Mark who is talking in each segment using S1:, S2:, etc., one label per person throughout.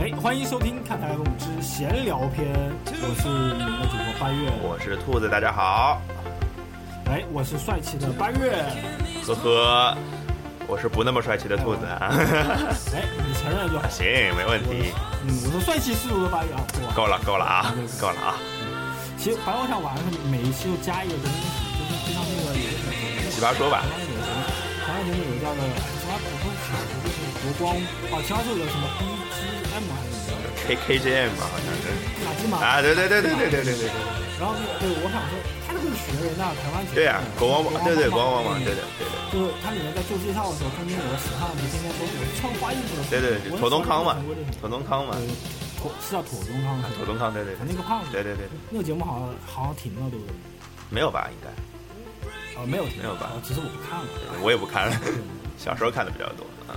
S1: 哎欢迎收听《看台我们之闲聊篇》，我是你们的主播八月，
S2: 我是兔子，大家好，
S1: 哎，我是帅气的八月，
S2: 呵呵，我是不那么帅气的兔子啊，
S1: 哎，你承认就好。
S2: 行，没问题，
S1: 嗯，我说帅气是我的八月啊，对吧？
S2: 够了，够了啊，够了啊，
S1: 其实白话想晚上每一期都加一个东西，就是就像那个有
S2: 奇葩说吧
S1: 台，湾有什么，台湾节目有叫的奇葩不是就是国光啊，其他就有什么 BGM 啊还是什么
S2: K K J M 啊吧，好像是
S1: 卡基玛，
S2: 啊，对对对对对对对对对
S1: 然后那个对，我想说他这个学人呐，台湾
S2: 对呀，啊国王网，对对国王网，对
S1: 的。
S2: 对对对。
S1: 就是他里面在做介绍的时候，他们我喜欢的今天都是我穿花衣服的，
S2: 对对，对，
S1: 我
S2: 头东康嘛
S1: 很多这种，
S2: 头东康嘛
S1: 呃，，妥是叫妥东康是吧
S2: 头东康，对对对，
S1: 那个胖子
S2: 对对对，对
S1: 那个节目好像好像停了，对不对？
S2: 没有吧？应该
S1: 啊，没有停，
S2: 没有吧
S1: 哦只是我不看了。
S2: 我也不看，小时候看的比较多啊，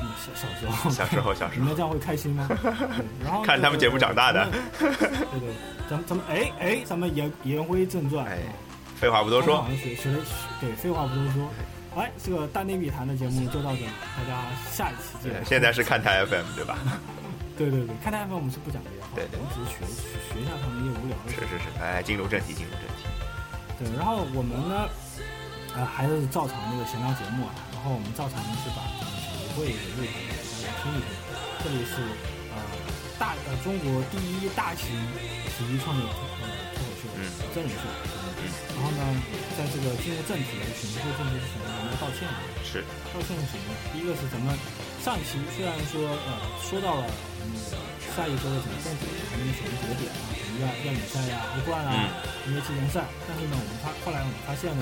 S1: 嗯小小时候，
S2: 小时候小
S1: 你
S2: 时
S1: 们
S2: 候
S1: 这样会开心吗？对然后
S2: 看他们节目长大的
S1: 咱们对对，咱们咱们哎哎，咱们言言归正传，啊
S2: 哎废话不多说
S1: 好，像学学了对，废话不多说。哎，这个大内密谈的节目就到这里，大家下一期
S2: 对
S1: 见。
S2: 现在是看台 FM 对吧？
S1: 对对对，看他们我们是不讲这些话，
S2: 对对
S1: 我们只是学学一下他们一些无聊的
S2: 是
S1: 事。
S2: 是是，哎，进入正题，进入正题。
S1: 对，然后我们呢，呃，还是照常那个闲聊节目啊，然后我们照常是把这个组会的录给大家听一听。这里是呃大呃中国第一大型体育创业呃脱口秀
S2: 嗯
S1: 真人秀。然后呢，在这个进入正题的情绪正题之前，我们要道歉啊。
S2: 是，
S1: 道歉是什么？第一个是咱们上一期虽然说呃说到了那个下一周的什么重点，还有什么几个点啊，什么亚亚锦赛呀、欧冠
S2: 嗯
S1: 啊、NBA 季前赛，但是呢，我们发后来我们发现呢，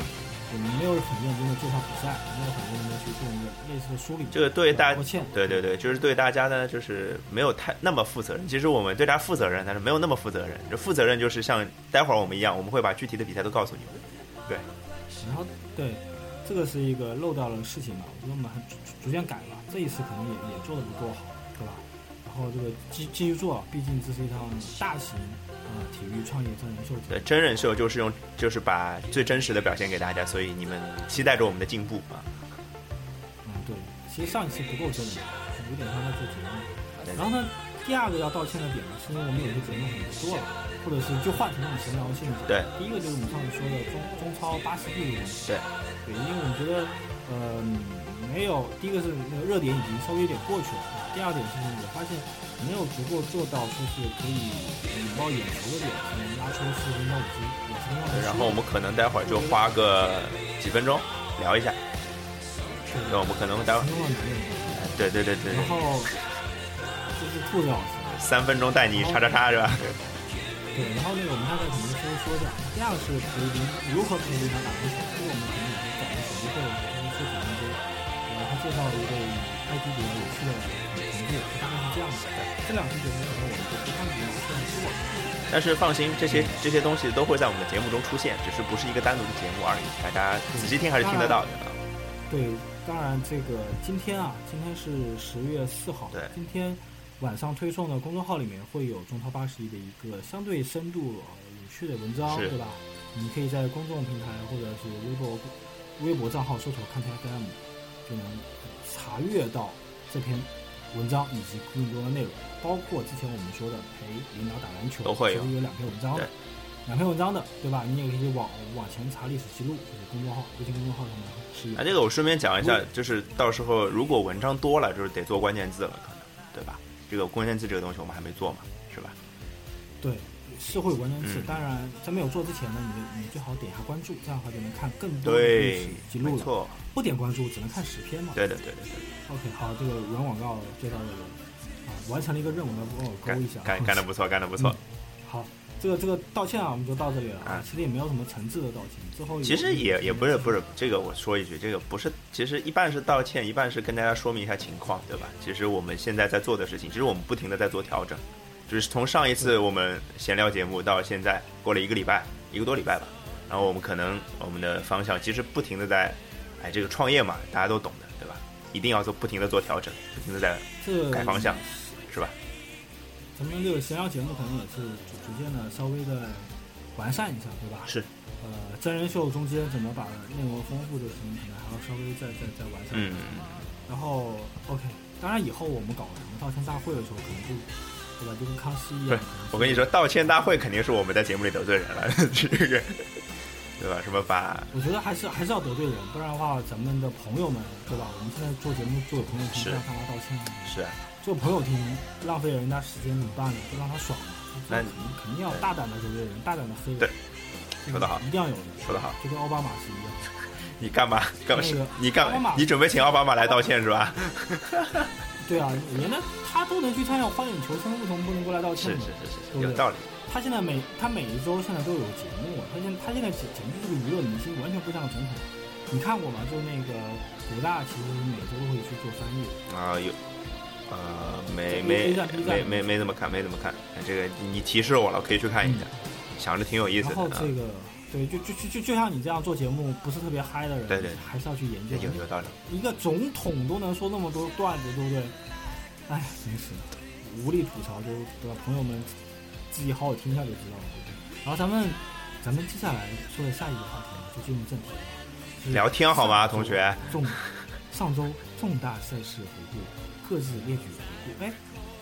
S1: 我们没有很认真的介绍比赛，没有很认真的去做一个类似的梳理，
S2: 这个对大
S1: 道歉，
S2: 对对对，就是对大家呢，就是没有太那么负责任。其实我们对大家负责任，但是没有那么负责任。这负责任就是像待会儿我们一样，我们会把具体的比赛都告诉你们。
S1: 然后对，这个是一个漏掉了事情嘛，我觉得我们还逐逐渐改了，这一次可能也也做的不够好，对吧？然后这个继继续做，毕竟这是一场大型呃体育创业真人秀节
S2: 对，真人秀就是用，就是把最真实的表现给大家，所以你们期待着我们的进步啊。
S1: 嗯，对，其实上一期不够真的，有点像在做节目。然后呢，第二个要道歉的点呢，是因为我们有些节目很不做了，或者是就换成那种闲聊性质。
S2: 对，
S1: 第一个就是我们上次说的中中超巴西地的东西。
S2: 对，
S1: 对，因为我们觉得，呃，没有第一个是那个热点已经稍微有点过去了，第二点是我发现没有足够做到说是可以引爆眼球的点，可能拉出四十分到五十五十分钟
S2: 然后我们可能待会儿就花个几分钟聊一下，
S1: 是
S2: 那我们可能待会
S1: 很
S2: 儿，
S1: 重要的内容。
S2: 对对对对，
S1: 然后就是兔子老师。
S2: 三分钟带你叉叉叉是吧？
S1: 对，然后那个我们大概可能稍微说一下，第二个是培林如何培林他打篮球，这个我们可能也是讲的手机课的时候会讲一些，然后他介绍了一个 IT 比较有趣的同事，大概是这样子的。这两期节目可能我们就不看了，不做了。
S2: 但是放心，这些这些东西都会在我们的节目中出现，只是不是一个单独的节目而已，大家仔细听还是听得到的啊。
S1: 对，当然这个今天啊，今天是十月四号，
S2: 对
S1: 今天晚上推送的公众号里面会有中超八十一的一个相对深度、呃有趣的文章，
S2: 是
S1: 对吧？你可以在公众平台或者是微博、微博账号搜索“看台 FM”，就能查阅到这篇文章以及更多的内容，包括之前我们说的陪领导打篮球，
S2: 都会有
S1: 其实有两篇文章的
S2: 对。
S1: 两篇文章的，对吧？你也可以往往前查历史记录，就是公众号、微信公众号上面是有
S2: 啊，这个我顺便讲一下，就是到时候如果文章多了，就是得做关键字了，可能对吧？这个关键字这个东西我们还没做嘛，是吧？
S1: 对，是会有关键词。
S2: 嗯
S1: 当然，在没有做之前呢，你就你最好点一下关注，这样的话就能看更多的历
S2: 对
S1: 史记，
S2: 没
S1: 录了。
S2: 错，
S1: 不点关注只能看十篇嘛。
S2: 对的，对的，对
S1: OK，好，这个软广告介绍这个啊，完成了一个任务呢，帮我勾一下
S2: 的，。干干的不错，干的不错。
S1: 好，这个这个道歉啊，我们就到这里了啊
S2: 啊。
S1: 其实也没有什么诚挚的道歉，最后有
S2: 其实也也不是不是这个，我说一句，这个不是，其实一半是道歉，一半是跟大家说明一下情况，对吧？其实我们现在在做的事情，其实我们不停的在做调整，就是从上一次我们闲聊节目到现在，过了一个礼拜，一个多礼拜吧，然后我们可能我们的方向其实不停的在，哎，这个创业嘛，大家都懂的，对吧？一定要做不停的做调整，不停的在
S1: 这个
S2: 改方向，是吧？
S1: 咱们这个闲聊节目可能也是逐逐渐的稍微的完善一下，对吧？
S2: 是，
S1: 呃，真人秀中间怎么把内容丰富这个事情，可能还要稍微再再再完善一下。
S2: 嗯，
S1: 然后 OK，当然以后我们搞什么道歉大会的时候，可能就对吧，就跟康熙一
S2: 对
S1: 样，可能
S2: 我跟你说，道歉大会肯定是我们在节目里得罪人了， 这个对吧？什么把
S1: 我觉得还是还是要得罪人，不然的话，咱们的朋友们，对吧？我们现在做节目，做有朋友听，
S2: 是
S1: 让干嘛道歉呢？
S2: 是啊
S1: 做朋友听，浪费人家时间怎么办呢？就让他爽嘛。
S2: 那
S1: 肯定肯定要大胆的得罪人，大胆的黑人。
S2: 对说得好
S1: 一定要有的，
S2: 说得好，
S1: 就跟奥巴马是一样。
S2: 你干嘛干
S1: 那
S2: 嘛？是
S1: 个
S2: 你
S1: 奥巴
S2: 干嘛？
S1: 马
S2: 你准备请奥巴马来道歉是吧？
S1: 对啊，人家他都能去参加花眼求生，为什么不能过来道
S2: 是
S1: 歉呢
S2: 是？是是，
S1: 对
S2: 有道理。
S1: 他现在每他每一周现在都有节目，啊他现他现在简简直就是个娱乐明星，完全不像个总统。你看过吗？就是那个国大，其实每周都会去做翻译。
S2: 啊，有，呃，没
S1: 这
S2: 没
S1: B 站 B 站
S2: 没没没怎么看，没怎么看。哎这个你提示我了，我可以去看一下，想着挺有意思
S1: 然
S2: 的
S1: 后
S2: 啊
S1: 这，个，对，就就就就就像你这样做节目不是特别嗨的人，
S2: 对对
S1: 还是要去研究
S2: 有。有道理。
S1: 一个总统都能说那么多段子，对不对？哎，真是无力吐槽，就对吧？朋友们自己好好听一下就知道了。然后咱们咱们接下来说的下一个话题就进入正题了，就是
S2: 聊天好吗，同学？
S1: 重上周重大赛事回顾，各自列举回顾。哎，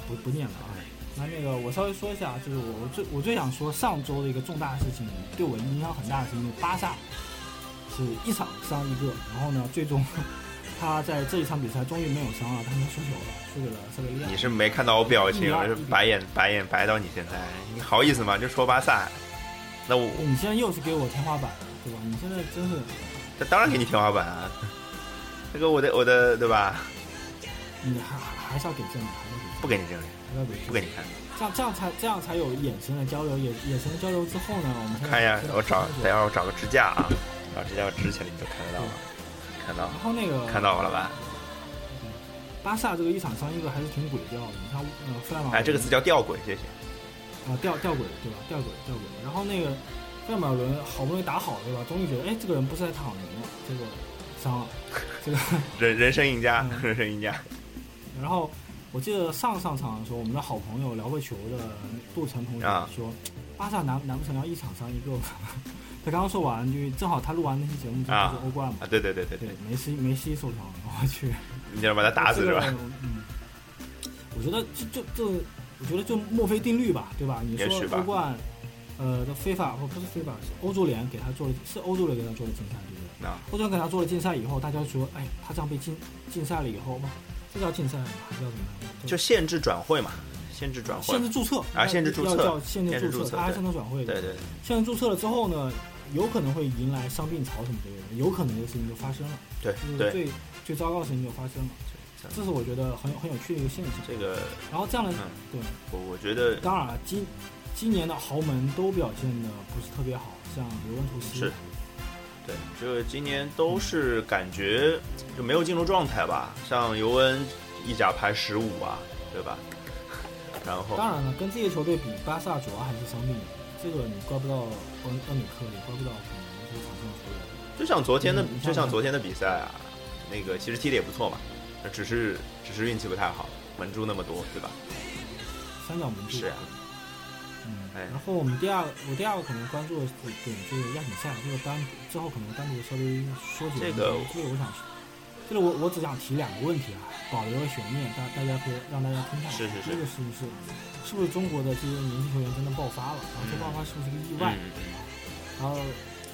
S1: 不不念了啊。那那个我稍微说一下，啊就是我我最我最想说上周的一个重大的事情，对我影响很大的是因为巴萨是一场伤一个，然后呢，最终 他在这一场比赛终于没有伤了，他们输球了，输给了塞维利亚
S2: 你。是没看到我表情，
S1: 嗯
S2: 我是白眼白眼白到你现在，你好意思吗？就说巴萨，那我
S1: 对你现在又是给我天花板，对吧？你现在真是
S2: 那当然给你天花板啊。那个我的我的对吧？
S1: 你还还还是要给正的，还是要给正
S2: 不给你这个，
S1: 的，还是要给正
S2: 不
S1: 的。
S2: 给你看，
S1: 这样这样才这样才有眼神的交流，眼眼神交流之后呢，我们现在
S2: 看一下
S1: 现，在
S2: 我找
S1: 现
S2: 等
S1: 在
S2: 一下我找个支架啊，找支架我支起来你就看得到了，看到
S1: 然后那个
S2: 看到我了吧？
S1: 巴萨这个一场伤一个还是挺鬼调的，你看呃费尔马
S2: 哎，这个词叫吊诡，谢谢。
S1: 啊吊吊轨对吧？吊轨吊轨，然后那个费尔马伦好不容易打好对吧？终于觉得哎这个人不是在躺赢了，结果伤了，这个
S2: 人人生赢家，
S1: 嗯
S2: 人生赢家。
S1: 然后我记得上上场的时候，我们的好朋友聊过球的杜晨同学
S2: 啊
S1: 说，巴萨难难不成要一场伤一个吗？ 他刚刚说完，就正好他录完那期节目之后
S2: 啊
S1: 就是欧冠嘛，
S2: 啊，对对对对
S1: 对
S2: 对，，
S1: 梅西梅西受伤了，我去，
S2: 你想把他打死是吧？？
S1: 嗯，我觉得就就就，我觉得就墨菲定律吧，对吧？你
S2: 也许
S1: 说
S2: 吧
S1: 欧冠，呃，的非法不不是非法，是欧洲联给他做了，是欧洲联给他做了禁赛，对不对？
S2: 啊，
S1: 欧洲联给他做了禁赛以后，大家说，哎，他这样被禁禁赛了以后，哇，这叫禁赛吗？还叫什么来着？
S2: 就限制转会嘛，限制转会
S1: 限制
S2: 嘛，
S1: 注册
S2: 啊限制注册
S1: 要叫限
S2: 限
S1: 制
S2: 制
S1: 注
S2: 注
S1: 册，
S2: 册
S1: 他还
S2: 对
S1: 是能转会的。
S2: 对对，
S1: 现在注册了之后呢，有可能会迎来伤病潮什么之类的，有可能这个事情就发生了，
S2: 对
S1: 就
S2: 对
S1: 是
S2: 对，
S1: 最最糟糕的事情就发生了，这是我觉得很有很有趣的一个现象。
S2: 这个
S1: 然后这样的，
S2: 嗯
S1: 对，
S2: 我我觉得
S1: 当然了，今今年的豪门都表现的不是特别好，像尤文图斯
S2: 是对，这个今年都是感觉就没有进入状态吧，像尤文意甲排十五啊，对吧？然后
S1: 当然了，跟这些球队比，巴萨主要还是伤病，这个你怪不到奥奥里克，也怪不到可能这些场上的球员。
S2: 就像昨天的
S1: 嗯，
S2: 就像昨天的比赛啊，那个其实踢的也不错嘛，只是只是运气不太好，门柱那么多，对吧？
S1: 三角门柱。
S2: 是啊
S1: 嗯，
S2: 哎
S1: 然后我们第二，我第二个可能关注的点就是亚锦赛，这个单之后可能单独稍微说几
S2: 这个
S1: 这个我想，这个我我只想提两个问题啊，保留个悬念，大大家可以让大家听下来。
S2: 是是
S1: 第
S2: 是
S1: 一个事情是，是不是中国的这些年轻球员真的爆发了？然后这
S2: 嗯
S1: 爆发是不是个意
S2: 嗯
S1: 外？
S2: 嗯嗯
S1: 然后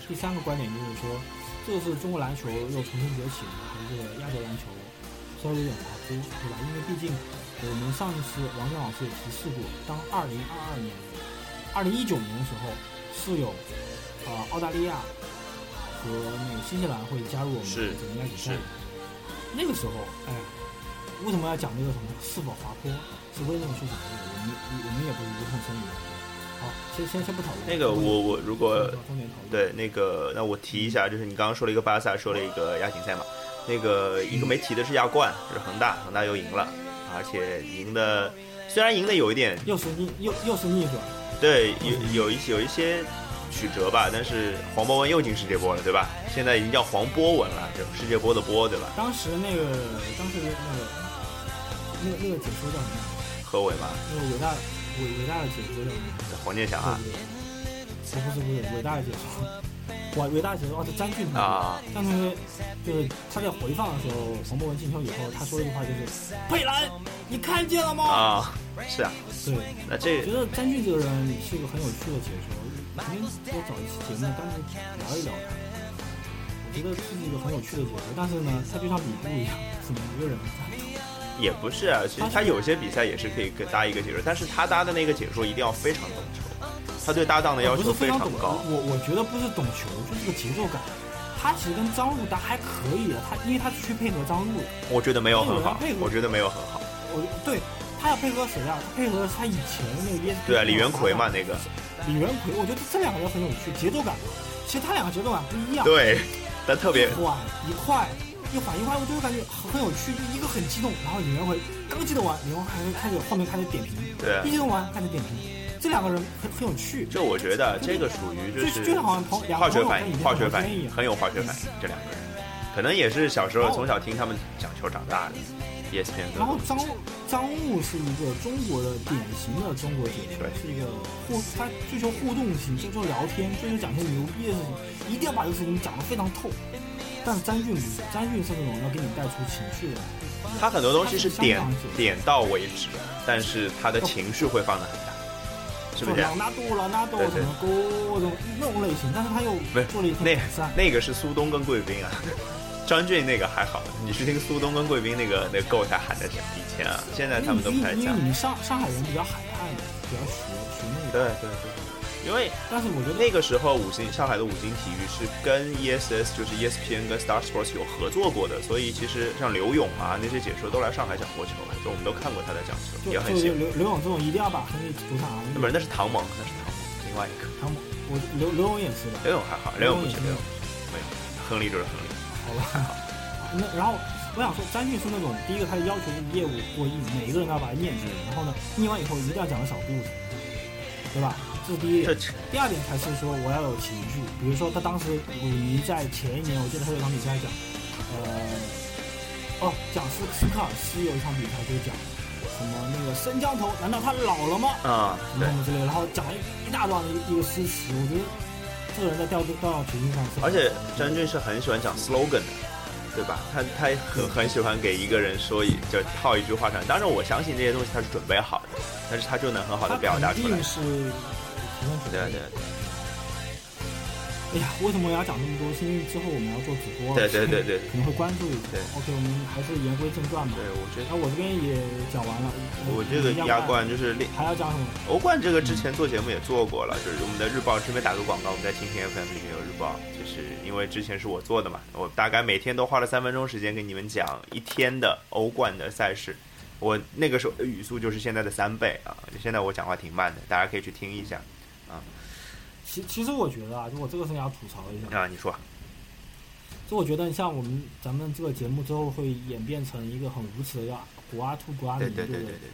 S1: 第三个观点就是说，这个是中国篮球又重新崛起了，还是这个亚洲篮球稍微有点滑坡，对吧？因为毕竟我们上一次王健老师也提示过，当2022年、2019年的时候是有啊、呃澳大利亚和那个新西兰会加入我们
S2: 是
S1: 整个亚锦赛
S2: 是，
S1: 那个时候，哎，为什么要讲这个什么是否滑坡，是为那个说什么？我们我们也不是无痛生理的。好，先先先不讨论
S2: 那个我我如果
S1: 重点讨论
S2: 对，那个那我提一下，就是你刚刚说了一个巴萨，说了一个亚锦赛嘛，那个一个没提的是亚冠，就是恒大，恒大又赢了，而且赢的虽然赢的有一点
S1: 又是逆又又是逆转，
S2: 对有有一有一些曲折吧，但是黄博文又进世界波了，对吧？现在已经叫黄波文了，就世界波的波，对吧？
S1: 当时那个当时那个那个那个解说叫什么来着？
S2: 何伟嘛，
S1: 那个伟大伟伟大的解说叫什么来着？
S2: 黄健翔啊，
S1: 对不对不是不是伟大的解说， 伟伟大解说奥特张俊同学，
S2: 啊
S1: 张同学就是他在回放的时候，冯博文进球以后，他说一句话就是：“佩兰，你看见了吗？”
S2: 啊，是啊，
S1: 对，
S2: 那这
S1: 我觉
S2: 个
S1: 得詹俊这个人是一个很有趣的解说，我们多找一期节目单独聊一聊他。我觉得是一个很有趣的解说，但是呢，他就像米布一样，只能一个人单独。
S2: 也不是啊，其实他有些比赛也是可以跟搭一个解说，但是他搭的那个解说一定要非常懂球，他对搭档的 要
S1: 不
S2: 求
S1: 是非常
S2: 常
S1: 懂，
S2: 高。
S1: 我我觉得不是懂球，就是个节奏感。他其实跟张璐搭还可以的，他因为他去配合张璐了。
S2: 我觉得没有很好
S1: 配合配，合
S2: 我觉得没有很好。
S1: 我就对他要配合谁啊？他配合他以前的那个 ESPN
S2: 对啊，李元奎嘛，那个
S1: 李元奎，我觉得这两个人很有趣，节奏感。其实他两个节奏感不一样，
S2: 对，但特别
S1: 一缓一快，一缓一快，我就感觉很很有趣，就一个很激动，然后李元奎刚激动完，李元奎还开始后面开始点评，
S2: 对
S1: 一激动完开始点评，这两个人很很有趣。
S2: 这我觉得这个属于就
S1: 就是就好像同两
S2: 化学
S1: 朋友
S2: 反应，
S1: 跟以前
S2: 化学
S1: 同
S2: 反
S1: 学一
S2: 应
S1: 样
S2: 很有化学反应。这两个人可能也是小时候从小听他们讲球长大的，ESPN
S1: 然后
S2: 的。
S1: 张张悟是一个中国的典型的中国解说
S2: 对，
S1: 是一个互他追求互动型，追求聊天，追求讲些牛逼的事情，一定要把这个事情讲得非常透。但是詹俊不是，詹俊是那种要给你带出情绪的，
S2: 他很多东西是点
S1: 他是香港人
S2: 点到为止，但是他的情绪会放得很大，是
S1: 就
S2: 不
S1: 是
S2: 这
S1: 朗？
S2: 样
S1: 纳度、朗纳度
S2: 对
S1: 什
S2: 对
S1: 么勾这种那种类型，但是他又
S2: 不是
S1: 做了一
S2: 那
S1: 个改善。
S2: 那个是苏东跟贵宾啊，张俊那个还好，你去听苏东跟贵宾那个那个够才喊得响。以前啊，现在他们都不
S1: 因为
S2: 太
S1: 因为
S2: 讲。
S1: 你们上上海人比较海派嘛，比较学学那个，
S2: 对对对，因为
S1: 但是我觉得
S2: 那个时候五星上海的五星体育是跟 ESS 就是 E ESPN 跟 Star Sports 有合作过的，所以其实像刘勇啊那些解说都来上海讲过球，就我们都看过他在讲球，也很
S1: 就
S2: 喜
S1: 就
S2: 欢。
S1: 刘刘勇这种一定要把亨利主场
S2: 那么那是唐蒙，那是唐蒙，另外一个
S1: 汤姆，我刘刘勇也是的。
S2: 刘勇还好，
S1: 刘勇
S2: 刘勇不是
S1: 也是
S2: 刘勇不是，没有，亨利就是亨利。
S1: 好吧。 那然后我想说，詹俊是那种第一个他的要求是业务过硬，每一个人都要把它念出来，然后呢，念完以后一定要讲个小故事，对吧？这是第一
S2: 这
S1: 点。第二点才是说我要有情绪，比如说他当时鲁尼在前一年，我记得他有一场比赛讲，呃，哦，讲斯斯科尔西有一场比赛就讲什么那个生姜头，难道他老了吗？
S2: 啊、
S1: 什么
S2: 对
S1: 什。么之类的，然后讲了一大段的一个诗词，我觉得这个人在调度调到情绪上是很
S2: 而且
S1: 好的
S2: 詹俊是很喜欢讲 slogan 的，对吧？他他很很喜欢给一个人说一就套一句话上。当然，我相信这些东西他是准备好的，但是他就能很好的表达出
S1: 他
S2: 来
S1: 肯定。是提升水
S2: 对
S1: 平。
S2: 对
S1: 哎呀，为什么要讲这么多？是因为之后我们要做直播，
S2: 对对对对
S1: 可能会关注一下
S2: 对。
S1: OK，我们还是言归正传吧
S2: 对，。我觉
S1: 那
S2: 得
S1: 我这边也讲完了。
S2: 我这个
S1: 亚
S2: 亚冠就是另
S1: 还要讲什么？
S2: 欧冠这个之前做节目也做过了，就是我们的日报这边打个广告，我们在蜻蜓 FM 里面有日报，就是因为之前是我做的嘛，我大概每天都花了三分钟时间给你们讲一天的欧冠的赛事，我那个时候的语速就是现在的三倍啊，现在我讲话挺慢的，大家可以去听一下
S1: 其其实我觉得啊，就我这个事情要吐槽一下，
S2: 啊，你说
S1: 就我觉得像我们咱们这个节目之后会演变成一个很无耻的叫“古阿兔古阿尼”
S2: 对对对
S1: 不
S2: 对对对，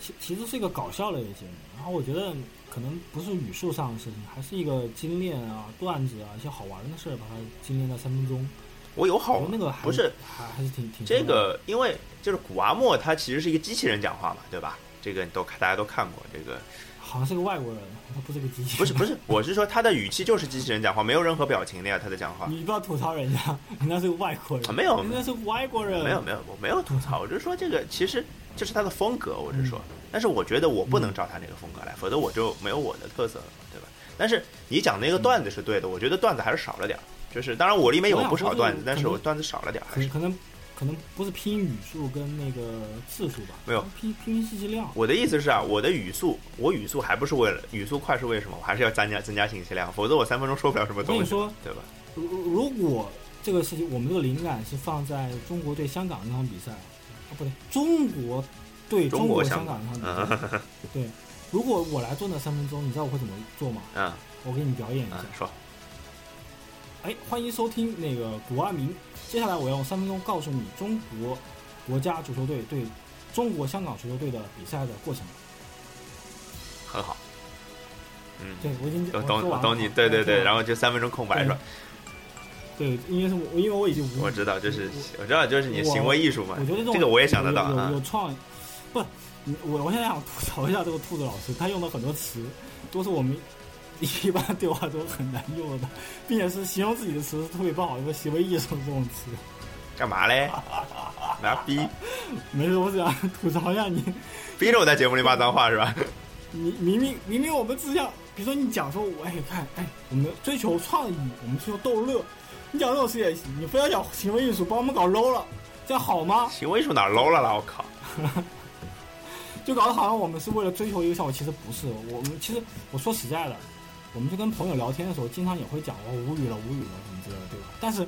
S1: 其其实是一个搞笑类的节目，然后我觉得可能不是语速上的事情，还是一个精炼啊、段子啊一些好玩的事儿，把它精炼到三分钟。
S2: 我有好
S1: 我觉得那个还
S2: 哦不是
S1: 还还是挺挺
S2: 这个，因为就是古阿莫他其实是一个机器人讲话嘛，对吧？这个你都看大家都看过，这个
S1: 好像是个外国人，他不是个机器人。
S2: 不是不是，我是说他的语气就是机器人讲话，没有任何表情的呀，他的讲话。
S1: 你不要吐槽人家，人家是个外国人，
S2: 啊没有
S1: 人家是外国人，
S2: 没有没有，我没有吐槽，我就说这个其实这是他的风格，我是说，
S1: 嗯
S2: 但是我觉得我不能照他那个风格来，否则我就没有我的特色了，对吧？但是你讲那个段子是对的，我觉得段子还是少了点儿，就是当然我里面有不少段子，但是我段子少了点儿，
S1: 可
S2: 还是
S1: 能可能可能不是拼语速跟那个字数吧，
S2: 没有
S1: 拼拼信息量。
S2: 我的意思是啊，我的语速，我语速还不是为了语速快是为什么？我还是要增加增加信息量，否则我三分钟说不了什么
S1: 我跟
S2: 东
S1: 你
S2: 西，
S1: 说，
S2: 对吧？
S1: 如如果这个事情，我们这个灵感是放在中国对香港那场比赛，啊，不对，中国对
S2: 中
S1: 中
S2: 国
S1: 国
S2: 香
S1: 香港那场
S2: 嗯
S1: 比赛，对。如果我来做那三分钟，你知道我会怎么做吗？
S2: 嗯
S1: 我给你表演一
S2: 嗯
S1: 下。，
S2: 说
S1: 哎，欢迎收听那个古阿明。接下来我要用三分钟告诉你中国国家足球队对中国香港足球队的比赛的过程。
S2: 很好，嗯，
S1: 对，我已经我
S2: 懂
S1: 说
S2: 懂
S1: 完
S2: 我
S1: 了啊
S2: 懂你，对对对，然
S1: 后
S2: 后就三分钟空白是吧？
S1: 对，因为是我，因为我已经无
S2: 我知道，这是我知道，就是你行为艺术嘛
S1: 我觉得这。种
S2: 这个我也想得到
S1: 有有
S2: 啊
S1: 有。创意，嗯不，你我我现在想吐槽一下这个兔子老师，他用的很多词都是我们一般对话中很难用的，并且是形容自己的词是特别不好用的行为艺术这种词。
S2: 干嘛嘞？拿逼
S1: 没事，我只想吐槽一下你，
S2: 逼着我在节目里骂脏话是吧？
S1: 你明明明明我们只想，比如说你讲说，我哎看哎，我们追求创意，我们追求逗乐，你讲这种事也行，你非要讲行为艺术，把我们搞 low 了，这样好吗？
S2: 行为艺术哪 low 了啦？我靠！
S1: 就搞得好像我们是为了追求一个效果，其实不是。我们其实我说实在的，我们就跟朋友聊天的时候，经常也会讲我无语了，无语了什么之类的，对吧？但是，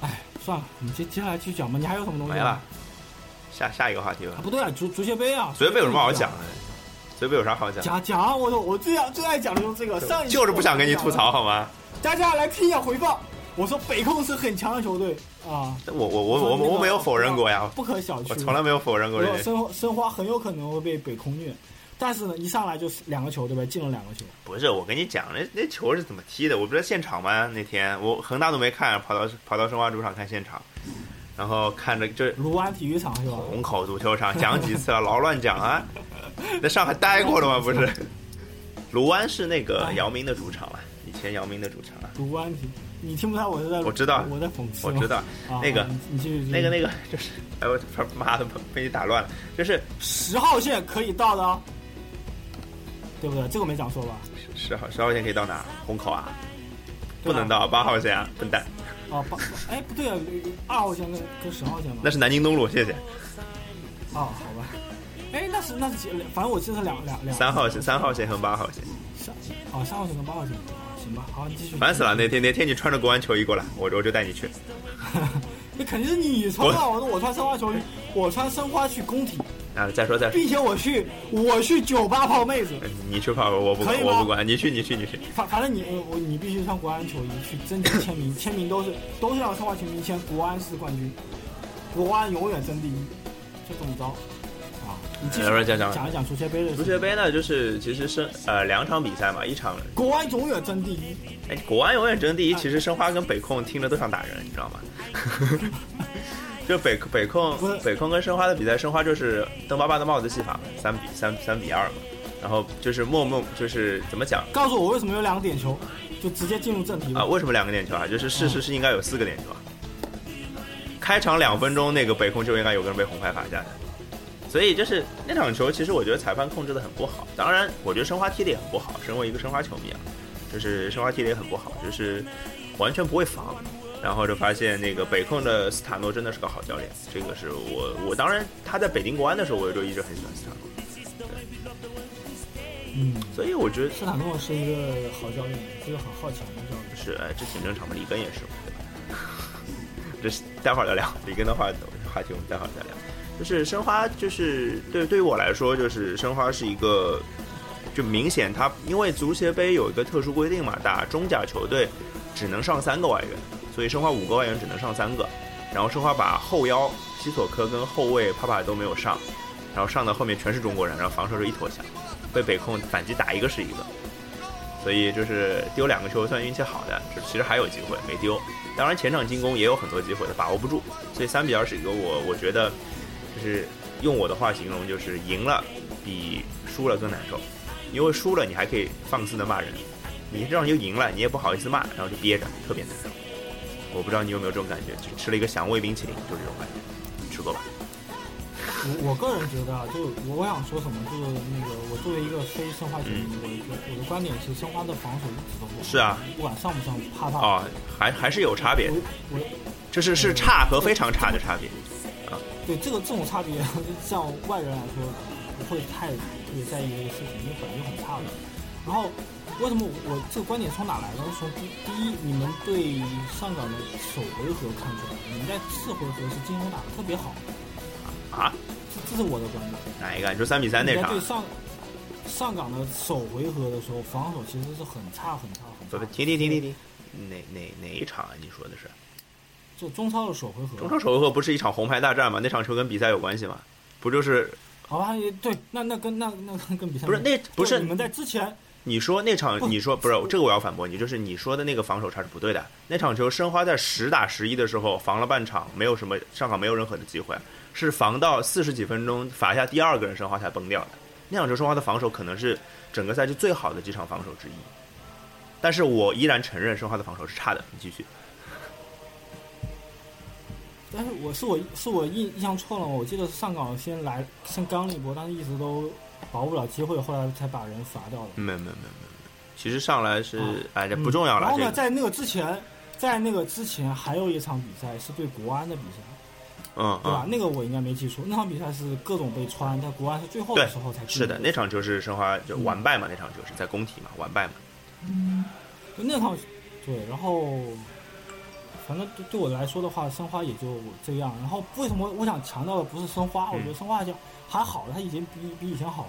S1: 哎，算了，你接接下来继续讲吧。你还有什么东西？
S2: 没了。下下一个话题
S1: 啊，
S2: 吧。
S1: 不对啊，足足协杯啊，
S2: 足协杯有什么好讲的？足协杯有啥好讲？
S1: 讲讲，我说我最爱最爱讲的就是这个，上一期
S2: 就是不想跟你
S1: 我
S2: 吐
S1: 讲了。
S2: 槽好吗？
S1: 大家来听一下回放，我说北控是很强的球队啊，
S2: 我我我我我没有否认过呀，
S1: 不可小觑。
S2: 我从来没有否认过
S1: 我
S2: 这
S1: 说
S2: 件事。
S1: 申花申花很有可能会被北控虐，但是呢，一上来就是两个球，对吧？进了两个球，
S2: 不是，我跟你讲，那那球是怎么踢的？我不是在现场吗？那天我恒大都没看，跑到跑到申花主场看现场，然后看着就是
S1: 卢湾体育场是吧？
S2: 虹口足球场讲几次了，老乱讲 啊！在上海待过了吗？不是，卢湾是那个姚明的主场啊，以前姚明的主场啊，
S1: 卢湾体，你听不出来我是在
S2: 我知道
S1: 我在讽刺
S2: 我
S1: 吗
S2: 知道
S1: 啊、
S2: 那个
S1: 你你继续
S2: 那个
S1: 个
S2: 那个就是，哎我他妈的被你打乱了，就是
S1: 十号线可以到的哦，对不对？这个没讲错吧？
S2: 十号十号线可以到哪？虹口啊，不
S1: 对吧
S2: 能到八号线啊，笨蛋，
S1: 哦，八哎不对啊，二号线跟跟十号线吧？
S2: 那是南京东路，谢谢。
S1: 哦，好吧。哎，那是那是几，反正我记得是两两两
S2: 三号线三号线和八号线，
S1: 三哦三号线跟八号线，行吧，好，你继续。
S2: 烦死了！那天那天你穿着国安球衣过来，我我就带你去。
S1: 那哎肯定是你穿啊！我说我穿申花球衣，我穿申花去工体，
S2: 啊，再说再说，
S1: 并且我去我去酒吧泡妹子。
S2: 你去吧，我不
S1: 可以吗
S2: 我不管，你去你去你去。
S1: 反反正你呃我我你必须穿国安球衣去征集签名，签名都是都是让申花球迷签国安是冠军，国安永远争第一，就这么着啊！你继续
S2: 来来讲讲
S1: 讲一讲足协杯的
S2: 足
S1: 事
S2: 协
S1: 情。
S2: 杯呢，就是其实是呃两场比赛嘛，一场
S1: 国安永远争第一，
S2: 哎国安永远争第
S1: 啊
S2: 一，其实申花跟北控听着都想打人，你知道吗？ 就北北控
S1: 不是
S2: 北控跟申花的比赛，申花就是邓巴巴的帽子戏法嘛，三比三三比二嘛，然后就是默默就是怎么讲
S1: 告诉我为什么有两个点球，就直接进入正题吧
S2: 啊？。为什么两个点球啊？就是事实是应该有四个点球啊。开场两分钟，那个北控就应该有个人被红牌罚下的，所以就是那场球，其实我觉得裁判控制的很不好。当然，我觉得申花踢的也很不好。身为一个申花球迷啊，就是申花踢的也很不好，就是完全不会防。然后就发现那个北控的斯塔诺真的是个好教练，这个是我我当然他在北京国安的时候，我就一直很喜欢斯塔诺，
S1: 嗯，
S2: 所以我觉得
S1: 斯坦诺是一个好教练，是一个很好强的教练。
S2: 是，哎，这挺正常的。里根也是，对吧？ 这是待会儿再聊里根的话话题，我们待会儿再聊。就是申花，就是对对于我来说，就是申花是一个，就明显它因为足协杯有一个特殊规定嘛，打中甲球队只能上三个外援，所以申花五个外援只能上三个。然后申花把后腰西索科跟后卫帕帕都没有上，然后上的后面全是中国人，然后防守就一坨翔，被北控反击打一个是一个。所以就是丢两个球算运气好的，就其实还有机会没丢。当然前场进攻也有很多机会的，把握不住。所以三比二是一个我我觉得就是用我的话形容就是赢了比输了更难受，因为输了你还可以放肆的骂人，你这样就赢了你也不好意思骂，然后就憋着，特别难受。我不知道你有没有这种感觉，就吃了一个祥味冰淇淋，就这种感觉。你吃过吧？
S1: 我我个人觉得啊，就我我想说什么，就是那个我作为一个非申花球迷，我我我的观点是申花的防守一直都不好，
S2: 嗯是啊，
S1: 不管上不上，怕怕。
S2: 哦，还还是有差别的
S1: 我，我
S2: 就是是差和非常差的差别。
S1: 对这个这种差别， 像外人来说不会太特别在意这个事情，因为本来就很差的。然后为什么我我这个观点从哪来呢？是从第第一，你们对上港的首回合看出来，你们在次回合是进攻打得特别好，
S2: 啊？
S1: 这这是我的观点。
S2: 哪一个？你说三比三那
S1: 你在
S2: 场
S1: 对？上上港的首回合的时候，防守其实是很差很差很
S2: 不
S1: 差
S2: 不，
S1: 的。
S2: 啊停停停停停，哪哪哪一场啊？你说的是
S1: 就中超的首回合，
S2: 中超首回合不是一场红牌大战吗？那场球跟比赛有关系吗？不就是
S1: 好吧？也对，那那跟那那跟跟比赛
S2: 不是
S1: 没有
S2: 那不是
S1: 你们在之前
S2: 你说那场
S1: 不
S2: 你说不是这个我要反驳你，就是你说的那个防守差是不对的。那场球申花在十打十一的时候防了半场，没有什么上港没有任何的机会，是防到四十几分钟罚下第二个人申花才崩掉的。那场球申花的防守可能是整个赛季最好的几场防守之一，但是我依然承认申花的防守是差的。你继续，
S1: 但是我是我是我印印象错了吗？我记得上港先来先刚了一波，但是一直都保不了机会，后来才把人罚掉了。
S2: 没有没有没有没有，其实上来是、
S1: 啊
S2: 哎这不重要了
S1: 然，后
S2: 这
S1: 呢，
S2: 个
S1: 在那个之前，在那个之前还有一场比赛是对国安的比赛，
S2: 嗯
S1: 对吧？
S2: 嗯。
S1: 那个我应该没记错，那场比赛是各种被穿，但国安是最后的时候才进
S2: 是的，那场就是申花就
S1: 嗯
S2: 完败嘛，那场就是在工体嘛，完败嘛。
S1: 就那场，对，然后反正对对我来说的话，申花也就这样。然后为什么我想强调的不是申花？我
S2: 嗯
S1: 觉得申花好像还好了，他已经比比以前好了，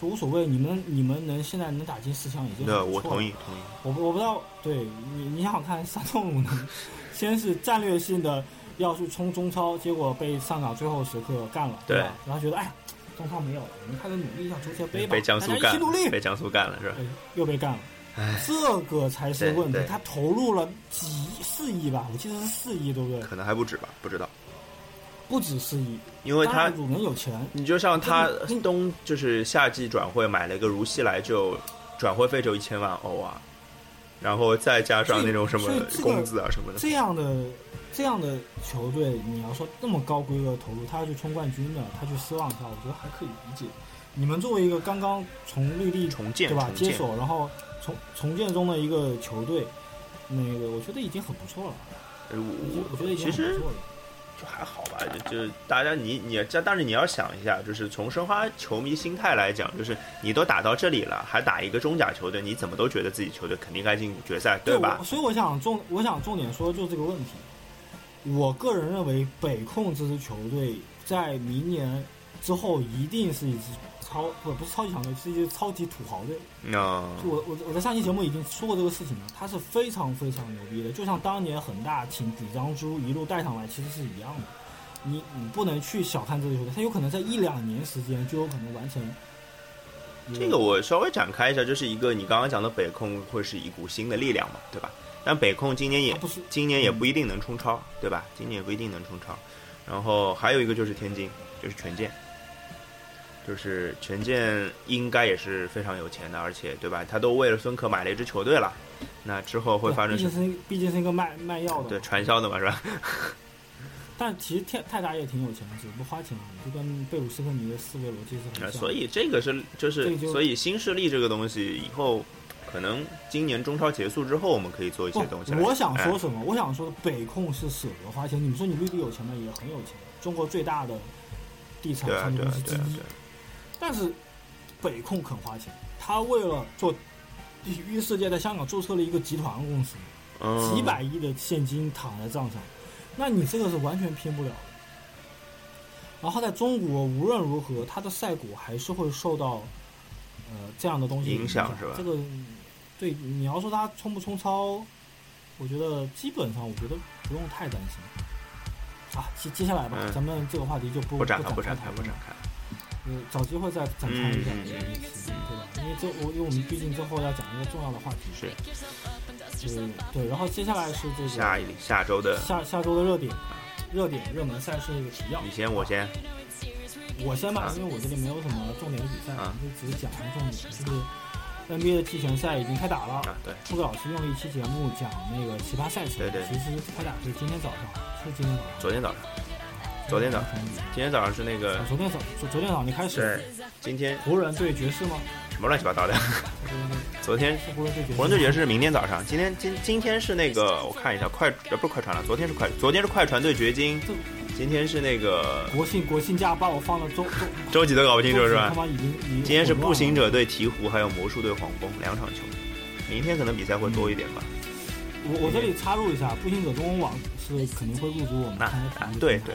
S1: 就无所谓。你们你们能现在能打进四强已经
S2: 那
S1: 很
S2: 我
S1: 不嗯错
S2: 同
S1: 了。
S2: 意同意。
S1: 我不我不知道，对你你想想看，山东鲁能先是战略性的要去冲中超，结果被上港最后时刻干了，
S2: 对
S1: 吧？然后觉得哎呀，中超没有了，我们开始努力一下足协杯吧，
S2: 嗯被江苏
S1: 大家一
S2: 干
S1: 起努力
S2: 了，，被江苏干了是吧？
S1: 对，又被干了
S2: 唉。
S1: 这个才是问题
S2: 哎对对，
S1: 他投入了几亿四亿吧，我记得是四亿，对不对？
S2: 可能还不止吧，不知道，
S1: 不止四亿，
S2: 因为
S1: 当
S2: 他嗯
S1: 然鲁能有钱，
S2: 你就像他
S1: 那你
S2: 东就是夏季转会买了一个如熙来，就转会费就一千万欧啊，然后再加上那种什么
S1: 所以所以这个
S2: 工资啊什么的，
S1: 这样的这样的球队，你要说那么高规格投入，他要去冲冠军的，他去失望一下，我觉得还可以理解。你们作为一个刚刚从绿地
S2: 重建
S1: 对吧
S2: 重
S1: 接
S2: 建，
S1: 手，然后重重建中的一个球队，那个我觉得已经很不错了，
S2: 呃
S1: 我觉得我觉得
S2: 我
S1: 已经
S2: 其
S1: 很
S2: 实
S1: 不错了。
S2: 就还好吧，就就大家你你这，但是你要想一下，就是从申花球迷心态来讲，就是你都打到这里了，还打一个中甲球队，你怎么都觉得自己球队肯定该进决赛，
S1: 对
S2: 吧
S1: 我？所以我想重，我想重点说就是这个问题。我个人认为，北控这支球队在明年之后一定是一支超不不是超级强队，是一支超级土豪队。
S2: 那
S1: 就我我我在上期节目已经说过这个事情了，他是非常非常牛逼的，就像当年恒大请李章洙一路带上来，其实是一样的。你你不能去小看这支球队，他有可能在一两年时间就有可能完成一。
S2: 这个我稍微展开一下，就是一个你刚刚讲的北控会是一股新的力量嘛，对吧？但北控今年也
S1: 他啊不是
S2: 今年也不一定能冲超，对吧？今年也不一定能冲超。然后还有一个就是天津，就是权健，就是权健应该也是非常有钱的，而且对吧？他都为了孙可买了一支球队了，那之后会发生
S1: 毕
S2: 什
S1: 竟
S2: 么？
S1: 是毕竟是一个卖卖药的嘛，
S2: 对，传销的嘛，是吧？
S1: 但其实泰泰达也挺有钱的，只不过花钱而已，就跟贝鲁斯科尼的思维逻辑是很像
S2: 啊
S1: 的。
S2: 所以这个是就是
S1: 这就
S2: 所以新势力这个东西以后可能今年中超结束之后，我们可以做一些
S1: 不
S2: 东西，来。
S1: 我想
S2: 哎
S1: 说什么？我想说北控是舍得花钱。你们说你绿地有钱吗？也很有钱，中国最大的地产
S2: 对啊
S1: 商业
S2: 对
S1: 公
S2: 啊
S1: 司之
S2: 对啊
S1: 一。
S2: 对啊。
S1: 但是北控肯花钱，他为了做体育世界，在香港注册了一个集团公司，
S2: 嗯
S1: 几百亿的现金躺在账上，那你这个是完全拼不了的。然后在中国，无论如何，它的赛果还是会受到呃这样的东西
S2: 影响是吧
S1: 这个对你要说它冲不冲超，我觉得基本上我觉得不用太担心。啊，接接下来吧，
S2: 嗯
S1: 咱们这个话题就不
S2: 不展开，
S1: 不
S2: 不展
S1: 开
S2: 开，不展开。
S1: 呃，找机会再展开一下
S2: 嗯嗯
S1: 这个问题，对吧？因为这我因为我们毕竟之后要讲一个重要的话题，
S2: 是
S1: 嗯，对。然后接下来是这个
S2: 下一下周的，
S1: 下下周的热点，热点热门赛事一个提要
S2: 你。先，我先。
S1: 我先吧
S2: 啊，
S1: 因为我这里没有什么重点的比赛，
S2: 啊
S1: 我就只讲一个重点，就是 NBA 的季前赛已经开打了。
S2: 啊，对，
S1: 兔子老师用了一期节目讲那个奇葩赛程，
S2: 对对
S1: 其实开打是今天早上，是今天早上，
S2: 昨天早上，昨天早上
S1: 上，
S2: 今天早上是那个
S1: 啊，，昨天早，昨昨天早上就开始，，
S2: 今天
S1: 湖人对爵士吗？
S2: 什么乱七八糟的？
S1: 是
S2: 昨天
S1: 湖人对爵士吗。
S2: 湖人对爵士是明天早上，今天今今天是那个，我看一下，快呃不是快船了，昨天是快，昨天是快船对掘金，今天是那个
S1: 国庆国庆假把我放了周周
S2: 周几都搞不
S1: 周
S2: 清楚是吧
S1: 他？妈已经已经
S2: 今天是
S1: 混乱了
S2: 步行，者对鹈鹕，还有魔术对黄蜂两场球，明天可能比赛会多一点吧。
S1: 我我这里插入一下，步行者中文网是肯定会入驻我们
S2: 那
S1: 看台
S2: 啊对对，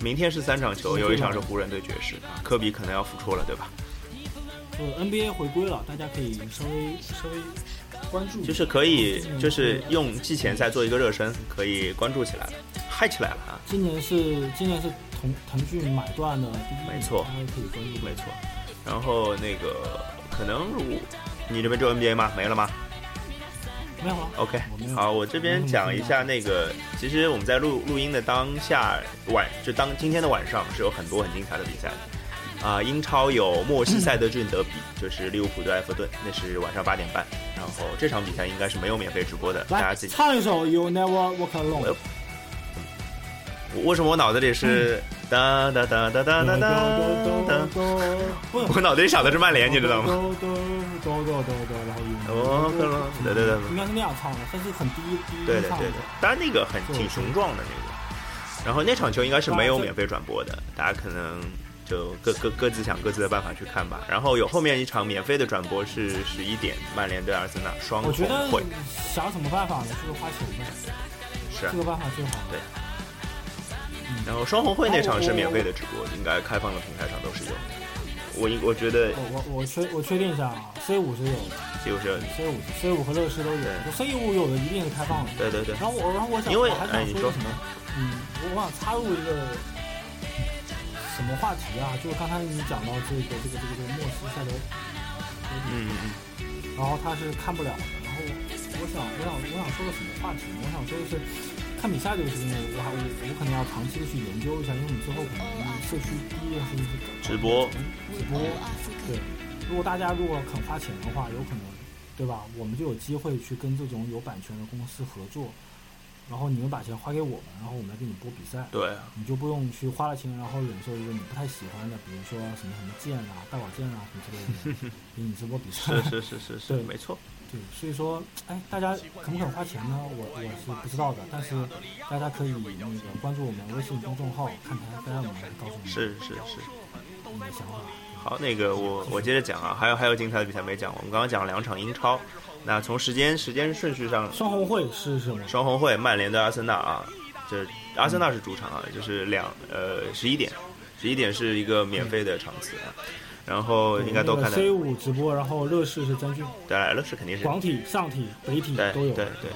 S2: 明天是三场球，有一场是湖人对爵士，啊科比可能要复出了，对吧？
S1: 就是 NBA 回归了，大家可以稍微稍微关注一下，
S2: 就是可以，就是用季前赛做一个热身，可以关注起来了，嗨起来了啊！
S1: 今年是今年是腾腾讯买断的第一名，
S2: 没错
S1: 大家可以关注
S2: 没错。然后那个可能如你这边就 NBA 吗？没了吗
S1: 没有了，
S2: ？OK，
S1: 我没有
S2: 好，我这边讲一下那个，其实我们在录录音的当下晚，就当今天的晚上是有很多很精彩的比赛的。啊、英超有默西塞德郡德比，就是利物浦对埃弗顿，那是晚上八点半。然后这场比赛应该是没有免费直播的，大
S1: 来
S2: 家自己。
S1: 唱一首《You Never Walk Alone
S2: 我》。我为什么我脑子里 是哒哒哒哒哒哒哒哒？
S1: 不是
S2: 我脑子里想的是曼联，你知道吗？
S1: 哆哆哆哆哆哆，然后 You
S2: 哦可能对对对
S1: 应该是那样唱的，但是很低低
S2: 对
S1: 音
S2: 的
S1: 唱
S2: 对
S1: 的
S2: 的。，当然那个很挺雄壮的那个。然后那场球应该是没有免费转播的，大家可能就各各各自想各自的办法去看吧。然后有后面一场免费的转播是十一点，曼联对阿尔森纳双
S1: 我
S2: 红
S1: 觉得
S2: 会
S1: 想什么办法呢？就是花钱呗，
S2: 是啊
S1: 这。个办法最好。
S2: 对然后双红会那场是免费的直播，应该开放的平台上都是有。我应我觉得
S1: 我我我确我确定一下啊，C 五是有的
S2: 就是
S1: ，C 五 C 五和乐视都有
S2: 对
S1: ，C 五有的一定是开放的。
S2: 对对对
S1: 然后我，然后我想，
S2: 因为
S1: 我还
S2: 哎
S1: 想
S2: 你
S1: 说一
S2: 说
S1: 个什么？嗯，我我想插入一个什么话题啊？就是刚才你讲到这个这个这个这个莫西塞德，
S2: 嗯嗯嗯。
S1: 然后他是看不了的。然后我想我想我想说个什么话题呢？我想说的是，看比赛这个事情，我还我我可能要长期的去研究一下，因为你最后可能社区第一件事情是
S2: 直播
S1: 直播，对。如果大家如果肯花钱的话，有可能，对吧？我们就有机会去跟这种有版权的公司合作，然后你们把钱花给我们，然后我们来给你播比赛，
S2: 对，啊
S1: 你就不用去花了钱，然后忍受一哎个你不太喜欢的，比如说什么什么剑啊、大宝剑啊什么之类 的，给你直播比赛。
S2: 是是是是是，
S1: 对
S2: 没错。
S1: 对，所以说，哎，大家肯不肯花钱呢？我我是不知道的，但是大家可以那个关注我们微信公众号，看看大家有没有告诉你
S2: 是是是。
S1: 你的想法。
S2: 好，那个我我接着讲啊，还有还有精彩的比赛没讲，我们刚刚讲了两场英超，那从时间时间顺序上，
S1: 双红会是什么？
S2: 双红会曼联对阿森纳啊，就是阿森纳是主场啊，就是两呃十一点，十一点是一个免费的场次啊，然后应该都看得
S1: C 五直播，然后乐视是真菌，
S2: 对，乐视肯定是
S1: 广体、上体、北体
S2: 对
S1: 都有。
S2: 对对。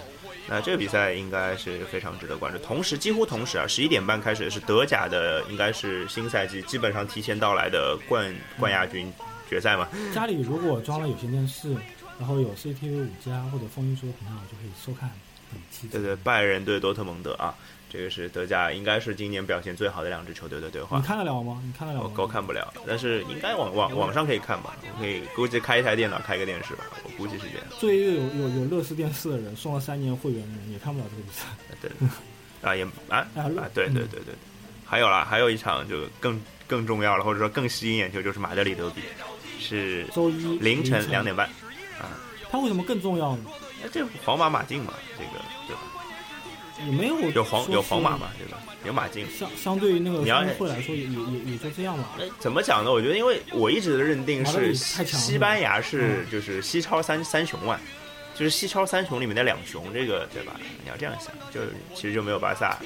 S2: 那这个比赛应该是非常值得关注。同时，几乎同时啊，十一点半开始是德甲的，应该是新赛季基本上提前到来的冠冠亚军决赛嘛。
S1: 家里如果装了有线电视，然后有 CCTV 五加或者风云桌频道，就可以收看本期的。
S2: 对对，拜仁对多特蒙德啊，这个是德甲应该是今年表现最好的两支球队的对话
S1: 你。看得了吗？你看得了
S2: 我
S1: 吗？
S2: 我看不了，但是应该网网网上可以看吧？我可以估计开一台电脑，开一个电视吧，我估计是这样。
S1: 作为一个有有有乐视电视的人，送了三年会员的人，也看不了这个比赛。
S2: 对，啊也啊
S1: 啊
S2: 啊，对对对对，还有啦，还有一场就更更重要了，或者说更吸引眼球，就是马德里德比，是
S1: 周一
S2: 凌晨两点半。
S1: 它为什么更重要呢？
S2: 那这皇马马竞嘛，这个对吧？
S1: 也没有
S2: 有皇
S1: 说
S2: 有皇马
S1: 是
S2: 嘛，对吧？有马竞。
S1: 相相对于那个
S2: 你要
S1: 双
S2: 是
S1: 红会来说，也也也也就这样吧。
S2: 哎怎么讲呢？我觉得，因为我一直的认定
S1: 马德
S2: 是
S1: 里太强了嗯
S2: 西班牙是就是西超三三雄嘛，就是西超三雄里面的两雄，这个对吧？你要这样想，就其实就没有巴萨，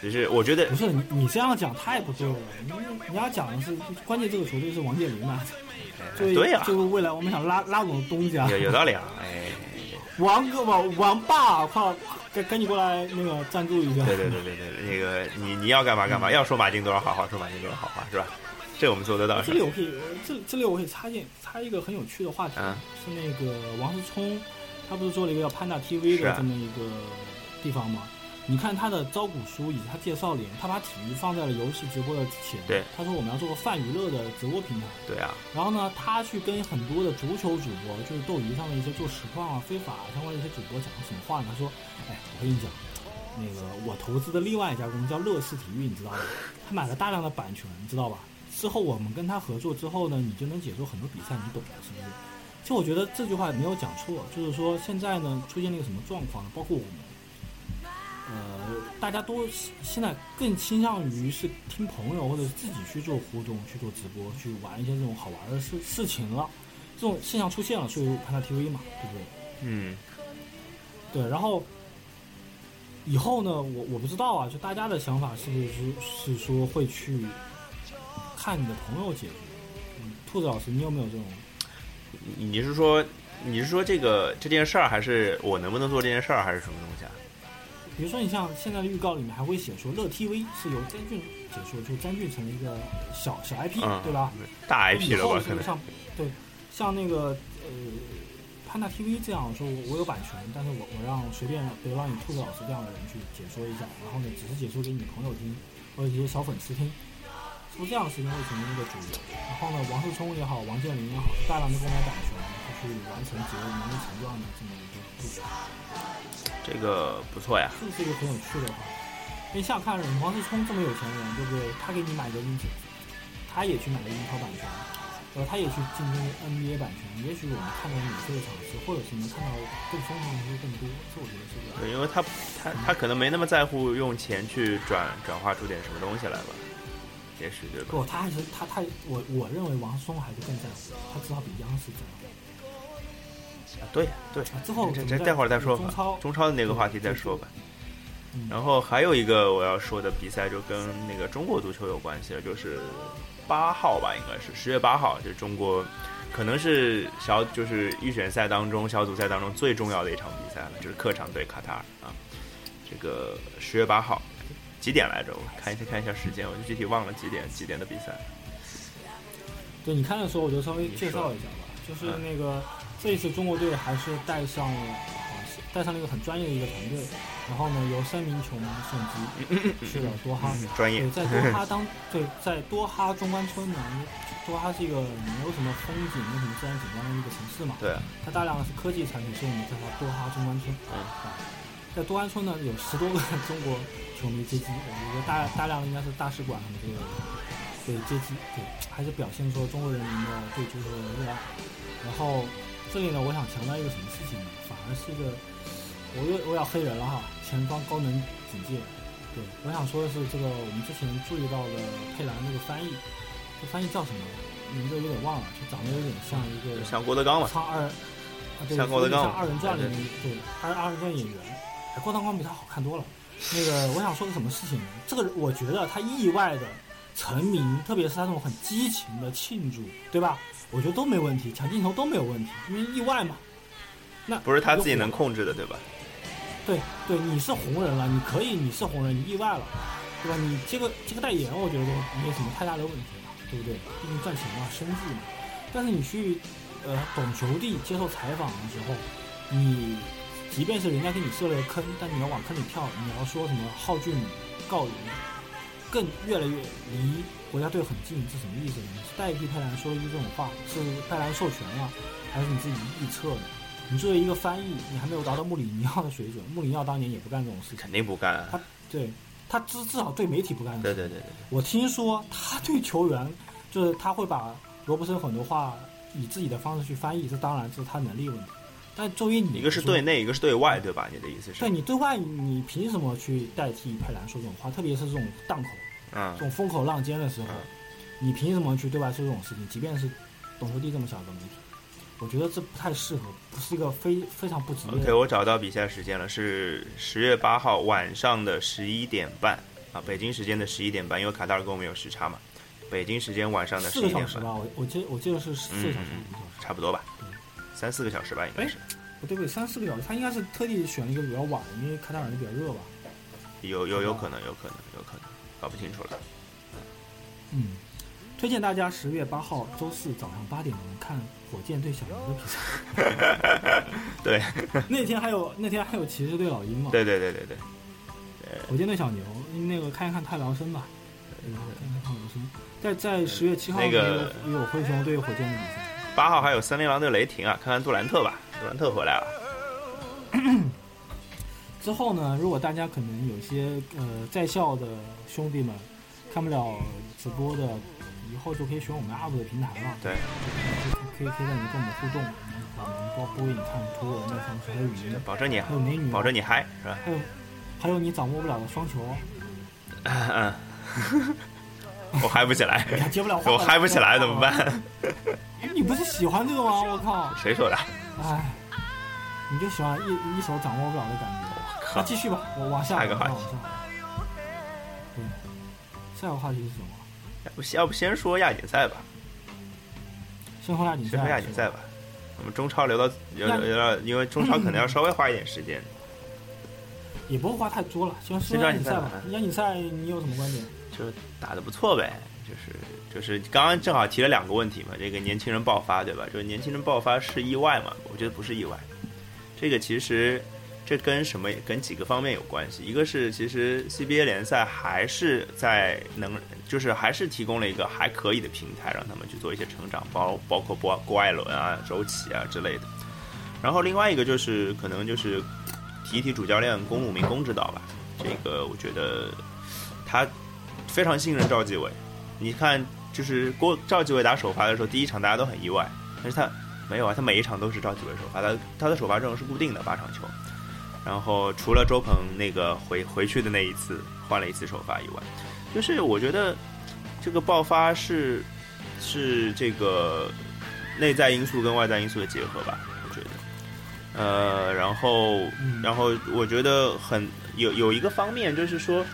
S2: 只是我觉得
S1: 不是你你这样讲太不对了，你你要讲的是关键这个球队是王健林拿的，作为
S2: 哎对呀、
S1: 就是未来我们想拉拉拢东家，
S2: 有有道理啊，哎，
S1: 王哥王王爸，快赶赶紧过来那个赞助一下。
S2: 对对对对对，那个你你要干嘛干
S1: 嗯
S2: 嘛，要说马竞多少好话，说马竞多少好话是吧？这我们做得到
S1: 这
S2: 是
S1: 里
S2: 吧？
S1: 我可以，这这里我可以插件插一个很有趣的话题，
S2: 嗯
S1: 是那个王思聪，他不是做了一个叫 Panda TV
S2: 是
S1: 的
S2: 啊
S1: 这么一个地方吗？你看他的招股书以及他介绍里，他把体育放在了游戏直播的前面。
S2: 对
S1: 他说我们要做个泛娱乐的直播平台。
S2: 对啊，
S1: 然后呢，他去跟很多的足球主播，就是斗鱼上的一些做实况啊、非法相关的一些主播讲什么话呢？他说：“哎，我跟你讲，那个我投资的另外一家公司叫乐视体育，你知道吗？他买了大量的版权，你知道吧？之后我们跟他合作之后呢，你就能解说很多比赛，你懂的，是不是？”其实我觉得这句话没有讲错，就是说现在呢出现了一个什么状况呢？包括我们，呃，大家都现在更倾向于是听朋友或者是自己去做互动、去做直播、去玩一些这种好玩的事事情了，这种现象出现了，所以我看到 TV 嘛，对不对？
S2: 嗯，
S1: 对，然后以后呢，我我不知道啊，就大家的想法是不是是说会去看你的朋友解决？嗯，兔子老师，你有没有这种？
S2: 你你是说你是说这个这件事儿，还是我能不能做这件事儿，还是什么东西啊？
S1: 比如说，你像现在的预告里面还会写说，乐 TV 是由詹俊解说，就詹俊成一个小小 IP，、
S2: 嗯，
S1: 对吧？？
S2: 大
S1: 以
S2: IP 了
S1: 后
S2: 吧？
S1: 是
S2: 可能
S1: 像对，像那个呃，潘大 TV 这样说，我我有版权，但是我我让随便比如让你兔子老师这样的人去解说一下，然后呢，只是解说给你朋友听，或者一些小粉丝听，不这样是因为成为一个主流。然后呢，王世充也好，王健林也好，大量的购买版权，就是完成几位名人强壮的这么一个故事，
S2: 这个不错呀。
S1: 这是一个很有趣的话。因为想想看，王世充这么有钱人，对不对？他给你买个英锦，他也去买个英超版权，然后他也去竞争 NBA 版权。也许我们看到免费的场次，或者是能看到更疯狂的东西更多，这我觉得是个。
S2: 对，因为他他他可能没那么在乎用钱去转转化出点什么东西来吧，也许对吧？
S1: 不，他还是他他我我认为王松还是更在乎，他至少比央视在乎。
S2: 啊对对
S1: 啊，之后怎
S2: 这
S1: 么
S2: 这
S1: 再
S2: 待会儿再说
S1: 中
S2: 吧
S1: 超，
S2: 中超的那个话题再说吧。
S1: 嗯，
S2: 然后还有一个我要说的比赛就跟那个中国足球有关系了，就是八号吧，应该是十月八号，就是中国可能是小就是预选赛当中小组赛当中最重要的一场比赛了，就是客场对卡塔尔啊。这个十月八号几点来着？我看一下看一下时间，我就具体忘了几点几点的比赛。
S1: 对，你看的时候我就稍微
S2: 你
S1: 介
S2: 说
S1: 绍一下吧，就是那个、这一次中国队还是带上了，好像是带上了一个很专业的一个团队，然后呢由申明琼胜机去了多哈。
S2: 嗯，专业
S1: 对，。在多哈当对，在多哈中关村呢，因为多哈是一个没有什么风景、没有什么自然景观的一个城市嘛，
S2: 对啊，
S1: 它大量的是科技产品，所以我们叫它多哈中关村。
S2: 嗯
S1: 啊，在多安村呢，有十多个 中国球迷接机，我觉得大大量的应该是大使馆啊的这个对接机，对，还是表现说中国人民的对足球的热爱。然后这里呢，我想强调一个什么事情呢？反而是个，我又我要黑人了哈，前方高能警戒。对，我想说的是，这个我们之前注意到的佩兰这个翻译，这翻译叫什么？名字有点忘了，就长得有点像一个
S2: 像郭德纲嘛，
S1: 唱二啊，对，
S2: 像郭德纲啊
S1: 像二人转里面对二二人转演员，哎，郭德纲比他好看多了。那个我想说个什么事情呢？这个人我觉得他意外的成名，特别是他那种很激情的庆祝，对吧？我觉得都没问题，抢镜头都没有问题，因为意外嘛。那
S2: 不是他自己
S1: 有
S2: 能控制的，对吧？
S1: 对对，你是红人了，你可以，你是红人，你意外了，对吧？你这个这个代言，我觉得没什么太大的问题吧，对不对？毕竟赚钱嘛，生计嘛。但是你去呃懂球帝接受采访的时候，你即便是人家给你设了个坑，但你要往坑里跳，你要说什么浩俊告赢，更越来越离国家队很近，是什么意思呢？你是代替佩兰说一句这种话，是佩兰授权了，还是你自己臆测的？你作为一个翻译，你还没有达到穆里尼奥的水准，穆里尼奥当年也不干这种事情
S2: 肯，定不干啊。
S1: 他对他至至少对媒体不干这
S2: 对
S1: 种事。
S2: 对对对，
S1: 我听说他对球员，就是他会把罗伯森很多话以自己的方式去翻译，这当然是他能力问题。但作为你
S2: 一个是
S1: 来说
S2: 对内，一个是对外，对吧？你的意思是
S1: 对？你对外，你凭什么去代替佩兰说这种话？特别是这种档口、
S2: 嗯
S1: 这，种风口浪尖的时候
S2: 嗯，
S1: 你凭什么去对外说这种事情？即便是懂球帝这么小的媒体，我觉得这不太适合，不是一个非非常不职业
S2: OK，
S1: 的。
S2: 我找到比赛时间了，是十月八号晚上的十一点半啊，北京时间的十一点半，因为卡塔尔跟我们有时差嘛，北京时间晚上的十
S1: 四
S2: 一
S1: 个
S2: 点
S1: 小时
S2: 半，
S1: 吧，我我记得我记得是四个小时
S2: 嗯嗯，
S1: 五个小时，
S2: 差不多吧
S1: 嗯，
S2: 三四个小时吧，应该是
S1: 不对不对，三四个小时，他应该是特地选了一个比较晚，因为卡塔尔那比较热吧。
S2: 有有有可能，有可能，有可能，搞不清楚
S1: 哦
S2: 了。
S1: 嗯，推荐大家十月八号周四早上八点钟看火箭对小牛的比赛。
S2: 对，
S1: 那天还有那天还有骑士对老鹰嘛？，
S2: 对对对对对，
S1: 火箭对小牛，那个看一看泰劳森吧，对吧？看一看泰劳森。在在十月七号
S2: 那个
S1: 也有也有灰熊对火箭的比赛。
S2: 八号还有森林狼对雷霆啊，看看杜兰特吧，杜兰特回来了，
S1: 之后呢，如果大家可能有些呃在校的兄弟们看不了直播的，以后就可以选我们 UP 的平台了。
S2: 对，
S1: 可以可以在里面跟我们互动，我们包播影、看图文的方式，还有语音，
S2: 保证你
S1: 还有美女，
S2: 保证你嗨是吧？
S1: 还有还有你掌握不了的双球，啊
S2: 嗯，我嗨不 起来，
S1: 你还哎接不了话，
S2: 我嗨不起来怎么？办？
S1: 你不是喜欢这个吗？我靠，
S2: 谁说的？
S1: 哎，你就喜欢一一手掌握不了的感觉。那继续吧，我往下，
S2: 下一个
S1: 往下
S2: 话题
S1: 往下。对，下一个话题是什么？
S2: 要不要不先说亚锦赛吧？
S1: 先说亚锦赛，
S2: 先说亚锦赛吧。我们中超留到留
S1: 那
S2: 留到，因为中超可能要稍微花一点时间。
S1: 也不会花太多了，先说
S2: 先说
S1: 亚
S2: 亚
S1: 锦
S2: 锦
S1: 赛
S2: 赛
S1: 吧
S2: 吧。
S1: 亚锦赛你有什么观点？
S2: 就打得不错呗，就是就是刚刚正好提了两个问题嘛，这个年轻人爆发对吧？就是年轻人爆发是意外嘛？我觉得不是意外，这个其实这跟什么跟几个方面有关系，一个是其实 CBA 联赛还是在能就是还是提供了一个还可以的平台，让他们去做一些成长，包包括郭郭艾伦啊、周琦啊之类的。然后另外一个就是可能就是提一提主教练公路明公指导吧，这个我觉得他非常信任赵继伟。你看，就是郭赵继伟打首发的时候，第一场大家都很意外，但是他没有啊，他每一场都是赵继伟首发，他他的首发阵容是固定的八场球。然后除了周鹏那个回回去的那一次换了一次首发以外，就是我觉得这个爆发是是这个内在因素跟外在因素的结合吧，我觉得。呃，然后然后我觉得很有有一个方面就是说，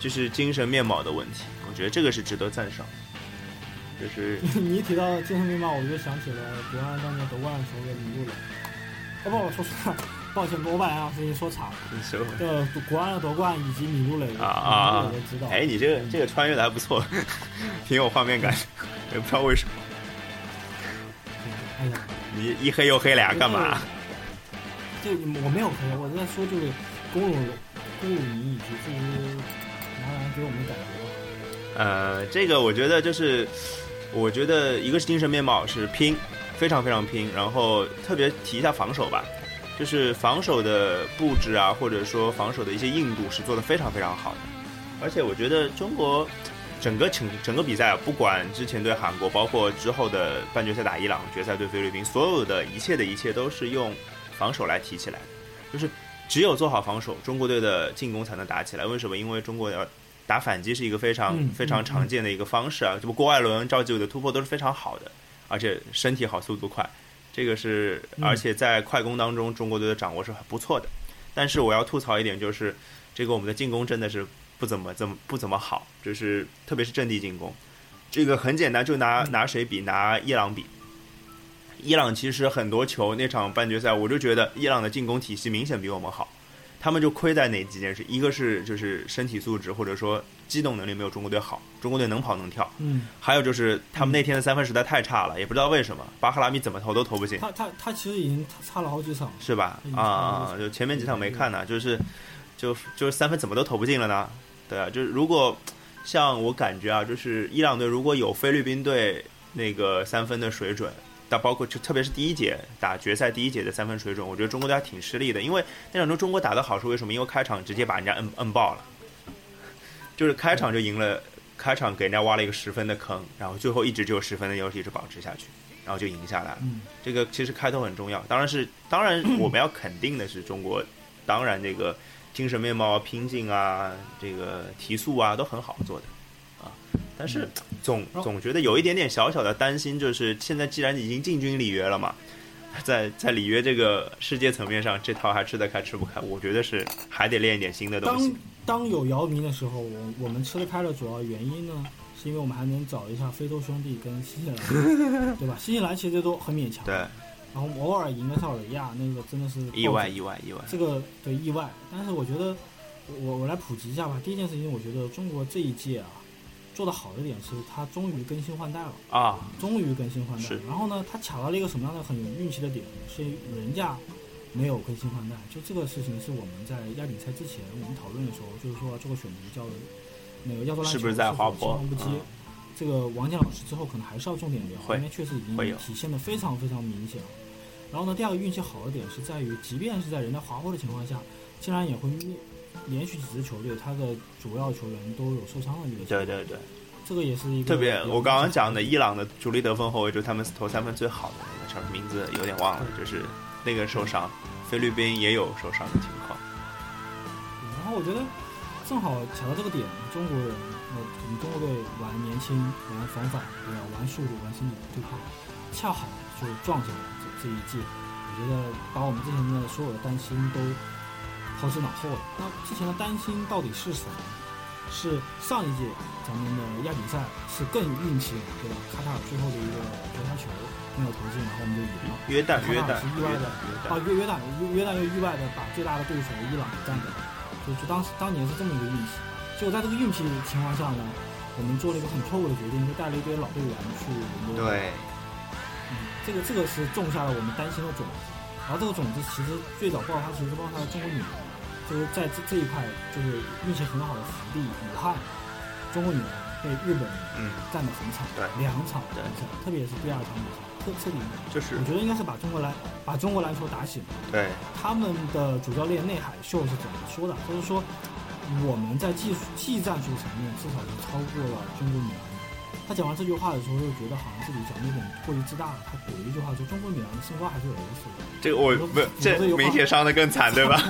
S2: 就是精神面貌的问题，我觉得这个是值得赞赏。就是
S1: 你一提到精神面貌，我就想起了伯安当年夺冠的时候给迷路了。哦不，我说错了。抱歉，我把杨老师说岔了。 呃，国安的夺冠以及米卢磊
S2: 啊啊！
S1: 指导。
S2: 哎，你这个这个穿越的还不错， 挺有画面感， 也不知道为什么。
S1: 哎呀，
S2: 你一黑又黑俩干嘛？
S1: 这我没有黑，我在说就是公路公路迷以及这些男篮给我们的感
S2: 觉。呃，这个我觉得就是，我觉得一个是精神面貌是拼，非常非常拼，然后特别提一下防守吧。就是防守的布置啊，或者说防守的一些硬度是做得非常非常好的，而且我觉得中国整个整整个比赛，啊不管之前对韩国，包括之后的半决赛打伊朗、决赛对菲律宾，所有的一切的一切都是用防守来提起来的。就是只有做好防守，中国队的进攻才能打起来。为什么？因为中国要打反击是一个非常、嗯、非常常见的一个方式啊，这不郭艾伦、赵继伟的突破都是非常好的，而且身体好、速度快。这个是，而且在快攻当中，中国队的掌握是很不错的。但是我要吐槽一点，就是这个我们的进攻真的是不怎么怎么不怎么好，就是特别是阵地进攻。这个很简单，就拿拿谁比，拿伊朗比。伊朗其实很多球那场半决赛，我就觉得伊朗的进攻体系明显比我们好，他们就亏在哪几件事？一个是就是身体素质或者说机动能力没有中国队好，中国队能跑能跳。
S1: 嗯，
S2: 还有就是他们那天的三分实在太差了，也不知道为什么，巴赫拉米怎么投都投不进。
S1: 他他他其实已经差了好几场，
S2: 是吧？啊、嗯，就前面几场没看呢，就是就就是三分怎么都投不进了呢？对啊，就是如果像我感觉啊，就是伊朗队如果有菲律宾队那个三分的水准。到包括就特别是第一节打决赛第一节的三分水准，我觉得中国队还挺吃力的，因为那场中中国打得好是为什么？因为开场直接把人家摁摁爆了，就是开场就赢了，开场给人家挖了一个十分的坑，然后最后一直只有十分的优势一直保持下去，然后就赢下来了。
S1: 嗯
S2: 这个其实开头很重要，当然是当然我们要肯定的是中国，当然这个精神面貌、拼劲啊，这个提速啊都很好做的。啊但是总总觉得有一点点小小的担心，就是现在既然已经进军里约了嘛，在在里约这个世界层面上，这套还吃得开吃不开？我觉得是还得练一点新的东
S1: 西。当当有姚明的时候，我我们吃得开的主要原因呢，是因为我们还能找一下非洲兄弟跟新西 兰，对吧？新西兰其实都很勉强。
S2: 对。
S1: 然后偶尔赢个塞尔维亚，那个真的是
S2: 意外意外意外。
S1: 这个对意外，但是我觉得我我来普及一下吧。第一件事情，我觉得中国这一届啊。做的好的点是，它终于更新换代了
S2: 啊！
S1: 终于更新换代。然后呢，它卡到了一个什么样的很有运气的点，是人家没有更新换代。就这个事情是我们在亚锦赛之前我们讨论的时候，就是说这个选择叫那个亚洲篮
S2: 球是不是在滑坡？
S1: 不接、
S2: 嗯、
S1: 这个王健老师之后可能还是要重点聊，因为确实已经体现的非常非常明显了。然后呢，第二个运气好的点是在于，即便是在人家滑坡的情况下，竟然也会。连续几支球队，他的主要球员都有受伤的例子。
S2: 对对对，
S1: 这个也是一个
S2: 特别。我刚刚讲的伊朗的主力得分后卫，就是他们投三分最好的那个叫名字有点忘了，就是那个受伤。菲律宾也有受伤的情况。
S1: 嗯然后我觉得正好卡到这个点，中国人，呃，我们中国队玩年轻，玩防反，对吧？玩速度，玩身体对抗，恰好就撞上了这这一季。我觉得把我们之前的所有的担心都。抛之脑后了。那之前的担心到底是什么？是上一届咱们的亚锦赛是更运气了，对吧？卡塔尔最后的一个绝杀球没有投进，然后我们就赢了。
S2: 约旦，约旦
S1: 是意外的啊，约约旦，约约旦又意外的把最大的对手伊朗给干掉了。就就当时当年是这么一个运气。结果在这个运气情况下呢，我们做了一个很错误的决定，就带了一堆老队员去伦
S2: 敦。对，
S1: 嗯，这个这个是种下了我们担心的种子。然后这个种子其实最早爆发，其实爆发的中国女篮，就是在这这一块就是运气很好的福利武汉，中国女篮被日本
S2: 嗯，
S1: 干得很惨，
S2: 对
S1: 两场
S2: 对
S1: 比赛，特别是第二场比赛，特彻底没有，
S2: 就是
S1: 我觉得应该是把中国篮把中国篮球打醒了。
S2: 对，
S1: 他们的主教练内海秀是怎么说的？他就是说，我们在技术技战术层面至少是超过了中国女篮的。他讲完这句话的时候，就觉得好像自己讲的有点过于自大了。他有一句话说：“中国女篮身高还是有优势的，
S2: 这个我不这明显伤的更惨，对 吧？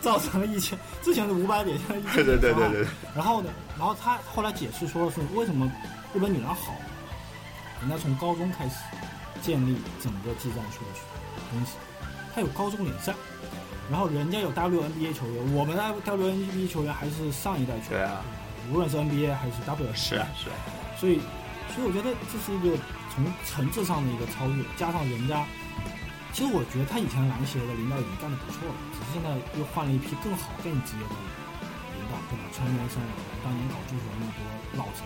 S1: 造成了一千之前是五百点，现在一
S2: 对
S1: 千
S2: 对对对对，
S1: 然后呢，然后他后来解释说是为什么日本女篮好，人家从高中开始建立整个技战术的东西，他有高中联赛，然后人家有 WNBA 球员，我们的 WNBA 球员还是上一代球
S2: 对
S1: 员，
S2: 啊，
S1: 无论是 NBA 还是 WNBA，
S2: 是啊是啊，
S1: 所以，所以我觉得这是一个从层次上的一个超越，加上人家，其实我觉得他以前篮协的领导已经干得不错了，只是现在又换了一批更好、更职业的领导，对吧？川原生啊，当年搞足球那么多老臣，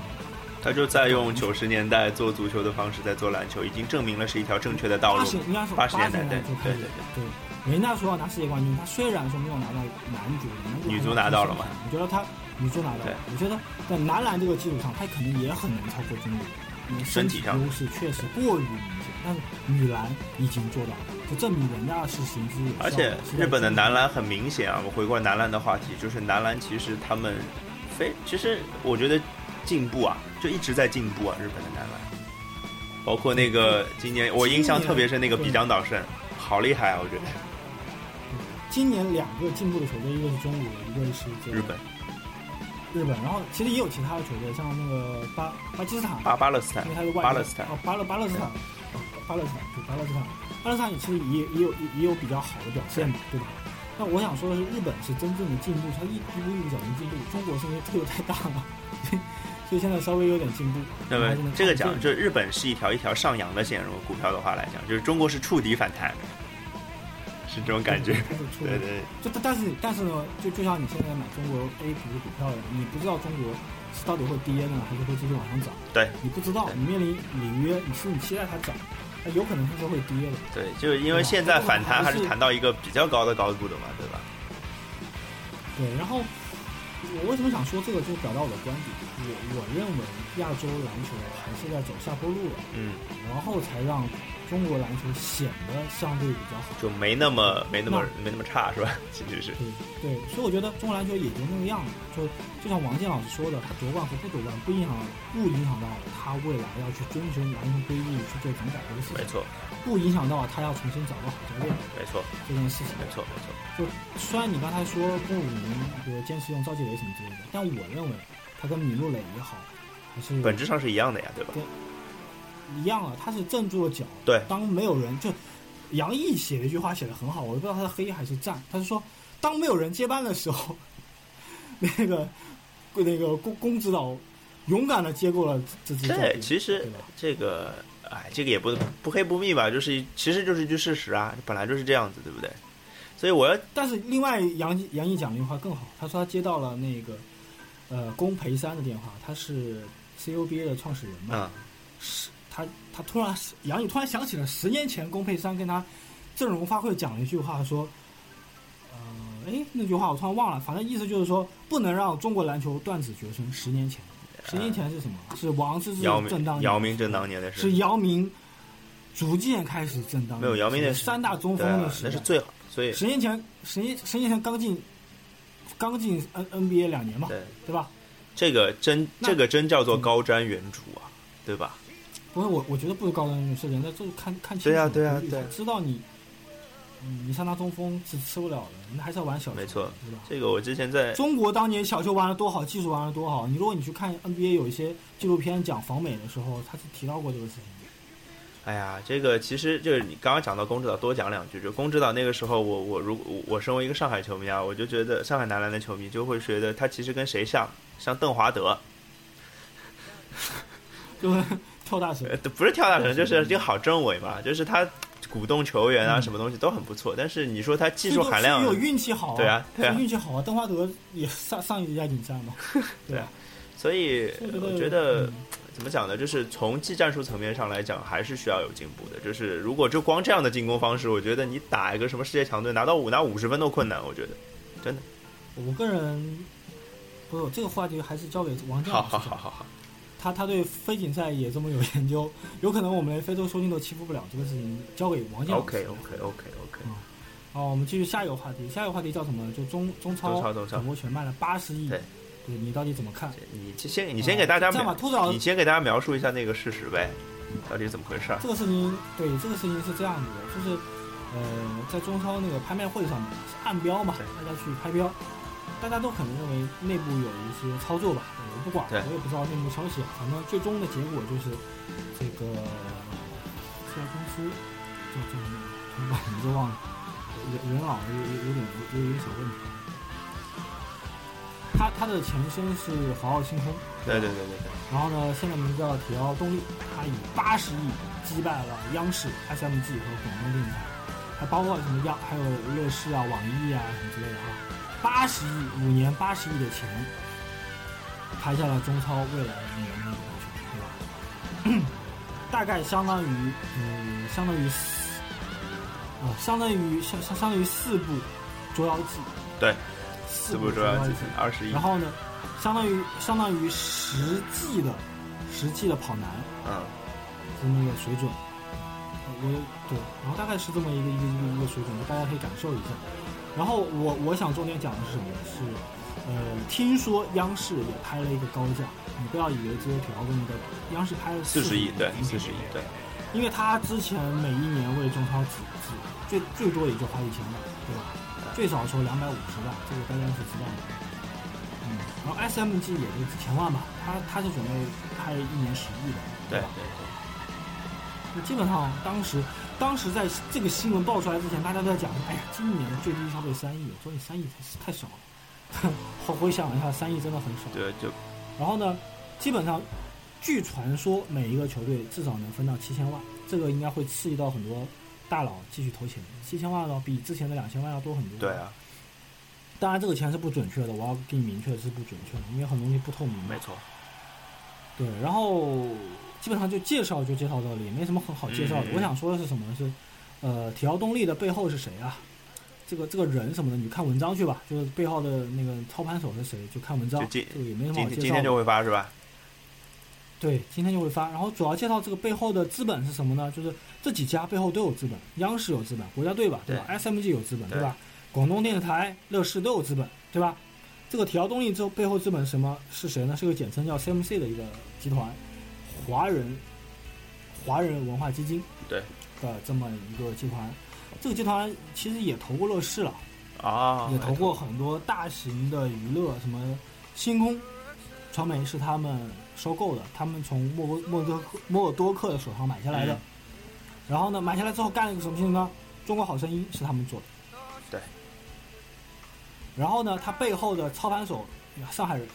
S2: 他就在用九十年代做足球的方式在做篮球，已经证明了是一条正确的道
S1: 八
S2: 路
S1: 十。应该是
S2: 八
S1: 八
S2: 十
S1: 十
S2: 年
S1: 年
S2: 代
S1: 代
S2: 对
S1: 就开
S2: 对
S1: 始对。人家说要拿世界冠军，他虽然说没有拿到男足，男足
S2: 女足
S1: 还是
S2: 拿到了嘛
S1: 我觉得他女足拿到
S2: 对
S1: 了，我觉得在男篮这个基础上，他肯定也很难超过中国。因为身体优势确实过于明显，但是女篮已经做到了，就证明人家是行之有效的。
S2: 而且
S1: 是在
S2: 日本的男篮很明显啊，我回过男篮的话题，就是男篮其实他们非，其实我觉得进步啊，就一直在进步啊，日本的男篮，包括那个今年我印象特别深那个比江岛胜，好厉害啊，我觉得
S1: 今年两个进步的球队，一个是中国，一个是这个
S2: 日本
S1: 日本，然后其实也有其他的球队，像那个巴巴基斯坦，
S2: 巴巴勒斯坦
S1: 因为他是外
S2: 巴勒斯坦嗯
S1: 哦，巴勒巴勒斯坦，巴勒斯坦对巴勒斯坦，巴勒斯坦也其实也也有也有比较好的表现嘛，对吧？那我想说的是，日本是真正的进步，它一一步一步脚印进步。中国是因为退的太大了，所以所以现在稍微有点进步。
S2: 那么
S1: 还是能看
S2: 这个讲，
S1: 见
S2: 就是日本是一条一条上扬的线，如果股票的话来讲，就是中国是触底反弹，是这种感觉。
S1: 开始出
S2: 对对，
S1: 就但但是但是呢，就就像你现在买中国 A 股的股票一样，你不知道中国是到底会跌呢，还是会继续往上涨？
S2: 对，
S1: 你不知道，你面临里约，你是你期待它涨，它有可能它是会跌的。
S2: 对，就是因为现在反弹还是谈到一个比较高的高度的嘛，对吧？
S1: 对，然后我为什么想说这个，就表达我的观点。我我认为亚洲篮球还是在走下坡路了，
S2: 嗯，
S1: 然后才让中国篮球显得相对比较好。
S2: 就没那么没那么没那么差是吧？ 其实是，
S1: 对对，所以我觉得中国篮球也就那个样子，就就像王健老师说的，他夺冠和不夺冠不影响不影响到他未来要去遵循篮球规律去做整改这个事
S2: 没
S1: 情，
S2: 错，
S1: 不影响到他要重新找个好教练
S2: 没错，
S1: 这件事情。
S2: 没错，没错。
S1: 就虽然你刚才说不明，比如坚持用赵继磊什么之类的，但我认为他跟米洛磊也好，还是
S2: 本质上是一样的呀，对吧？
S1: 一样啊，他是站住了脚。
S2: 对
S1: 当没有人就杨毅写了一句话写的很好，我不知道他是黑还是赞，他是说当没有人接班的时候，那个那个龚龚指导勇敢的接过了这支教
S2: 对，
S1: 鞭
S2: 其实
S1: 对吧
S2: 这个，哎，这个也不不黑不密吧，就是其实就是一句事实啊，本来就是这样子，对不对？所以我要
S1: 但是另外杨杨毅讲的一句话更好，他说他接到了那个呃龚培山的电话，他是 CUBA 的创始人嘛，
S2: 嗯，
S1: 是他他突然杨宇突然想起了十年前龚佩珊跟他阵容发挥讲了一句话说，呃，哎那句话我突然忘了，反正意思就是说不能让中国篮球断子绝孙。十年前，十年前是什么？是王治郅
S2: 嗯姚
S1: 正当年
S2: 明姚明正当年的事
S1: 是姚明逐渐开始正当年
S2: 没有姚明那是
S1: 三大中
S2: 对
S1: 锋
S2: 啊
S1: 的时
S2: 那
S1: 代
S2: 是最好，所以
S1: 十年前十年十年前刚进刚进 N NBA 两年嘛，
S2: 对
S1: 对吧？
S2: 这个真
S1: 那
S2: 这个真叫做高瞻远瞩啊，对吧？
S1: 不是我，我觉得不是高端人士，人家就是看看清楚
S2: 对啊
S1: 你的
S2: 对啊
S1: 规律
S2: 对啊
S1: 知道你，嗯你上大中锋是吃不了的，你还是要玩小球，
S2: 没错
S1: 对吧？
S2: 这个我之前在
S1: 中国当年小球玩的多好，技术玩的多好。你如果你去看 NBA 有一些纪录片讲访美的时候，他是提到过这个事情的。
S2: 哎呀，这个其实就是你刚刚讲到龚指导，多讲两句。就龚指导那个时候我，我如我我身为一个上海球迷啊，我就觉得上海男篮的球迷就会觉得他其实跟谁像，像邓华德，
S1: 就是 跳大神
S2: 呃，不是跳大神，就是这个好政委嘛，就是他鼓动球员啊，什么东西都很不错。但是你说他技术含量
S1: 是，有运气好、
S2: 对啊对啊
S1: 是运气好啊。邓华德也上上一届亚锦赛 嘛，
S2: 对
S1: 对
S2: 啊
S1: 吧？
S2: 所以
S1: 所以
S2: 我觉得怎么讲呢？就是从技战术层面上来讲，还是需要有进步的。就是如果就光这样的进攻方式，我觉得你打一个什么世界强队拿到五拿五十分都困难，我觉得。
S1: 嗯我个人不是这个话题还是交给王健
S2: 好
S1: 老师
S2: 好
S1: 讲。
S2: 好 好好，
S1: 他他对非锦赛也这么有研究，有可能我们连非洲收金都欺负不了，这个事情交给王健老师。
S2: OK 哦 OK OK OK，
S1: 好，我们继续下一个话题，下一个话题叫什么呢？就中中超
S2: 中超中超
S1: 转播权卖了八十亿，
S2: 对
S1: 对你到底怎么看？
S2: 你先你先给大家
S1: 啊这样吧，
S2: 描，
S1: 兔子老
S2: 你
S1: 师，
S2: 先给大家描述一下那个事实呗，到底是怎么回事儿？
S1: 这个事情，对这个事情是这样子的，就是呃，在中超那个拍卖会上嘛，是暗标嘛，
S2: 对
S1: 大家去拍标，大家都可能认为内部有一些操作吧，我不管，
S2: 对
S1: 我也不知道内幕消息，反正最终的结果就是这个这家公司叫叫什么老板名字忘了，人人老有有有点有有点小问题。他他的前身是华奥星空，
S2: 对对对对对，
S1: 然后呢，现在名字叫铁奥动力，他以八十亿击败了央视、SMG 和广东电视台，还包括什么央，还有乐视啊、网易啊什么之类的啊。八十亿，五年八十亿的钱，拍下了中超未来五年的一个股权，对吧？嗯大概相当于，嗯，相当于四，呃，相当于相相相当于四部《捉妖记》。
S2: 对，
S1: 四
S2: 四部
S1: 《
S2: 主
S1: 捉
S2: 要
S1: 妖记》。
S2: 二十亿
S1: 然，后呢，相当于相当于实际的实际的跑男
S2: 嗯，
S1: 的那个水准，呃我对，然后大概是这么一个一个一个一个水准，大家可以感受一下。然后我我想重点讲的是什么呢？是呃，听说央视也拍了一个高价，你不要以为只有铁道工的，央视拍了
S2: 四十亿，对，
S1: 已经
S2: 四十亿，对，
S1: 因为他之前每一年为中超只只最最多也就花一千万，对吧？最少收两百五十万，这个大家是知道的。嗯，然后 SMG 也就几千万吧，他他是准备拍一年十亿的，
S2: 对
S1: 吧？
S2: 对
S1: 那基本上当时当时在这个新闻爆出来之前，大家都在讲，哎呀，今年最低消费三亿，我说你三亿太太少了， 后回想一下，三亿真的很少。
S2: 对，就
S1: 然后呢，基本上据传说每一个球队至少能分到七千万，这个应该会刺激到很多大佬继续投钱。七千万呢，比之前的两千万要多很多。
S2: 对。啊，
S1: 当然，这个钱是不准确的，我要给你明确是不准确的，因为很多东西不透明嘛
S2: 没。错，
S1: 对，然后基本上就介绍就介绍到这里，没什么很好介绍的。
S2: 嗯
S1: 我想说的是什么呢？是，呃，体奥动力的背后是谁啊？这个这个人什么的，你看文章去吧，就是背后的那个操盘手是谁，就看文章
S2: 就，今
S1: 这个也没什么
S2: 今
S1: 好介绍
S2: 天
S1: 的。
S2: 今天就会发是吧？
S1: 对，今天就会发。然后主要介绍这个背后的资本是什么呢？就是这几家背后都有资本，央视有资本，国家队吧，对吧？SMG 有资本，
S2: 对
S1: 对吧？广东电视台、乐视都有资本，对吧？这个铁奥动力之后背后资本是什么是谁呢？是个简称叫 CMC 的一个集团，华人华人文化基金
S2: 对
S1: 的这么一个集团。这个集团其实也投过乐视了，
S2: 啊，
S1: 也投过很多大型的娱乐，什么星空传媒是他们收购的，他们从默多默多克默尔多克的手上买下来的。
S2: 嗯
S1: 然后呢，买下来之后干了一个什么事情呢？中国好声音是他们做的。
S2: 对。
S1: 然后呢，他背后的操盘手，上海人，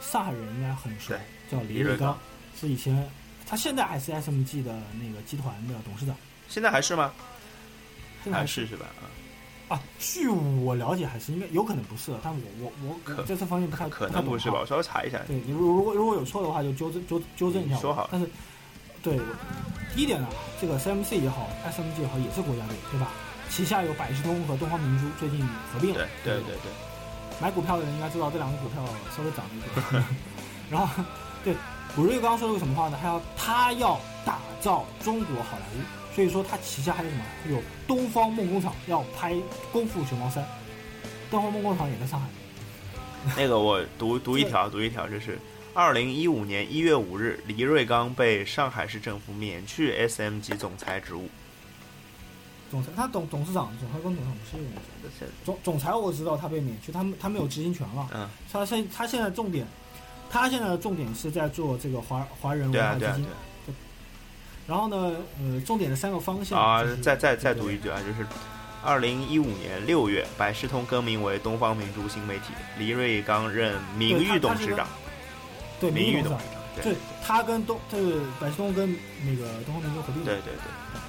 S1: 上海人应该很熟
S2: 对，
S1: 叫李
S2: 李瑞
S1: 瑞
S2: 刚
S1: 刚，是以前他现在还是 SMG 的那个集团的董事长，
S2: 现在还是吗？
S1: 现在
S2: 还
S1: 还
S2: 是是吧？啊，
S1: 啊，据我了解还是应该有可能不是了，但我我我
S2: 可
S1: 在这方面不太
S2: 可
S1: 太
S2: 能
S1: 懂
S2: 不是吧？
S1: 啊
S2: 我稍微查一下。
S1: 对，你如如果如果有错的话，就纠正纠纠正一下我。
S2: 嗯说好了
S1: 但是，对，第一点呢，这个 CMC 也好，SMG 也好，也是国家队，对吧？旗下有百事通和东方明珠，最近合并了
S2: 对。对对对，
S1: 买股票的人应该知道这两个股票稍微涨了一 点。然后，对，古瑞刚说了个什么话呢？他要他要打造中国好莱坞，所以说他旗下还有什么？有东方梦工厂要拍《功夫熊猫三》，东方梦工厂也在上海。
S2: 那个我读读一条，读一条，就是二零一五年一月五日，黎瑞刚被上海市政府免去 SMG 总裁职务。
S1: 总裁，他董董事长，总裁跟董事长不是一个人。总总裁我知道他被免去，他们他没有执行权了。
S2: 嗯，
S1: 他现他现在重点，他现在的重点是在做这个华华人
S2: 对
S1: 文
S2: 啊
S1: 化
S2: 对
S1: 基
S2: 啊
S1: 金。然后呢，呃，重点的三个方
S2: 对
S1: 向
S2: 啊。啊
S1: 就，是
S2: 再再再读一句啊，就是二零一五年六月，百事通更名为东方明珠新媒体，黎瑞刚任名誉董事长，
S1: 对
S2: 名誉
S1: 董
S2: 董
S1: 事
S2: 事长。
S1: 长，
S2: 对
S1: 对他跟东就是百事通跟那个东方明珠合并，
S2: 对对对，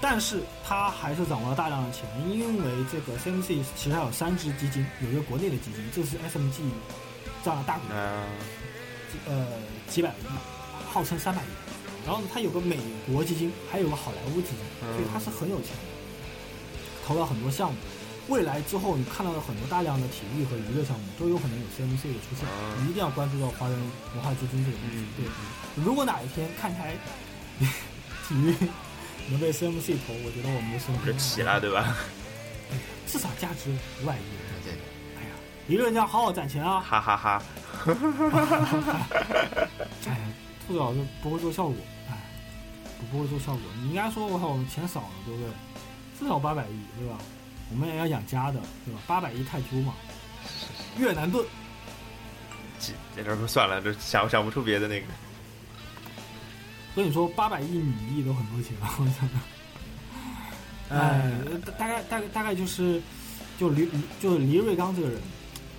S1: 但是他还是掌握了大量的钱，因为这个 CMC 旗下有三只基金，有一个国内的基金，这是 SMG 占了大股东。
S2: 那
S1: 呃几百亿，号称三百亿。然后呢，他有个美国基金，还有个好莱坞基金，
S2: 嗯
S1: 所以他是很有钱的，投了很多项目。未来之后，你看到的很多大量的体育和娱乐项目都有可能有 CMC 的出现，
S2: 啊嗯
S1: 你一定要关注到华人文化基金这个东西。对，如果哪一天看台体育能被 CMC 投，我觉得我们的生
S2: 就
S1: 活
S2: 齐了，对吧？
S1: 至少价值五百亿。
S2: 对，
S1: 哎呀，娱乐人家好好攒钱啊！
S2: 哈哈哈。
S1: 哎，兔子老师不会做效果，哎，不不会做效果。你应该说，我靠，我们钱少了，对不对？至少八百亿，对吧？我们也要养家的，对吧？八百亿泰铢嘛，越南盾。
S2: 这这这算了，这想想不出别的那个。
S1: 跟你说，八百亿米亿都很多钱 啊！我操！哎呃
S2: 哎，
S1: 大概大概大概就是，就黎就黎瑞刚这个人，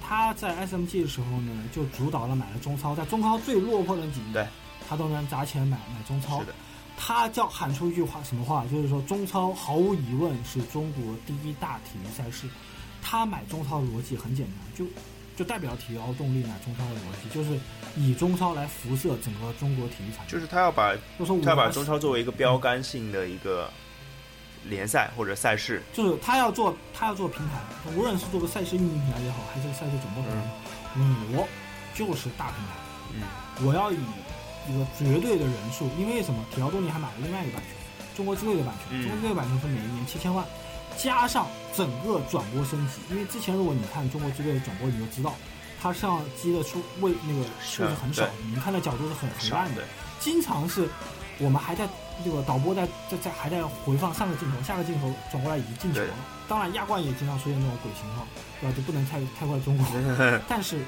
S1: 他在 SMG 的时候呢，就主导了买了中超，在中超最落魄的几年，
S2: 对
S1: 他都能砸钱买买中超
S2: 是。的，
S1: 他叫喊出一句话，什么话？就是说，中超毫无疑问是中国第一大体育赛事。他买中超的逻辑很简单，就就代表体育动力买中超的逻辑，就是以中超来辐射整个中国体育产业。
S2: 就是他要把
S1: 就说我
S2: 他要把中超作为一个标杆性的一个联赛或者赛事，
S1: 就是他要做他要做平台，无论是做个赛事运营平台也好，还是个赛事转播平台也好，嗯，我就是大平台，
S2: 嗯，
S1: 我要以一个绝对的人数，因为什么？体育动力还买了另外一个版权，中国之队的版权，
S2: 嗯
S1: 中国之队的版权是每一年七千万，加上整个转播升级，因为之前如果你看中国之队的转播，你就知道。它上机的数位那个数是很少的，你看的角度是很啊很
S2: 少
S1: 烂的
S2: 的，，
S1: 经常是我们还在这个导播在在在还在回放上个镜头，下个镜头转过来已经进球了
S2: 对。
S1: 当然亚冠也经常出现这种鬼情况，对吧？就不能太太怪中国，但是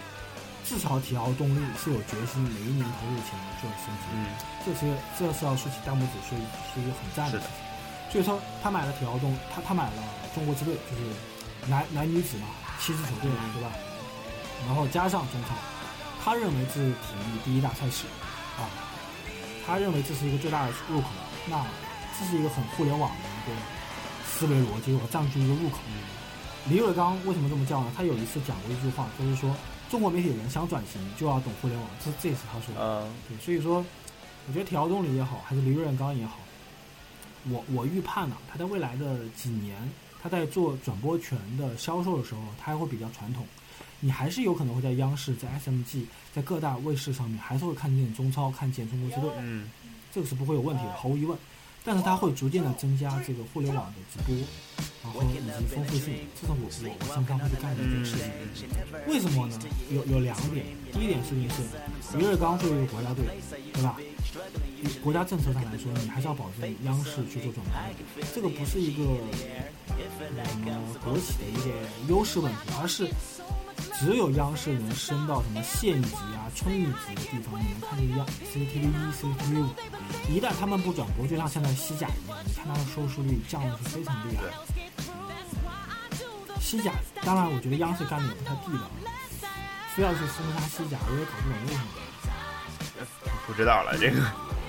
S1: 至少体奥动力是有决心，每一年投入钱做升级。
S2: 嗯，
S1: 这是这是要竖起弹幕组是是一个很赞
S2: 是
S1: 的
S2: 的
S1: 事情。所以说他买了铁奥动，他他买了中国之队，就是男男女子嘛，七支球队嘛，对吧？然后加上中超，他认为这是体育第一大赛事啊，他认为这是一个最大的入口。那这是一个很互联网的一个思维逻辑，我占据一个入口。李伟刚为什么这么叫呢？他有一次讲过一句话，就是说中国媒体人想转型就要懂互联网，这这也是他说的。
S2: 呃，
S1: 对，所以说，我觉得铁奥动力也好，还是李润刚也好，我我预判呢、他在未来的几年，他在做转播权的销售的时候，他还会比较传统。你还是有可能会在央视、在 SMG、在各大卫视上面，还是会看见中超、看见中国之队，
S2: 嗯，
S1: 这个是不会有问题的，毫无疑问。但是它会逐渐的增加这个互联网的直播，然后以及丰富性。这是我我我身上会干的一
S2: 嗯
S1: 件事情。为什么呢？有有两点，第一点事情是，李瑞刚作为一个国家队，对吧？你国家政策上来说，你还是要保证央视去做转播，这个不是一个呃什么国企的一个优势问题，而是只有央视能升到什么县一级啊、村一级的地方，你能看见央 CCTV 一、CCTV 五。一旦他们不转播，就像现在西甲一样，你看它的收视率降的是非常厉害的。西甲，当然我觉得央视干的也不太地道，非要去封杀西甲，我也搞不懂为什么。
S2: 不知道了这个，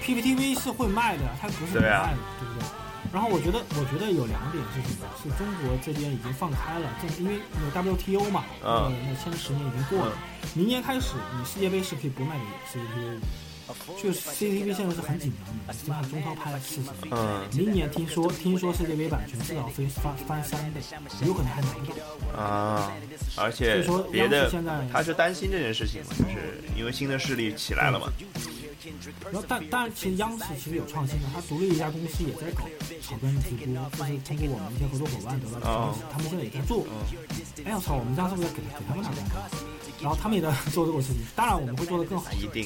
S1: PPTV 是会卖的，它不是不
S2: 对啊
S1: 卖的，对不对？然后我觉得，我觉得有两点是什么？是中国这边已经放开了，这因为有 WTO 嘛，
S2: 嗯
S1: 那那签十年已经过了，明年开始你世界杯是可以不卖给 CCTV 的，就是 CCTV 现在是很紧张的，你看中超拍了四十年，
S2: 嗯
S1: 明年听说听说世界杯版权至少翻翻翻三倍，有可能还拿不到。
S2: 啊，
S1: 所
S2: 而
S1: 以
S2: 且
S1: 说央视
S2: 别的
S1: 现在
S2: 他是担心这件事情嘛，就是因为新的势力起来了嘛，
S1: 嗯然后但但其实央视其实有创新的，它独立一家公司也在搞草根直播，就是通过我们一些合作伙伴得到的
S2: 哦
S1: 消息，他们现在也在做。
S2: 嗯
S1: 哎我操，我们家是不是给给他们打广告？然后他们也在做这个事情，当然我们会做得更好，
S2: 一定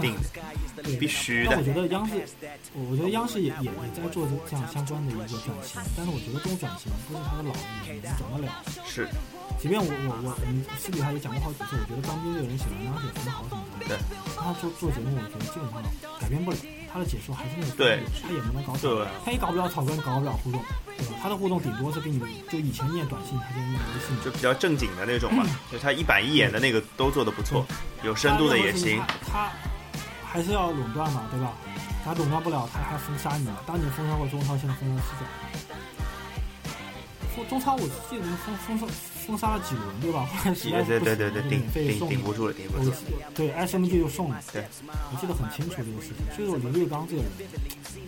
S2: 定的，
S1: 对，
S2: 必须
S1: 但
S2: 的
S1: 我觉得央视，我我觉得央视也也也在做这样相关的一个转型，但是我觉得这种转型不是他的老人能转得了。
S2: 是
S1: 即便我我我我们私底下也讲过好几次，我觉得张斌这个人写文章写什么好什么
S2: 对
S1: 的，他做做节目，我觉得基本上改变不了，他的解说还是那个
S2: 对
S1: 风格，他也不能搞
S2: 对
S1: 草根，他也搞不了草根，搞不了互动，对吧？他的互动顶多是给你就以前念短信，他就念微信，
S2: 就比较正经的那种嘛，
S1: 嗯
S2: 就是他一板一眼的那个都做的不错，有深度的也行
S1: 他，他还是要垄断嘛，对吧？他垄断不了，他还封杀你嘛。当年封杀过中超，现在封杀西甲。中中超我记得封封杀封杀了几轮，对吧？后来实在是
S2: 对
S1: 不
S2: 对
S1: 行，
S2: 对对，
S1: 就
S2: 顶
S1: 免费
S2: 顶
S1: 送
S2: 顶不住了，顶不住
S1: 我
S2: 了。
S1: 对 SMG 就送了，
S2: 对，
S1: 我记得很清楚这个事情。所以说，刘瑞刚这个人，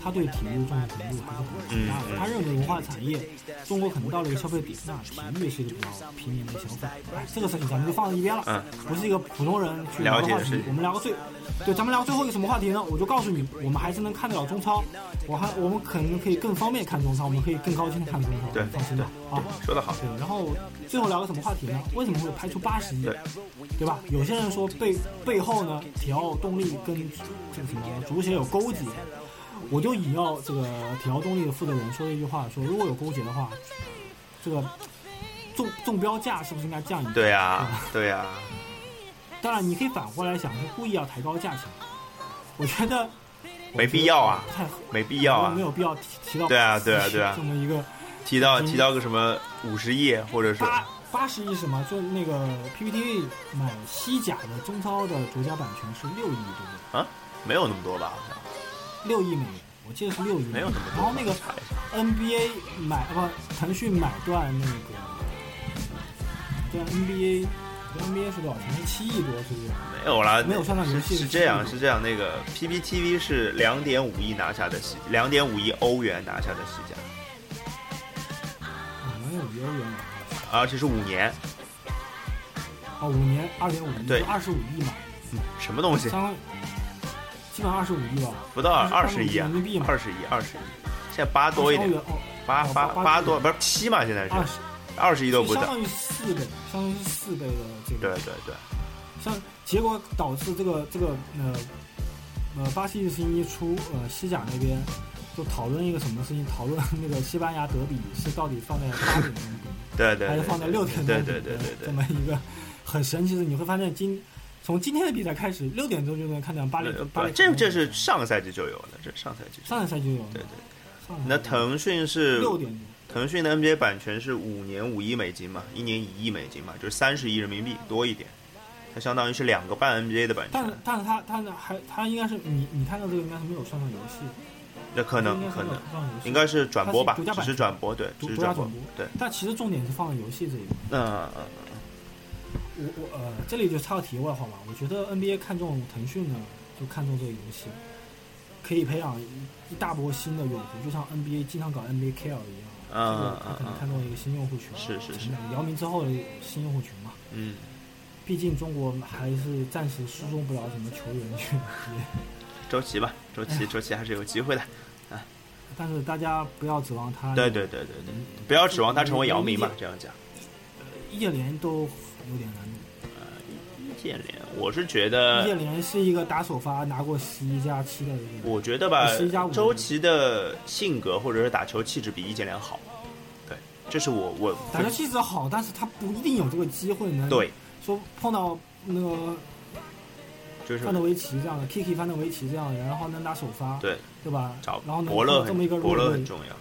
S1: 他对体育重视程度还是很
S2: 嗯
S1: 很大的。他认为文化产业，中国可能到了一个消费点，那体育是一个比较平民的消费。哎，这个事情咱们就放在一边了，
S2: 嗯
S1: 不是一个普通人去聊
S2: 了
S1: 的
S2: 解
S1: 话
S2: 的事
S1: 题
S2: 情。
S1: 我们聊个最，对，咱们聊最后一个什么话题呢？我就告诉你，我们还是能看得了中超，我还我们可能可以更方便看中超，我们可以更高兴的看中超，
S2: 对
S1: 你放心吧啊。
S2: 说得好，
S1: 对，然后最后聊个什么话题呢？为什么会拍出八十亿？
S2: 对
S1: 对吧？有些人说背背后呢，体奥动力跟这个什么足协有勾结，我就引用这个体奥动力的负责人说了一句话，说如果有勾结的话，这个中中标价是不是应该降一点？
S2: 对啊，
S1: 嗯
S2: 对啊，
S1: 当然，你可以反过来想，是故意要抬高价钱。我觉得
S2: 没必要啊
S1: 不太合
S2: 没必要啊
S1: 没。有必要提提到
S2: 对啊对啊对啊
S1: 这么一个
S2: 提到提到个什么五十亿，或者是
S1: 八八十亿什么？就那个 PPTV 买西甲的中超的独家版权是六亿，对不
S2: 啊，没有那么多吧？好像
S1: 对？六亿美元，我记得是六亿美元。
S2: 没有那么多。
S1: 然后那个
S2: 查一下
S1: NBA 买呃不，腾讯买断那个，对啊 NBA。NBA 是多少钱？是七亿多，是不是？
S2: 没有啦，
S1: 没有上当游戏
S2: 是
S1: 的
S2: 是这样，
S1: 记录
S2: 是这样。那个 PPTV 是两点五亿拿下的西，两点五亿欧元拿下的西甲，
S1: 啊，能有一欧元吧？
S2: 而且是五年，
S1: 啊，五年二点五亿，
S2: 对嗯
S1: 二十五亿嘛，
S2: 什么东西？
S1: 相当于基本二十五亿吧，
S2: 不到二十亿啊
S1: 人民币，嘛
S2: 二十亿，二十亿，现在八多一
S1: 20欧元
S2: 点，
S1: 哦，
S2: 八
S1: 哦
S2: 八
S1: 八
S2: 八多，不是七嘛？现在
S1: 二
S2: 是
S1: 十，
S2: 二十亿都
S1: 就
S2: 不
S1: 相
S2: 到。
S1: 当于四倍，相当于是四倍的这个
S2: 对对对，
S1: 像结果导致这个这个呃呃巴西的事情一出，呃西甲那边就讨论一个什么事情，讨论那个西班牙德比是到底放在八点钟比，
S2: 对对
S1: 还是
S2: 对，
S1: 放在六点钟比
S2: 对
S1: 的
S2: 对对对
S1: 这
S2: 对
S1: 么一个很神奇的，你会发现今从今天的比赛开始，六点钟就能看到八点
S2: 对，
S1: 八点
S2: 这
S1: 钟
S2: 这是上个赛季就有的，这是上赛季就有
S1: 上
S2: 的。
S1: 个赛季就有
S2: 对
S1: 的，
S2: 对，
S1: 上个赛季
S2: 那腾讯是
S1: 六点钟。
S2: 腾讯的 NBA 版权是五年五亿美金嘛，一年一亿美金嘛，就是三十亿人民币多一点，它相当于是两个半 NBA 的版
S1: 但是
S2: 权，
S1: 但是他他还他应该是你你看到这个应该是没有算上游戏，
S2: 那可
S1: 应
S2: 能
S1: 该是
S2: 可
S1: 没有
S2: 能
S1: 算上游戏
S2: 应该是转播吧
S1: 它是独家，
S2: 只
S1: 版
S2: 是转播，对，
S1: 独
S2: 只是
S1: 独家
S2: 播
S1: 转播，
S2: 对，
S1: 但其实重点是放在游戏这一块。
S2: 那呃
S1: 我我呃，这里就插个题外话吧。我觉得 NBA 看中腾讯呢，就看中这个游戏，可以培养一一大波新的用户，就像 NBA 经常搞 NBA Care 一样，这
S2: 嗯
S1: 个他可能看中一个新用户群，
S2: 是是是，
S1: 姚明之后的新用户群嘛。
S2: 嗯，
S1: 毕竟中国还是暂时输送不了什么球员去 NBA，
S2: 嗯周琦吧，周琦周琦还是有机会的，
S1: 但是大家不要指望他。
S2: 对对对对对，不要指望他成为姚明嘛
S1: 嗯，
S2: 这样讲。
S1: 叶联都有点难度。
S2: 易建啊联，我是觉得
S1: 叶联是一个打首发拿过十一加七的一个人，
S2: 我觉得吧
S1: 十一加五，
S2: 周琦的性格或者是打球气质比易建联好，对，这是我我
S1: 打球气质好，但是他不一定有这个机会能
S2: 对，
S1: 说碰到那个
S2: 就是
S1: 范德维奇这样的 Kiki 范德维奇这样的人，然后能打首发，
S2: 对，
S1: 对吧
S2: 找？
S1: 然后能
S2: 伯乐
S1: 这么一个
S2: 很
S1: 弱
S2: 伯乐
S1: 队
S2: 很，重要，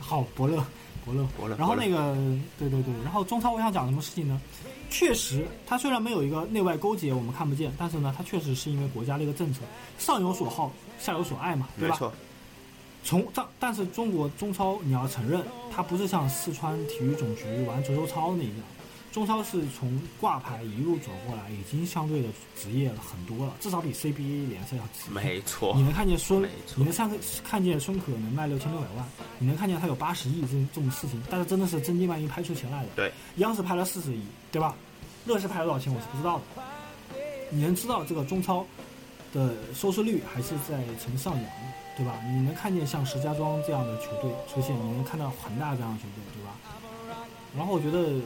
S1: 好伯乐，伯乐。
S2: 伯乐。
S1: 然后那
S2: 个
S1: 个，对对对，然后中超我想讲什么事情呢？确实，他虽然没有一个内外勾结，我们看不见，但是呢，他确实是因为国家的一个政策，上有所好，下有所爱嘛，对
S2: 没
S1: 吧？
S2: 错，
S1: 从但但是中国中超你要承认，它不是像四川体育总局玩足球超那样，中超是从挂牌一路走过来，已经相对的职业了很多了，至少比 CBA 联赛要职业。
S2: 没错
S1: 你，能看见孙
S2: 没，错
S1: 你能看看见孙可能卖六千六百万，你能看见他有八十亿这这种事情，但是真的是真金白银拍出钱来的。
S2: 对，
S1: 央视拍了四十亿，对吧？乐视拍了多少钱我是不知道的。你能知道这个中超的收视率还是在呈上扬，对吧？你能看见像石家庄这样的球队出现，你能看到恒大这样的球队，对吧？然后我觉得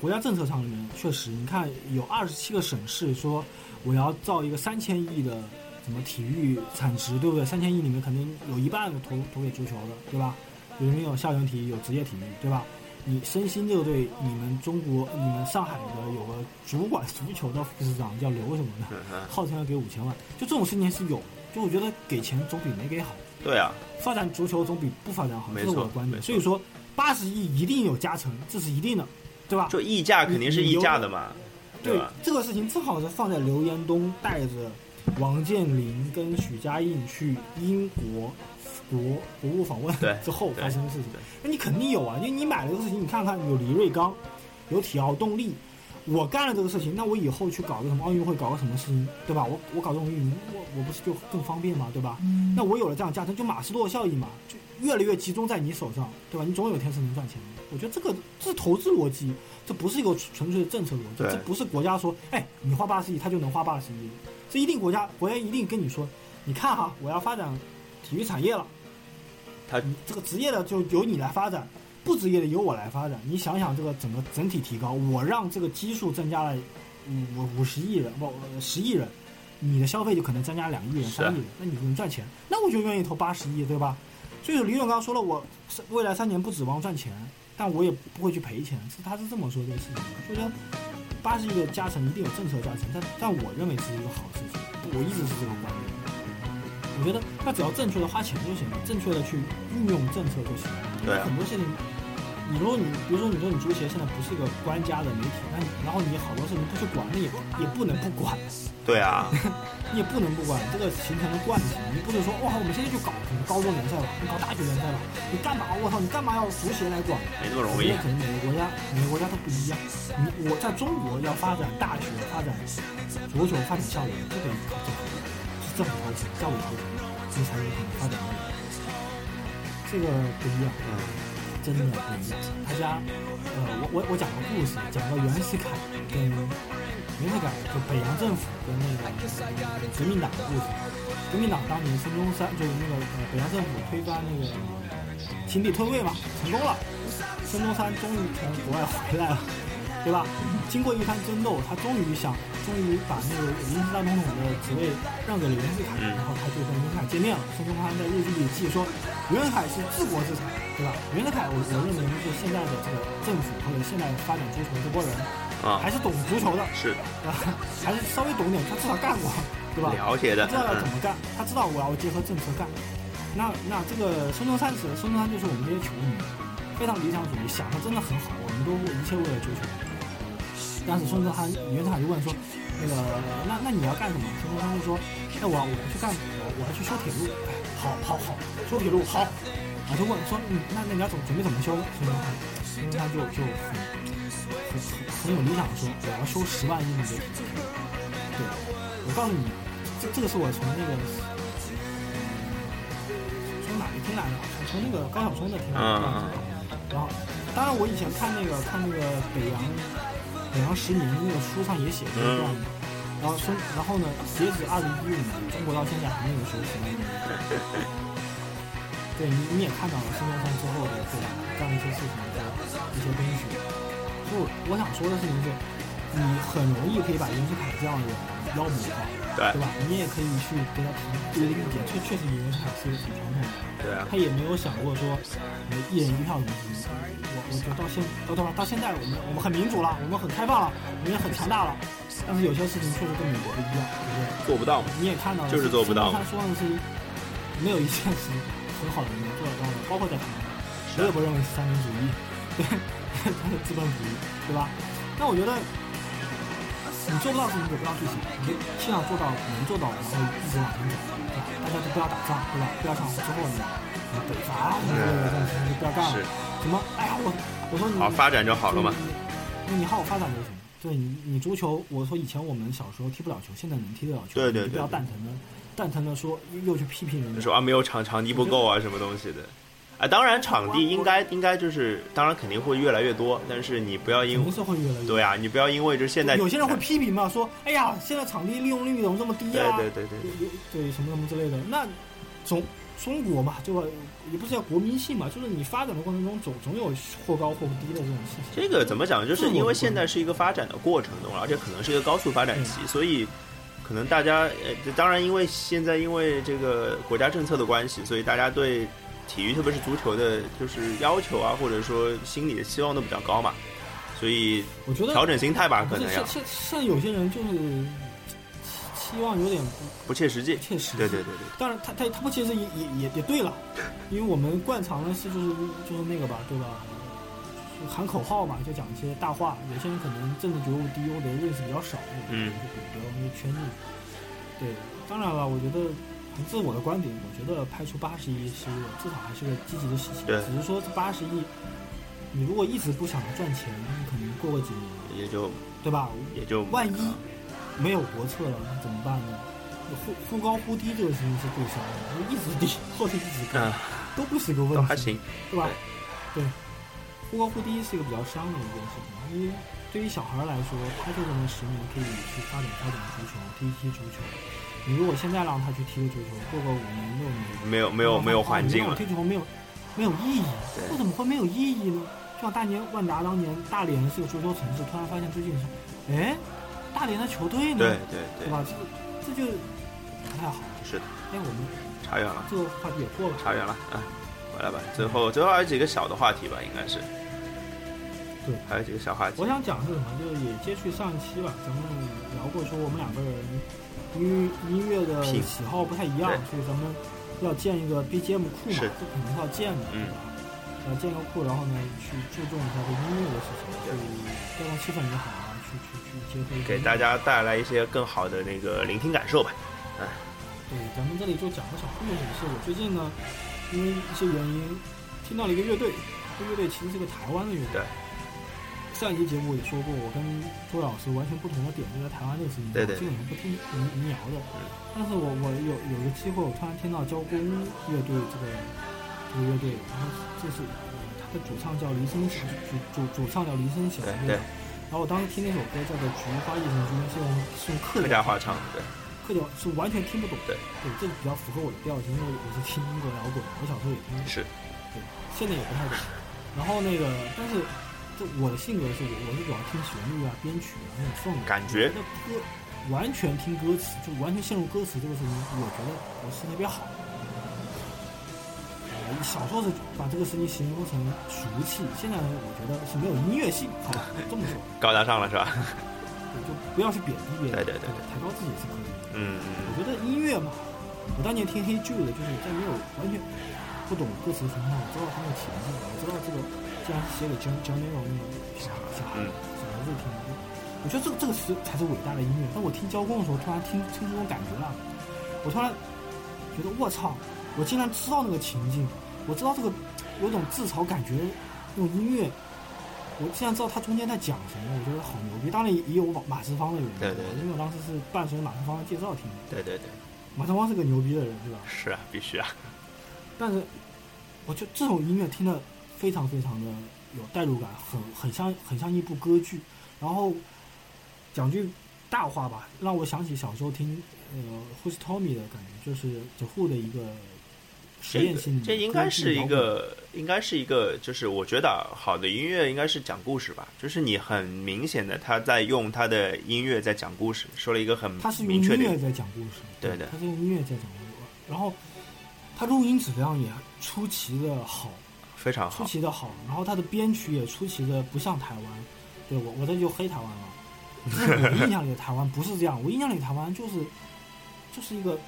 S1: 国家政策上面确实，你看有二十七个省市说我要造一个三千亿的什么体育产值，对不对？三千亿里面肯定有一半投投给足球的，对吧？有人有校园体育，有职业体育，对吧？你申鑫这个队，你们中国，你们上海的有个主管足球的副市长叫刘什么的，
S2: 嗯哼，
S1: 号称要给五千万，就这种事情是有，就我觉得给钱总比没给好。
S2: 对啊，
S1: 发展足球总比不发展好，
S2: 没
S1: 这
S2: 错
S1: 是我的观
S2: 没
S1: 点。
S2: 错
S1: 所以说，八十亿一定有加成，这是一定的，对吧？
S2: 就溢价肯定是溢价的嘛，
S1: 对
S2: 吧？
S1: 这个事情，正好是放在刘延东带着王健林跟许家印去英国国国务访问
S2: 对
S1: 之后
S2: 对
S1: 发生的事情，那你肯定有啊，因为你买了这个事情，你看看有李瑞刚，有体奥动力，我干了这个事情，那我以后去搞个什么奥运会，搞个什么事情，对吧？我我搞这种运营，我我不是就更方便嘛，对吧？那我有了这样的价值，就马斯洛效应嘛，就越来越集中在你手上，对吧？你总有一天是能赚钱的。我觉得这个这是投资逻辑，这不是一个纯粹的政策逻辑，
S2: 对
S1: 这不是国家说，哎，你花八十亿，他就能花八十亿，这一定国家国家一定跟你说，你看哈，我要发展体育产业了，
S2: 他
S1: 你这个职业的就由你来发展，不职业的由我来发展。你想想这个整个整体提高，我让这个基数增加了五五十亿人不十亿人，你的消费就可能增加两亿人、
S2: 是
S1: 三亿人，那你就能赚钱，那我就愿意投八十亿，对吧？所以说李勇刚刚说了，我是未来三年不指望赚钱，但我也不会去赔钱，是他是这么说这个事情的。所以说八十亿的加成一定有政策加成，但但我认为这是一个好事情，我一直是这个观点。我觉得那只要正确的花钱就行了，正确的去运用政策就行了。因为
S2: 对啊
S1: 很多事情，你如果你比如说你说你足协现在不是一个官家的媒体，那你然后你好多事情不去管，那也也不能不管，
S2: 对啊，
S1: 你也不能不管，这个形成了惯性。你不能说哇，我们现在就搞什么高中联赛吧，你搞大学联赛吧，你干嘛？我操，你干嘛要足协来管？
S2: 没那么
S1: 我
S2: 容
S1: 觉 得。
S2: 易
S1: 可能每个国家每个国家都不一样。你我在中国要发展大学，发展足球，发展校园，这个靠政府，是政府掏钱，校委掏钱，你才有可能发展。这个不一样，
S2: 嗯，
S1: 真的不一样。大家，呃，我我我讲个故事，讲个袁世凯跟袁世凯就北洋政府跟那个呃革命党的故事。革命党当年孙中山就是那个呃北洋政府推翻那个呃清帝退位嘛，成功了。孙中山终于从国外回来了，对吧？经过一番争斗，他终于想，终于把那个临时大总统的职位让给了袁世凯，
S2: 嗯
S1: 然后他就跟袁世凯见面了。孙中山在日记里记说，袁世凯是治国之才，对吧？袁世凯，我我认为是现在的这个政府或者现在发展足球这波人，
S2: 啊、
S1: 还是懂足球的，
S2: 是
S1: 对吧？ 还是稍微懂点，他至少干 过，对吧？
S2: 了解的
S1: 他。知道要怎么
S2: 嗯，
S1: 干，他知道我要结合政策干。那那这个孙中山是孙中山就是我们这些球迷，非常理想主义，想的真的很好，我们都一切为了足球。但是孙中山袁世凯就问说，那个那那你要干什么？孙中山就说，那我我要去干，我我要去修铁路。哎，好好好，修铁路好。然后就问说，嗯，那那你要怎么准备怎么修？孙中山，孙中山就就很很很很有理想地说，我要修十万英里的铁路。对，我告诉你，这这个是我从那个从哪里听来的？啊从那个高晓松的听来的。
S2: 嗯
S1: 然后，当然我以前看那个看那个北洋北洋十年那个书上也写过这样的。然后孙，然后呢，截止二零一五年，中国到现在还没有修十万英里。对你你也看到了孙中山之后的对吧？这样一些事情的一些东西。所以我我想说的事情是，你很容易可以把袁世凯这样的人妖魔化。
S2: 对
S1: 对吧？你也可以去给他提一些意见，确确实袁世凯是一个挺传统的人，
S2: 对啊，
S1: 他也没有想过说，呃，一人一票怎么怎么样。我我觉得到现到到到现在，我们我们很民主了，我们很开放了，我们也很强大了，但是有些事情确实跟美国不一样，对不对？
S2: 做不到嘛。
S1: 你也看到了，
S2: 就是做不到
S1: 他说的是没有一件事很好的能做得到的，包括在台湾，
S2: 啊
S1: 我也不认为是三民主义， 对，它是资本主义，对吧？那我觉得你做不到的事情就不要去想，你就尽量做到能做到，然后一直往前走，对吧？大家都不要打仗，对吧？不要像之后你你北伐什么之类的这种事情就不要干了
S2: 是，，
S1: 什么哎呀我我说你
S2: 好发展就好了嘛。
S1: 那你好好发展就行。对你，你足球，我说以前我们小时候踢不了球，现在能踢得了球，
S2: 对对对
S1: 你不要蛋疼的，蛋疼的说又又去批评人
S2: 就
S1: 家，
S2: 说啊，没有场场地不够啊，什么东西的。啊，当然场地应该应该就是，当然肯定会越来越多，但是你不要
S1: 肯
S2: 因
S1: 定是会越来越。
S2: 对啊，你不要因为就是现在
S1: 有些人会批评嘛，说哎呀，现在场地利用率怎么这么低
S2: 对
S1: 啊？
S2: 对对对
S1: 有有对什么什么之类的。那总中国嘛，对吧？也不是叫国民性嘛，就是你发展的过程中总总有或高或低的这种事情。
S2: 这个怎么讲？就是因为现在是一个发展的过程中，而且可能是一个高速发展
S1: 嗯
S2: 期，所以可能大家呃，当然因为现在因为这个国家政策的关系，所以大家对体育特别是足球的，就是要求啊，或者说心理的期望都比较高嘛，所以
S1: 我觉得
S2: 调整心态吧，
S1: 不
S2: 可
S1: 是
S2: 能要
S1: 像像像有些人就是期期望有点不
S2: 不切实际
S1: 不。切实际。
S2: 对对对对。
S1: 当然他，他他不其实也也也也对了，因为我们惯常的是就是就是那个吧，对吧？就喊口号嘛，就讲一些大话。有些人可能政治觉悟低或者认识比较少，
S2: 嗯
S1: 就比较容易圈进去。对，当然了，我觉得从自我的观点，我觉得拍出八十亿是一个至少还是个积极的事情。
S2: 对
S1: 只是说这八十亿，你如果一直不想赚钱，可能过个几年，
S2: 也就
S1: 对吧？
S2: 也就
S1: 万一没有国策了，那怎么办呢？忽忽高忽低这个事情是对消的，一直低或者一直高、
S2: 嗯
S1: 都不是个问
S2: 倒
S1: 题，
S2: 还行，
S1: 对吧？对，忽高忽低是一个比较伤的一件事情，因为对于小孩来说，他就这么十年可以去发展发展足球，踢一踢足球。你如果现在让他去踢个足球，过个五年六年，
S2: 没有没有没有环境
S1: 我
S2: 了，
S1: 踢足球没有没有意义，
S2: 对
S1: 这怎么会没有意义呢？就像当年万达当年大连是个足球城市，突然发现最近是，哎，大连的球队呢？
S2: 对对对，
S1: 吧？这个这就不太好。
S2: 是的，
S1: 哎，我们
S2: 差远了，
S1: 这个话题也过了，
S2: 差远了，啊，回来吧，最后最后还有几个小的话题吧，应该是，
S1: 对，
S2: 还有几个小话题
S1: 我，想讲的是什么？就是也接续上一期吧，咱们聊过说我们两个人音音乐的
S2: 品
S1: 喜好不太一样
S2: 对，
S1: 所以咱们要建一个 BGM 库嘛，
S2: 是
S1: 这肯定是要建的，
S2: 嗯
S1: 对吧？要建个库，然后呢，去注重一下这音乐的事情，去
S2: 对
S1: 调动气氛也好啊，去去去结合一些
S2: 给大家带来一些更好的那个聆听感受吧，
S1: 对，咱们这里就讲个小故事，是我最近呢，因为一些原因，听到了一个乐队，这乐队其实是个台湾的乐队
S2: 对。
S1: 上一期节目也说过，我跟周老师完全不同的点就在台湾这个事情上，
S2: 对对
S1: 基本上不听民民谣的
S2: 嗯。
S1: 但是我我有有一个机会，我突然听到交工乐队这个这个乐队，然后这是他的主唱叫黎生祥，主主主唱叫黎生祥，吧
S2: 对对
S1: 然后我当时听那首歌叫做《菊花夜行军》，是用是用客
S2: 客
S1: 家
S2: 家话唱，对，
S1: 客家是完全听不懂的。
S2: 对
S1: 对，这个比较符合我的调性，因为我是听英国摇滚，我小时候也听过，
S2: 是，
S1: 对，现在也不太懂。然后那个，但是这我的性格是我我是主要听旋律啊、编曲啊那种氛围，
S2: 感觉
S1: 那歌完全听歌词，就完全陷入歌词这个事情，我觉得不是特别好。呃，小时候是把这个事情形容成俗气，现在呢，我觉得是没有音乐性，好吧，这 么说，
S2: 高大上了是吧？
S1: 对，就不要去贬低别人，
S2: 对对对对
S1: 抬高自己是可以的。
S2: 嗯
S1: 我觉
S2: 嗯，
S1: 得音乐嘛，我当年听黑 j 的，就是在没有完全不懂歌词的情况下，我知道他们的情境，我知道这个既然是呃写给 John John Lennon 那种小小孩
S2: 嗯
S1: 小孩子听的，我觉得这个这个是才是伟大的音乐。当我听交工的时候，突然听听这种感觉了，我突然觉得我操，我竟然知道那个情境，我知道这个有种自嘲感觉，那种音乐。我竟然知道他中间在讲什么，我觉得好牛逼。当然也也有马马世芳的原因，
S2: 对对对
S1: 因为我当时是伴随着马世芳的介绍听的。
S2: 对对对，
S1: 马三光是个牛逼的人，对吧？
S2: 是啊，必须啊，
S1: 但是，我就这种音乐听的非常非常的有代入感，很很像很像一部歌剧。然后，讲句大话吧，让我想起小时候听呃 Who's Tommy 的感觉，就是 The Who 的一个实
S2: 这
S1: 验
S2: 个
S1: 性的
S2: 这应该是
S1: 歌剧
S2: 一
S1: 摇滚
S2: 个，应该是一个，就是我觉得好的音乐应该是讲故事吧，就是你很明显的他在用他的音乐在讲故事，说了一个很
S1: 他是用
S2: 明
S1: 音
S2: 确
S1: 乐
S2: 的，
S1: 在讲故事，
S2: 对的
S1: 他是用音乐在讲故事。然后，他录音质量也出奇的好，
S2: 非常
S1: 出
S2: 好，
S1: 奇的好，然后他的编曲也出奇的不像台湾，对我我这就黑台湾了。但是我印象里的台湾不是这样，我印象里台湾就是就是一个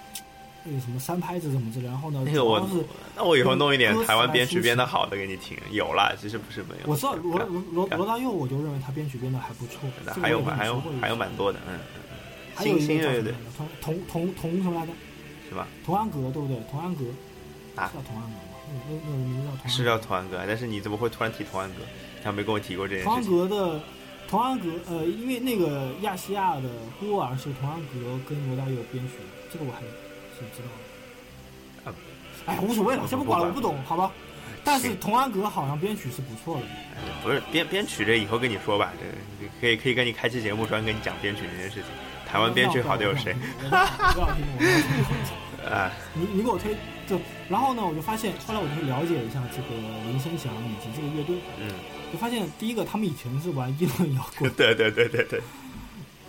S1: 那个什么三拍子什么之类，然后呢，
S2: 那个
S1: 主
S2: 我
S1: 要是
S2: 那我以后弄一点
S1: 歌词
S2: 台湾
S1: 来
S2: 编
S1: 抒
S2: 曲编
S1: 情
S2: 的好的给你听，有啦，其实不是没有，
S1: 我知道罗
S2: 看
S1: 罗罗
S2: 看
S1: 罗大佑，我就认为他编曲编的还不错，
S2: 那
S1: 这个
S2: 还有
S1: 我也
S2: 蛮还
S1: 跟你
S2: 有
S1: 说过一
S2: 还有
S1: 次
S2: 蛮多的，嗯，嗯
S1: 还有一
S2: 新
S1: 个
S2: 新
S1: 叫什
S2: 乐
S1: 么来
S2: 队
S1: 着同同同同什么来着？
S2: 是吧？
S1: 同安阁对不对？同安阁
S2: 啊
S1: 是叫同安阁吗？那那那个名字叫同安
S2: 是
S1: 阁
S2: 叫童安哥，但是你怎么会突然提童安哥？他没跟我提过这件
S1: 同
S2: 事
S1: 安
S2: 情。
S1: 阁的同安阁，呃，因为那个亚细亚的孤儿是同安阁跟罗大佑编曲的，这个我还是知道的。
S2: 啊
S1: 哎，无所谓了，先不管了，我不懂，好吧？但是
S2: 行
S1: 同安阁好像编曲是不错的，
S2: 哎不是编编曲这以后跟你说吧，这这可以可以跟你开期节目专门跟你讲编曲这件事情。台湾编曲好的有谁？
S1: 不要听我不要听我。
S2: 啊？
S1: 你你给我推就，然后呢，我就发现，后来我就了解一下这个林声祥以及这个乐队，
S2: 嗯，，
S1: 就发现第一个他们以前是玩议论摇滚
S2: 对对对对对，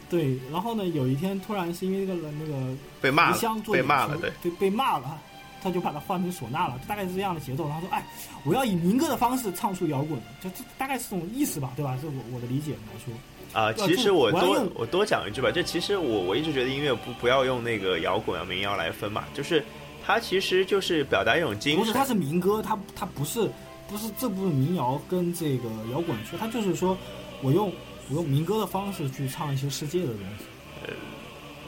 S1: 对，然后呢，有一天突然是因为那个那个
S2: 被骂
S1: 梅
S2: 了
S1: 香，做
S2: 被
S1: 演
S2: 骂
S1: 出
S2: 了，对，
S1: 对，被骂了，他就把它换成唢呐了，大概是这样的节奏。他说：“哎，我要以民歌的方式唱出摇滚，就这大概是这种意思吧，对吧？这我我的理解来说，
S2: 啊、
S1: 对
S2: 其
S1: 就
S2: 实我
S1: 我要
S2: 多
S1: 用
S2: 我多讲一句吧，就其实我我一直觉得音乐不不要用那个摇滚啊民谣来分嘛，就是它其实就是表达一种精
S1: 不是，
S2: 神
S1: 它，是民歌，它它不是不是这部分民谣跟这个摇滚说，它就是说我用我用民歌的方式去唱一些世界的东西。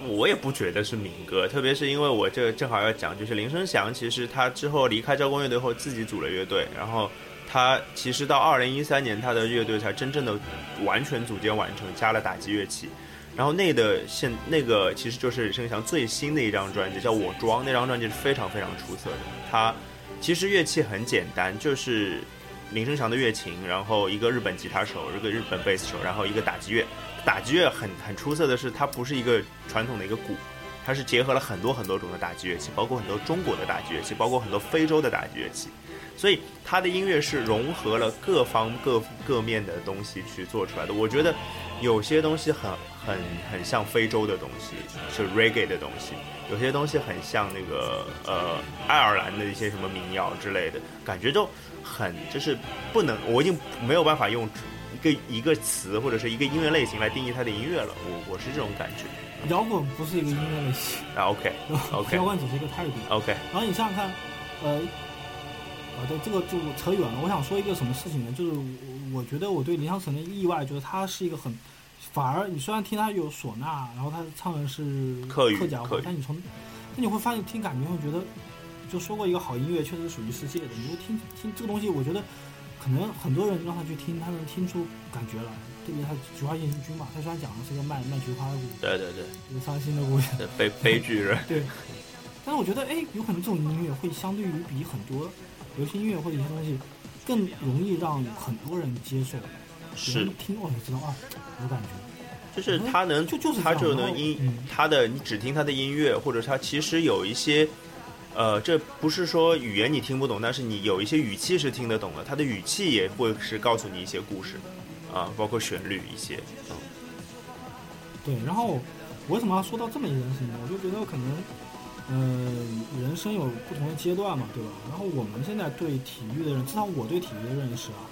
S2: 我也不觉得是民歌，特别是因为我这正好要讲，就是林生祥，其实他之后离开交工乐队后自己组了乐队，然后他其实到二零一三年他的乐队才真正的完全组建完成，加了打击乐器，然后那的现那个其实就是林生祥最新的一张专辑叫《我装》，那张专辑是非常非常出色的。他其实乐器很简单，就是林生祥的乐琴，然后一个日本吉他手，一个日本贝斯手，然后一个打击乐。打击乐很很出色的是，它不是一个传统的一个鼓，它是结合了很多很多种的打击乐器，包括很多中国的打击乐器，包括很多非洲的打击乐器，所以它的音乐是融合了各方各各面的东西去做出来的。我觉得有些东西很很很像非洲的东西，是 reggae 的东西；有些东西很像那个呃爱尔兰的一些什么民谣之类的，感觉都很就是不能，我已经没有办法用。一个一个词或者是一个音乐类型来定义它的音乐了，我我是这种感觉。
S1: 摇滚不是一个音乐类型
S2: 啊，OK OK，
S1: 摇滚只是一个态度
S2: ，OK。
S1: 然后你想想看，呃，啊对，这个就扯远了。我想说一个什么事情呢？就是我觉得我对林湘成的意外，就是他是一个很，反而你虽然听他有唢呐，然后他唱的是
S2: 客
S1: 客家
S2: 话，
S1: 但你从那你会发现听感觉会觉得，就说过一个好音乐确实属于世界的。你就听听这个东西，我觉得。可能很多人让他去听，他能听出感觉来。特别他《菊花夜行军》嘛，他虽然讲的是一个卖卖菊花的故事，
S2: 对对对，
S1: 一个伤心的故事，
S2: 悲悲剧人。
S1: 对。但是我觉得，哎，有可能这种音乐会相对于比很多流行音乐或者一些东西，更容易让很多人接受。
S2: 是。
S1: 听哦，你知道啊，有感觉。
S2: 就是他
S1: 嗯
S2: 能，
S1: 就就是
S2: 他就能
S1: 音，嗯、
S2: 他的你只听他的音乐，或者他其实有一些。呃，这不是说语言你听不懂，但是你有一些语气是听得懂的，它的语气也会是告诉你一些故事，啊，包括旋律一些。嗯，
S1: 对。然后我为什么要说到这么一件事情呢？我就觉得可能，嗯、呃，人生有不同的阶段嘛，对吧？然后我们现在对体育的人，至少我对体育的认识啊，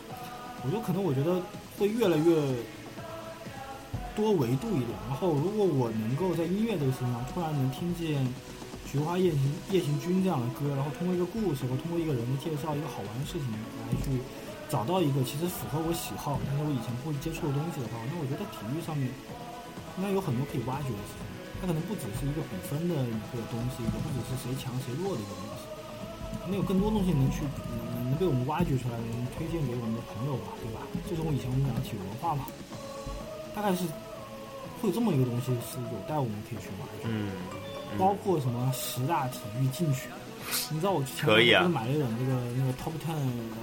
S1: 我就可能我觉得会越来越多维度一点。然后如果我能够在音乐这个事情上突然能听见。菊花夜行夜行军这样的歌，然后通过一个故事或通过一个人的介绍，一个好玩的事情来去找到一个其实符合我喜好，但是我以前不会接触的东西的话，那我觉得体育上面应该有很多可以挖掘的事情。它可能不只是一个比分的一个东西，也不只是谁强谁弱的一个东西，可能有更多东西能去能被我们挖掘出来，能推荐给我们的朋友啊吧，对吧？这是我以前我们讲的体育文化嘛，大概是会有这么一个东西是有待我们可以去挖掘。
S2: 嗯。
S1: 包括什么十大体育竞选，你知道我之前不是买了一本那个那个 Top Ten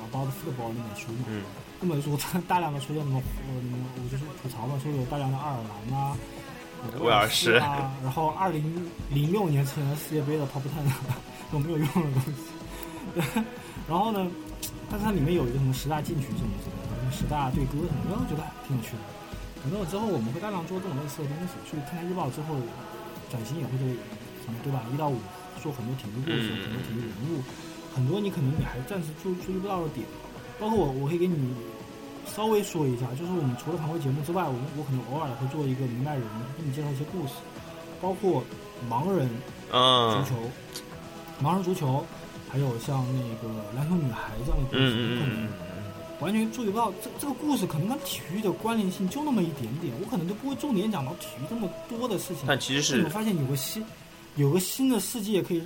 S1: About Football 那本书嘛？
S2: 嗯，
S1: 那本书大量的出现什么，嗯，我就是吐槽嘛，说有大量的爱尔兰啊、
S2: 威尔士
S1: 啊，然后二零零六年成为世界杯的 Top Ten 都没有用的东西。 然后呢，但是它里面有一个什么十大进取什么之类的，什么十大对歌什么，我觉得挺有趣的。可能我之后我们会大量做这种类似的东西，去看看日报之后。转型也会什么对吧？一到五说很多体育故事，很多体育人物，很多你可能你还暂时注注意不到的点。包括我，我可以给你稍微说一下，就是我们除了常规节目之外，我我可能偶尔会做一个明白人，给你介绍一些故事，包括盲人
S2: 嗯
S1: 足球、盲人足球，还有像那个篮球女孩这样的故事，
S2: 嗯嗯嗯，
S1: 完全注意不到这这个故事可能跟体育的关联性就那么一点点，我可能都不会重点讲到体育这么多的事情。
S2: 但其实是嗯
S1: 我发现有个新，有个新的世界可以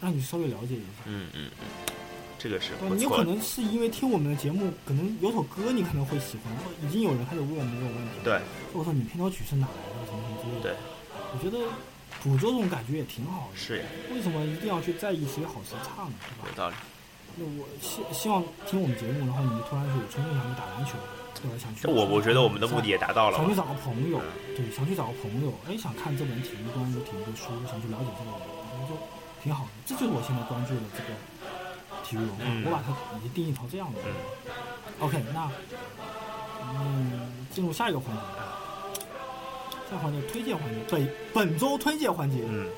S1: 让你稍微了解一下。
S2: 嗯嗯嗯，这个是
S1: 嗯你有可能是因为听我们的节目，可能有首歌你可能会喜欢，已经有人开始问我们这个问题。
S2: 对，
S1: 我说你片头曲是哪来的？什么什么之类的。
S2: 对，
S1: 我觉得捕捉这种感觉也挺好的。
S2: 是呀，
S1: 为什么一定要去在意谁好谁差呢？对吧？
S2: 有道理。
S1: 那我希希望听我们节目，然后你们突然有冲动想去打篮球，对吧？想去。
S2: 我我觉得我们的目的也达到了。嗯
S1: 想去找个朋友，对，想去找个朋友，哎，想看这本体育关于体育的书，想去了解这个，我觉得挺好的。这就是我现在关注的这个体育文化，
S2: 嗯
S1: 我把它已经定义成这样的。
S2: 嗯
S1: OK，那嗯，进入下一个环节，下一个环节推荐环节，本本周推荐环节，
S2: 嗯，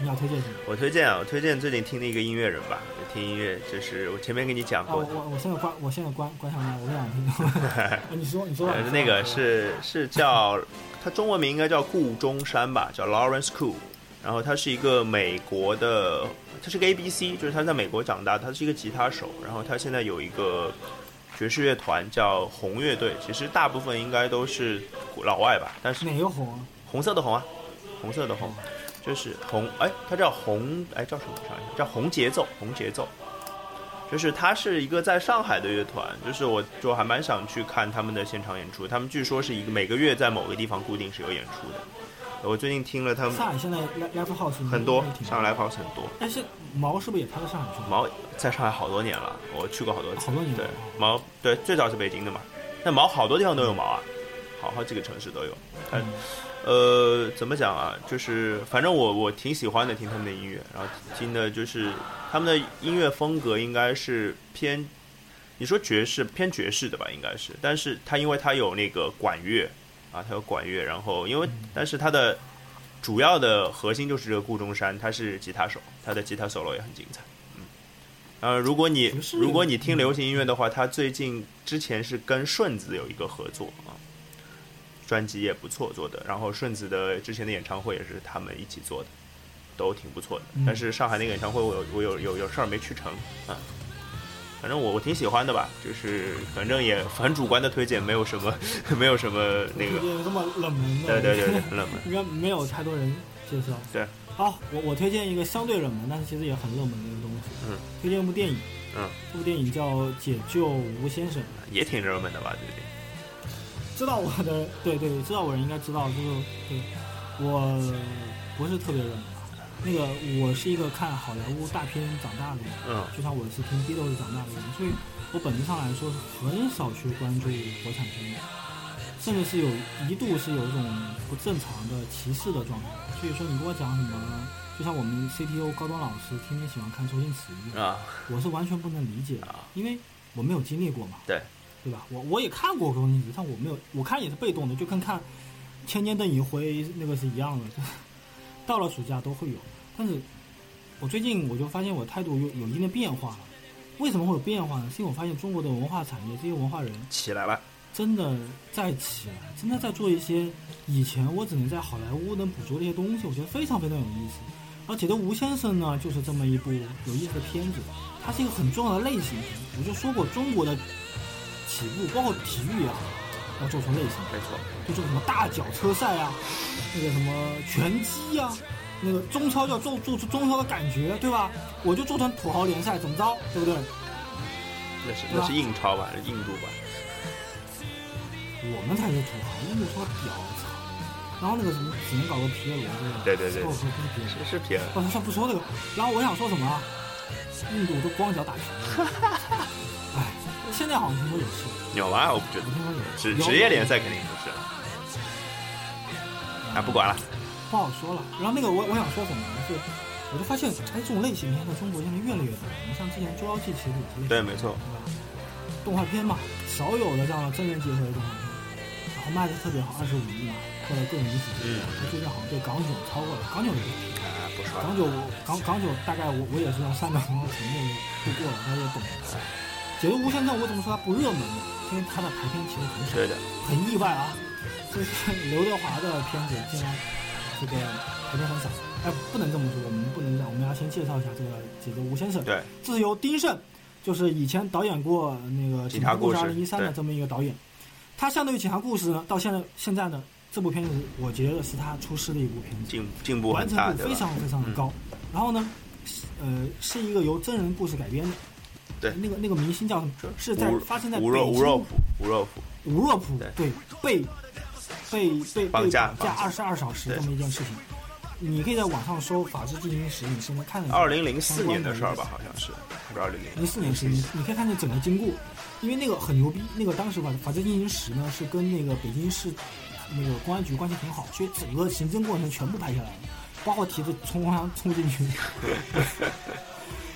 S1: 你要推荐什么？
S2: 我推荐啊，我推荐最近听的一个音乐人吧，听音乐就是我前面跟你讲
S1: 啊，我
S2: 过的。
S1: 我我现在关我现在关关上麦，我不想 听。啊你说你说吧
S2: 呃，
S1: 你说吧
S2: 那个是是叫他中文名应该叫顾中山吧，叫 Lawrence Koo。然后他是一个美国的，他是个 ABC，就是他在美国长大，他是一个吉他手。然后他现在有一个爵士乐团叫红乐队，其实大部分应该都是老外吧，但是
S1: 哪个红啊？
S2: 红色的红啊，红色的红，就是红，哎，它叫红，哎，叫什么？查一下，叫红节奏，红节奏。就是它是一个在上海的乐团，就是我就还蛮想去看他们的现场演出。他们据说是一个每个月在某个地方固定是有演出的。我最近听了他们
S1: 上海现在 live live house
S2: 很多
S1: 应该，挺
S2: 上海 live house 很多。
S1: 但是毛是不是也拍到上海去了？
S2: 毛在上海好多年了，我去过好多次。
S1: 好多年了
S2: 对，毛对最早是北京的嘛，但毛好多地方都有毛啊，好好几个城市都有。它
S1: 嗯
S2: 呃，怎么讲啊？就是反正我我挺喜欢的，听他们的音乐，然后听的就是他们的音乐风格应该是偏，你说爵士偏爵士的吧，应该是，但是它因为它有那个管乐啊，它有管乐，然后因为
S1: 嗯
S2: 但是它的主要的核心就是这个顾中山，他是吉他手，他的吉他 solo 也很精彩。嗯，呃，如果你
S1: 爵士嗯
S2: 如果你听流行音乐的话，他最近之前是跟顺子有一个合作啊，专辑也不错做的，然后顺子的之前的演唱会也是他们一起做的，都挺不错的。
S1: 嗯
S2: 但是上海那个演唱会我有我有有有事儿没去成啊，反正我我挺喜欢的吧，就是反正也很主观的推荐，没有什么 没有什么那
S1: 推
S2: 个，
S1: 荐这么冷门的，
S2: 对对对对，很冷门。
S1: 应该 没有太多人介绍。
S2: 对，
S1: 好，我我推荐一个相对冷门，但是其实也很热门的一个东西。
S2: 嗯，
S1: 推荐一部电影。
S2: 嗯，
S1: 这部电影叫《解救吴先生》。
S2: 也挺热门的吧？最近
S1: 知道我的，对对，知道我的人应该知道，就是对我不是特别热门吧。那个我是一个看好莱坞大片长大的人，
S2: 嗯
S1: 就像我是听 Beatles 长大的人，所以我本质上来说是很少去关注国产片的，甚至是有一度是有一种不正常的歧视的状态。所以说你跟我讲什么，就像我们 CTO 高中老师天天喜欢看周星驰一样，
S2: 啊
S1: 我是完全不能理解的，
S2: 啊，
S1: 因为我没有经历过嘛。
S2: 对，
S1: 对吧？我我也看过周星驰，但我没有，我看也是被动的，就跟看《千年等一回》那个是一样的， 就到了暑假都会有。但是，我最近我就发现我态度有有一定的变化了。为什么会有变化呢？是因为我发现中国的文化产业，这些文化人
S2: 起来了，
S1: 真的在起来，真的在做一些以前我只能在好莱坞能捕捉的一些东西，我觉得非常非常有意思。而且这吴先生呢，就是这么一部有意思的片子，它是一个很重要的类型片。我就说过，中国的起步，包括体育啊也好，要做成类型片。
S2: 没错，
S1: 就这种什么大脚车赛啊，那个什么拳击啊，那个中超要做做出中超的感觉，对吧？我就做成土豪联赛，怎么着，对不对？
S2: 那是
S1: 对吧
S2: 那是印钞吧，印度吧，
S1: 我们才是土豪，印度超屌，我操！然后那个什么，只能搞个皮耶罗这个，
S2: 对对对
S1: 哦，不是皮耶罗，
S2: 是是偏
S1: 哦，算不说这个。然后我想说什么啊？印度都光脚打球，哎，现在好像听说也是，
S2: 有吗？我不觉
S1: 我
S2: 得，
S1: 听说有
S2: 职
S1: 有啊
S2: 职业联赛肯定不是了啊，不管了，
S1: 不好说了。然后那个我我想说什么呢？是，我就发现哎，这种类型片在中国现在越来越多。你像之前《捉妖记》其实也是类型片，
S2: 对，没错，
S1: 对吧？动画片嘛，少有的这样的真人结合的动画片，然后卖的特别好，二十五亿嘛，获得各种影史第一。
S2: 嗯
S1: 它最近好像被港囧超过了，港囧也是
S2: 啊，不说了，
S1: 港九港港九大概我我也是要三百多块钱内度过了，大家也懂。解决无限战，我怎么说它不热门呢？因为它的排片其实很少，
S2: 对的，
S1: 很意外啊。就是 刘德华的片子竟然这个排片很少，哎，不能这么说，我们不能这样，我们要先介绍一下这个解决吴先生。
S2: 对，
S1: 这是由丁晟，就是以前导演过那个《
S2: 警
S1: 警
S2: 察
S1: 察
S2: 故
S1: 故
S2: 事
S1: 事二零一三》的这么一个导演。他相对于《警察故事》呢，到现在现在呢，这部片子我觉得是他出师的一部片子。
S2: 进进步
S1: 完
S2: 很
S1: 成
S2: 大，
S1: 度
S2: 对
S1: 非
S2: 吧？嗯
S1: 常非常的高。然后呢，是呃，是一个由真人故事改编的。
S2: 对
S1: 那个那个明星叫什么？是在
S2: 吴
S1: 发生在
S2: 吴
S1: 北
S2: 若
S1: 京
S2: 吴若甫，吴若甫，
S1: 吴若甫
S2: 对
S1: 对被被被
S2: 绑
S1: 被
S2: 架
S1: 绑架
S2: 绑架
S1: 二十二小时
S2: 对
S1: 这么一件事情，你可以在网上搜《法制进行时》，你是能看得到
S2: 二零零四年的事儿
S1: 相关
S2: 吧，好像是，还是二零零
S1: 零四年是你你可以看见整个经过，因为那个很牛逼，那个当时法法制进行时呢是跟那个北京市那个公安局关系很好，所以整个行政过程全部拍下来了，包括蹄子从广场冲进去，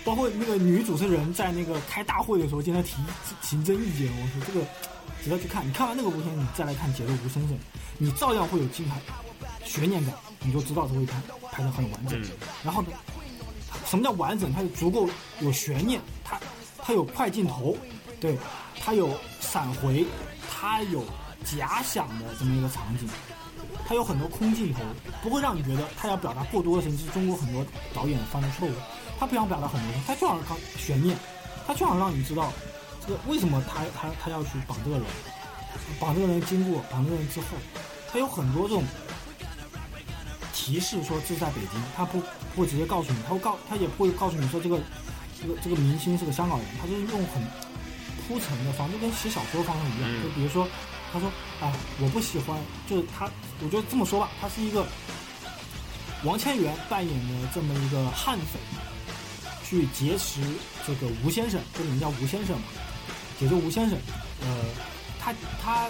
S1: 包括那个女主持人在那个开大会的时候经常提行政意见，我说这个值得去看。你看完那个无线，你再来看《解救吴先生》，你照样会有惊叹悬念感，你就知道这会拍拍的很完整。
S2: 嗯
S1: 然后呢，什么叫完整？它就足够有悬念，它它有快镜头，对，它有闪回，它有假想的这么一个场景，它有很多空镜头，不会让你觉得它要表达过多的事情。这是中国很多导演犯的错误，他不想表达很多东西，他就想靠悬念，他就想让你知道这个为什么他他他要去绑这个人，绑这个人经过，绑这个人之后，他有很多这种提示说就在北京，他不不会直接告诉你，他会告他也不会告诉你说这个这个这个明星是个香港人，他就是用很铺陈的方式，就跟写小说方式一样。
S2: 嗯
S1: 就比如说，他说啊，我不喜欢，就是他，我就这么说吧，他是一个王千源扮演的这么一个悍匪，去劫持这个吴先生，这个名叫吴先生嘛，解救吴先生。呃，他他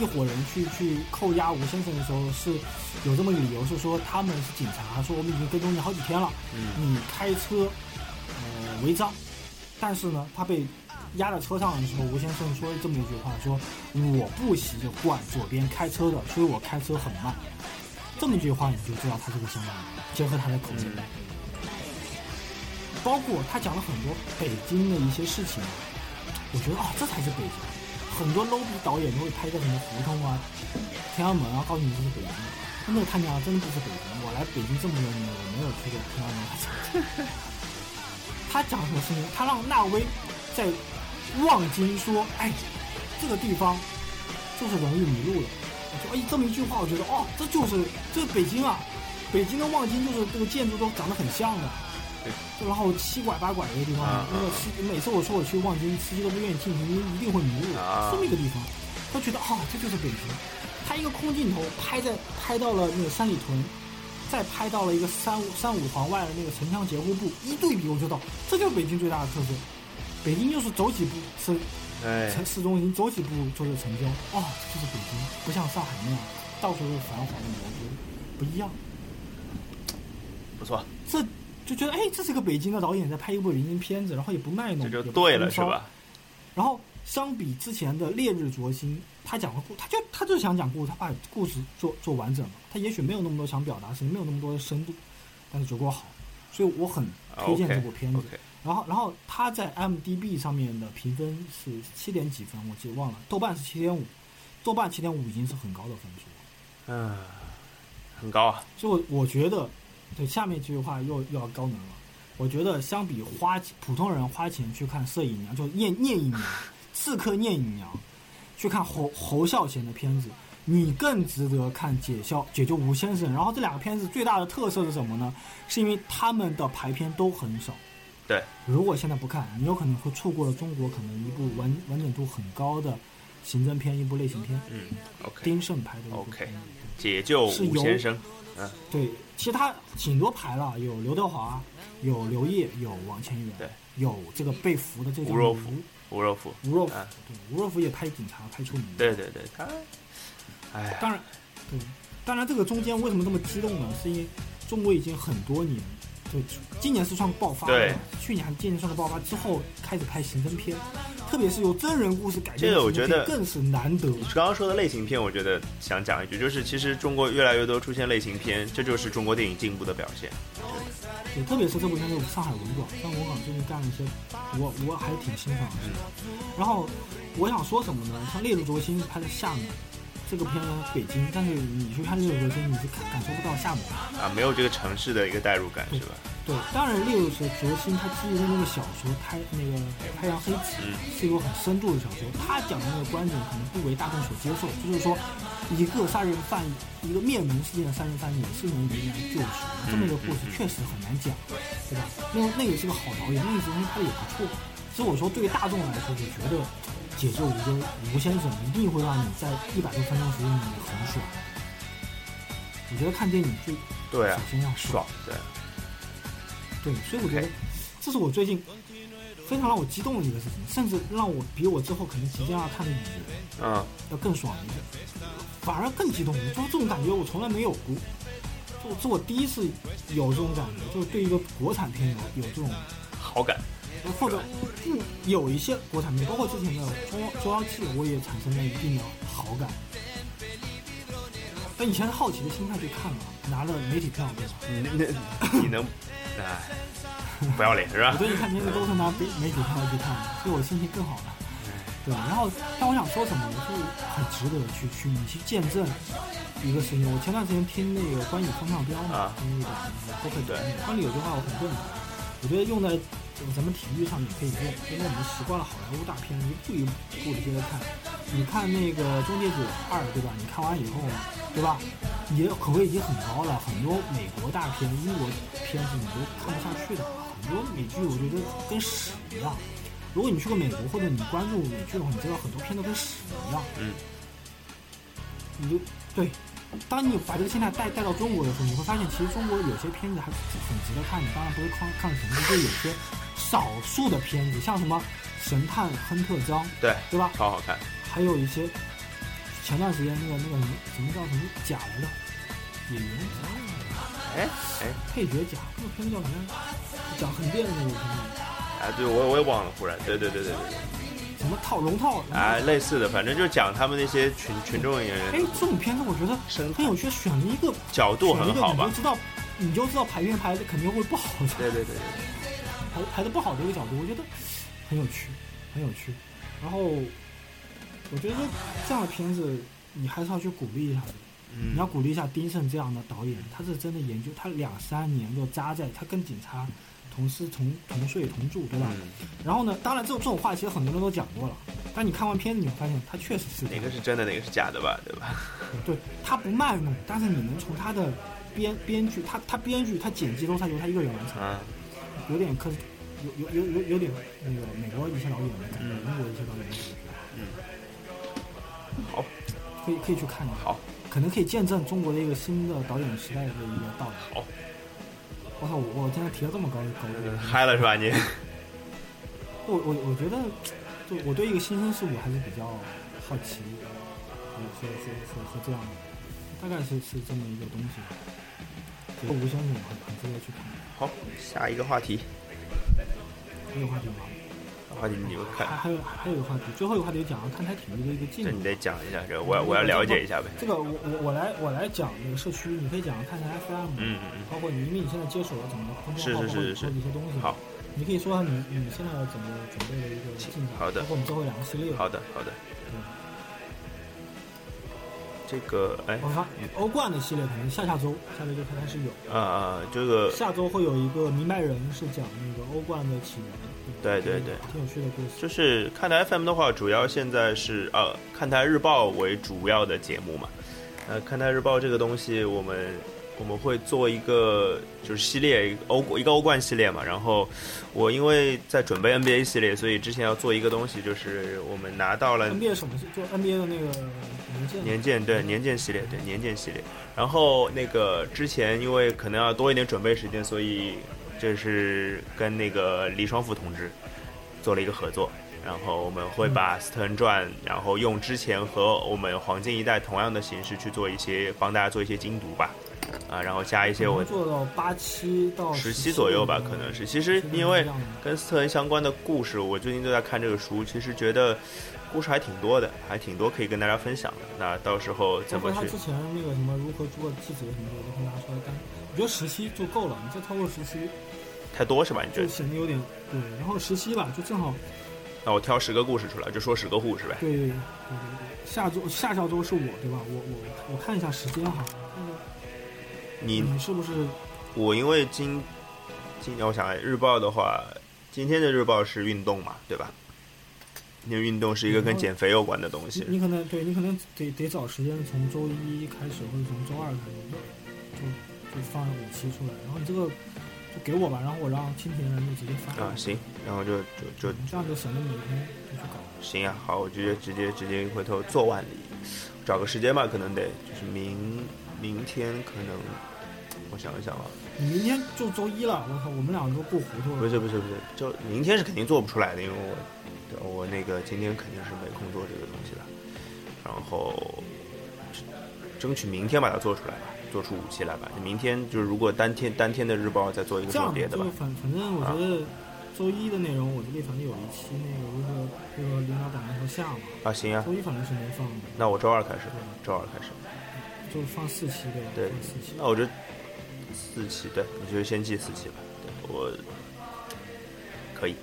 S1: 一伙人去去扣押吴先生的时候是有这么个理由，是说他们是警察，说我们已经跟踪你好几天了，
S2: 嗯
S1: 你开车呃违章，但是呢，他被压在车上的时候，吴先生说这么一句话，说我不习惯左边开车的，所以我开车很慢。这么一句话你就知道他是个香港人，结合他的口音，
S2: 嗯
S1: 包括他讲了很多北京的一些事情，啊我觉得啊、这才是北京。很多 low 逼导演都会拍一个什么胡同啊、天安门啊，告诉你这是北京。真的他娘的真的不是北京，我来北京这么多年，我没有去过天安门。他讲什么事情？他让纳威在望京说：“哎，这个地方就是容易迷路了。”我说：“哎，这么一句话，我觉得哦，这就是这是北京啊，北京的望京就是这个建筑都长得很像的。”就然后七拐八拐的一个地方
S2: 啊，
S1: 那个司每次我说我去望京，司机都不愿意听，你一定会迷路
S2: 啊。
S1: 这么一个地方，他觉得哦，这就是北京。他一个空镜头拍在拍到了那个三里屯，再拍到了一个三五三五环外的那个城乡结合部，一对比我就知道，这就是北京最大的特色。北京就是走几步是
S2: 哎，
S1: 城市中心，走几步就是城郊。哦，这就是北京，不像上海那样到处都是繁华的蘑菇，不一样。
S2: 不错，
S1: 这就觉得哎，这是个北京的导演在拍一部北京片子，然后也不卖弄，
S2: 这就
S1: 也不
S2: 对了，
S1: 风
S2: 是
S1: 骚
S2: 吧？
S1: 然后相比之前的《烈日灼心》，他讲的故，他就他就想讲故事，他把故事做做完整了。他也许没有那么多想表达的事情，没有那么多的深度，但是足够好，所以我很推荐这
S2: 啊 OK
S1: 部片子。
S2: OK，
S1: 然后，然后他在 m d b 上面的评分是七点几分，我记得忘了，豆瓣是七点五，豆瓣七点五已经是很高的分数了。
S2: 嗯，很高啊，
S1: 所以我我觉得，对下面这句话又又要高能了。我觉得相比花普通人花钱去看《摄影娘》，就聂聂隐娘、刺客聂隐娘，去看侯侯孝贤的片子，你更值得看解笑解救吴先生。然后这两个片子最大的特色是什么呢？是因为他们的排片都很少。
S2: 对，
S1: 如果现在不看，你有可能会错过了中国可能一部完完整度很高的刑侦片，一部类型片。
S2: 嗯，OK，
S1: 丁晟拍的一部
S2: OK
S1: 片子
S2: 解救
S1: 是
S2: 吴
S1: 由
S2: 先生，
S1: 对，其实他挺多牌了，有刘德华，有刘烨，有王千源，
S2: 对，
S1: 有这个被俘的这个
S2: 吴若甫，吴若甫，
S1: 吴若甫
S2: 啊，
S1: 对，吴若甫也拍警察拍出名，，
S2: 对对对，他，哎呀，
S1: 当然，对，当然这个中间为什么这么激动呢？是因为中国已经很多年，就今年是算爆发的
S2: 对
S1: 嘛，去年还今年算是爆发之后开始拍刑侦片，特别是由真人故事改编
S2: 这
S1: 的
S2: 个
S1: 刑
S2: 我
S1: 侦
S2: 觉
S1: 片，
S2: 得
S1: 更是难得，
S2: 刚刚说的类型片，我觉得想讲一句，就是其实中国越来越多出现类型片，这就是中国电影进步的表现。
S1: 对，特别是这部片子《上海文广》，上海文广最近干了一些，我我还挺欣赏的事情。然后我想说什么呢？像《烈日灼心》拍的厦门，这个片子北京，但是你去看《烈日灼心》，你是感感受不到厦门的。
S2: 啊，没有这个城市的一个代入感，是吧？
S1: 对，当然《烈日灼灼心》它基于那个小说《太那个太阳黑子
S2: 嗯》
S1: 是一个很深度的小说，它讲的那个观点可能不为大众所接受，就是说一个杀人犯，一个灭门事件的杀人犯也是能迎来救赎，这么一个故事
S2: 嗯嗯嗯
S1: 确实很难讲，对吧？那那也是个好导演，那个东西拍的也不错。所以我说，对于大众来说，我觉得解救吴先吴先生一定会让你在一百多分钟时间里面很爽。我觉得看电影最
S2: 对
S1: 首
S2: 啊，
S1: 先要爽。
S2: 对，
S1: 对，所以我觉得
S2: OK
S1: 这是我最近非常让我激动的一个事情，甚至让我比我之后可能即将要看的影集
S2: 嗯，
S1: 要更爽一点，反而更激动了。就是这种感觉我从来没有过，就这我第一次有这种感觉，就是对一个国产片有有这种，
S2: 好感，
S1: 或者嗯有一些国产片，包括之前的《捉捉妖记》，我也产生了一定的好感。但以前是好奇的心态去看嘛，拿了媒体票对吧？
S2: 你 你能，哎， 不要脸是
S1: 我
S2: 吧？
S1: 最近看片子都是拿媒媒体票去看的，所以我心情更好了，对吧？然后，但我想说什么，就是很值得去去你去见证一个事情。我前段时间听那个关羽风向标嘛
S2: 啊，
S1: 就是讲播客节目，关羽有句话我很认同，我觉得用在咱们体育上也可以用，因为我们习惯了好莱坞大片，一步一步的接着看。你看那个《终结者二》，对吧？你看完以后，对吧？也口味已经很高了，很多美国大片、英国片子你都看不下去的，很多美剧我觉得跟屎一样。如果你去过美国或者你关注美剧的话，你知道很多片都跟屎一样。
S2: 嗯，
S1: 你就对，当你把这个心态带带到中国的时候，你会发现其实中国有些片子还是很值得看的。当然不是抗抗什么，就是有些少数的片子，像什么神探亨特张，
S2: 对，
S1: 对吧？
S2: 超好看。
S1: 还有一些前段时间那个那个什么叫什么甲来的演员
S2: 哎哎，
S1: 配角甲，那个片子叫什么来着？讲横店的那个片子，
S2: 啊，对我我也忘了，忽然，对对对对对，
S1: 什么套龙套
S2: 啊，类似的，反正就是讲他们那些群群众演
S1: 哎
S2: 员，
S1: 这种片子我觉得
S2: 深
S1: 很有趣，选了一个
S2: 角度很好
S1: 选了一个你
S2: 吧
S1: 就？知道，你就知道排片排的肯定会不好的，
S2: 对对对对，
S1: 排排的不好的一个角度，我觉得很有趣，很有趣。然后我觉得这样的片子你还是要去鼓励一下的。
S2: 嗯
S1: 你要鼓励一下丁晟这样的导演，他是真的研究，他两三年就扎在，他跟警察同吃同同睡同住，对吧？
S2: 嗯，
S1: 然后呢，当然这种这种话其实很多人都讲过了，但你看完片子，你会发现他确实是这
S2: 哪
S1: 样
S2: 个是真的，哪个是假的吧？对吧？
S1: 对他不卖弄，但是你能从他的编编剧，他他编剧他剪辑都是由他一个人完成，
S2: 啊，
S1: 有点科，有有有有有点那个美国一些导演的感觉，
S2: 嗯
S1: 英国一些导演的感觉，
S2: 好，
S1: 可以可以去看一看，
S2: 好，
S1: 可能可以见证中国的一个新的导演时代的一个到来。
S2: 好，
S1: 我操，我我今天提了这么高高度，
S2: 嗨了是吧你？
S1: 我我我觉得，就我对一个新生事物还是比较好奇，和和和和和这样的，大概是是这么一个东西吧。这个无声我很很值得去看，
S2: 好，下一个话题，
S1: 还有话题吗？
S2: 话题你就
S1: 还
S2: 看，
S1: 还有还有一个话题，最后一个话题讲看台体育的一个进
S2: 这
S1: 展
S2: 你。得讲一下，这个我要我要了解一下呗。
S1: 这个我我我来我来讲那个社区，你可以讲看台 FM，
S2: 嗯嗯
S1: 包括你因为你现在接手了整个公众号，包括
S2: 是是
S1: 你做的一
S2: 是是
S1: 些东西，
S2: 嗯，好，
S1: 你可以说下你你现在整个准备的一个进展，
S2: 好的
S1: 包括我们最后两个系列，
S2: 好的好的
S1: 嗯。
S2: 这个哎
S1: 我发欧冠的系列可能下下周，下周就开始有。
S2: 啊啊，这个
S1: 下周会有一个明白人是讲那个欧冠的起源，
S2: 对对对，
S1: 挺有趣的故事。
S2: 就是看台 FM 的话，主要现在是呃看台日报为主要的节目嘛。呃，看台日报这个东西，我们我们会做一个就是系列一个欧一个欧冠系列嘛。然后我因为在准备 NBA 系列，所以之前要做一个东西，就是我们拿到了
S1: NBA 什么是就 NBA 的那个年鉴，
S2: 年鉴对年鉴系列对年鉴系列，然后那个之前因为可能要多一点准备时间，所以这是跟那个李双福同志做了一个合作，然后我们会把《斯特恩传》，然后用之前和我们黄金一代同样的形式去做一些帮大家做一些精读吧，啊，然后加一些我
S1: 能做到八七到
S2: 十七
S1: 七
S2: 左右吧，可能是。其实因为跟斯特恩相关的故事，我最近都在看这个书，其实觉得故事还挺多的，还挺多可以跟大家分享的。那到时候怎
S1: 包括
S2: 么
S1: 他
S2: 去
S1: 之？前那个什么如何做记者什么的，我都跟大家说了。但我觉得十七就够了，你再超过十七
S2: 太多是吧？你觉
S1: 就
S2: 得？
S1: 显得有点对。然后十七吧，就正好
S2: 那我挑十个故事出来，就说十个故事呗。
S1: 对对对对对。下周下下周是我对吧？我我我看一下时间哈，
S2: 你
S1: 你是不是
S2: 我因为今今我想日报的话，今天的日报是运动嘛，对吧？因为运动是一个跟减肥有关的东
S1: 你
S2: 西。
S1: 你可能对你可能得得找时间从周一开始，或者从周二开始，就就就放五期出来，然后你这个就给我吧，然后我让蜻蜓人就直接发
S2: 啊，行，然后就就就
S1: 这样就省得每天就去搞。
S2: 行啊，好，我直接直接直接回头做完了，找个时间吧，可能得就是明明天可能，我想一想啊，
S1: 你明天就周一了，我靠，我们俩都够糊涂
S2: 不
S1: 了。
S2: 是不是不是，就明天是肯定做不出来的，因为我我那个今天肯定是没空做这个东西的，然后争取明天把它做出来吧，做出五期来吧。明天就是如果单天单天的日报再做一个
S1: 这
S2: 做
S1: 样
S2: 别
S1: 吧，
S2: 的
S1: 就
S2: 吧啊
S1: 是，反反正我觉得周一的内容，我就立团有一期那个如何这个领导打篮球下嘛，
S2: 啊行啊，
S1: 周一反正是没放的，
S2: 那我周二开始吧，周二开始。
S1: 就放四期对吧？
S2: 对
S1: 放四期
S2: 那。我就四期，对，你就先记四期吧。对我可以，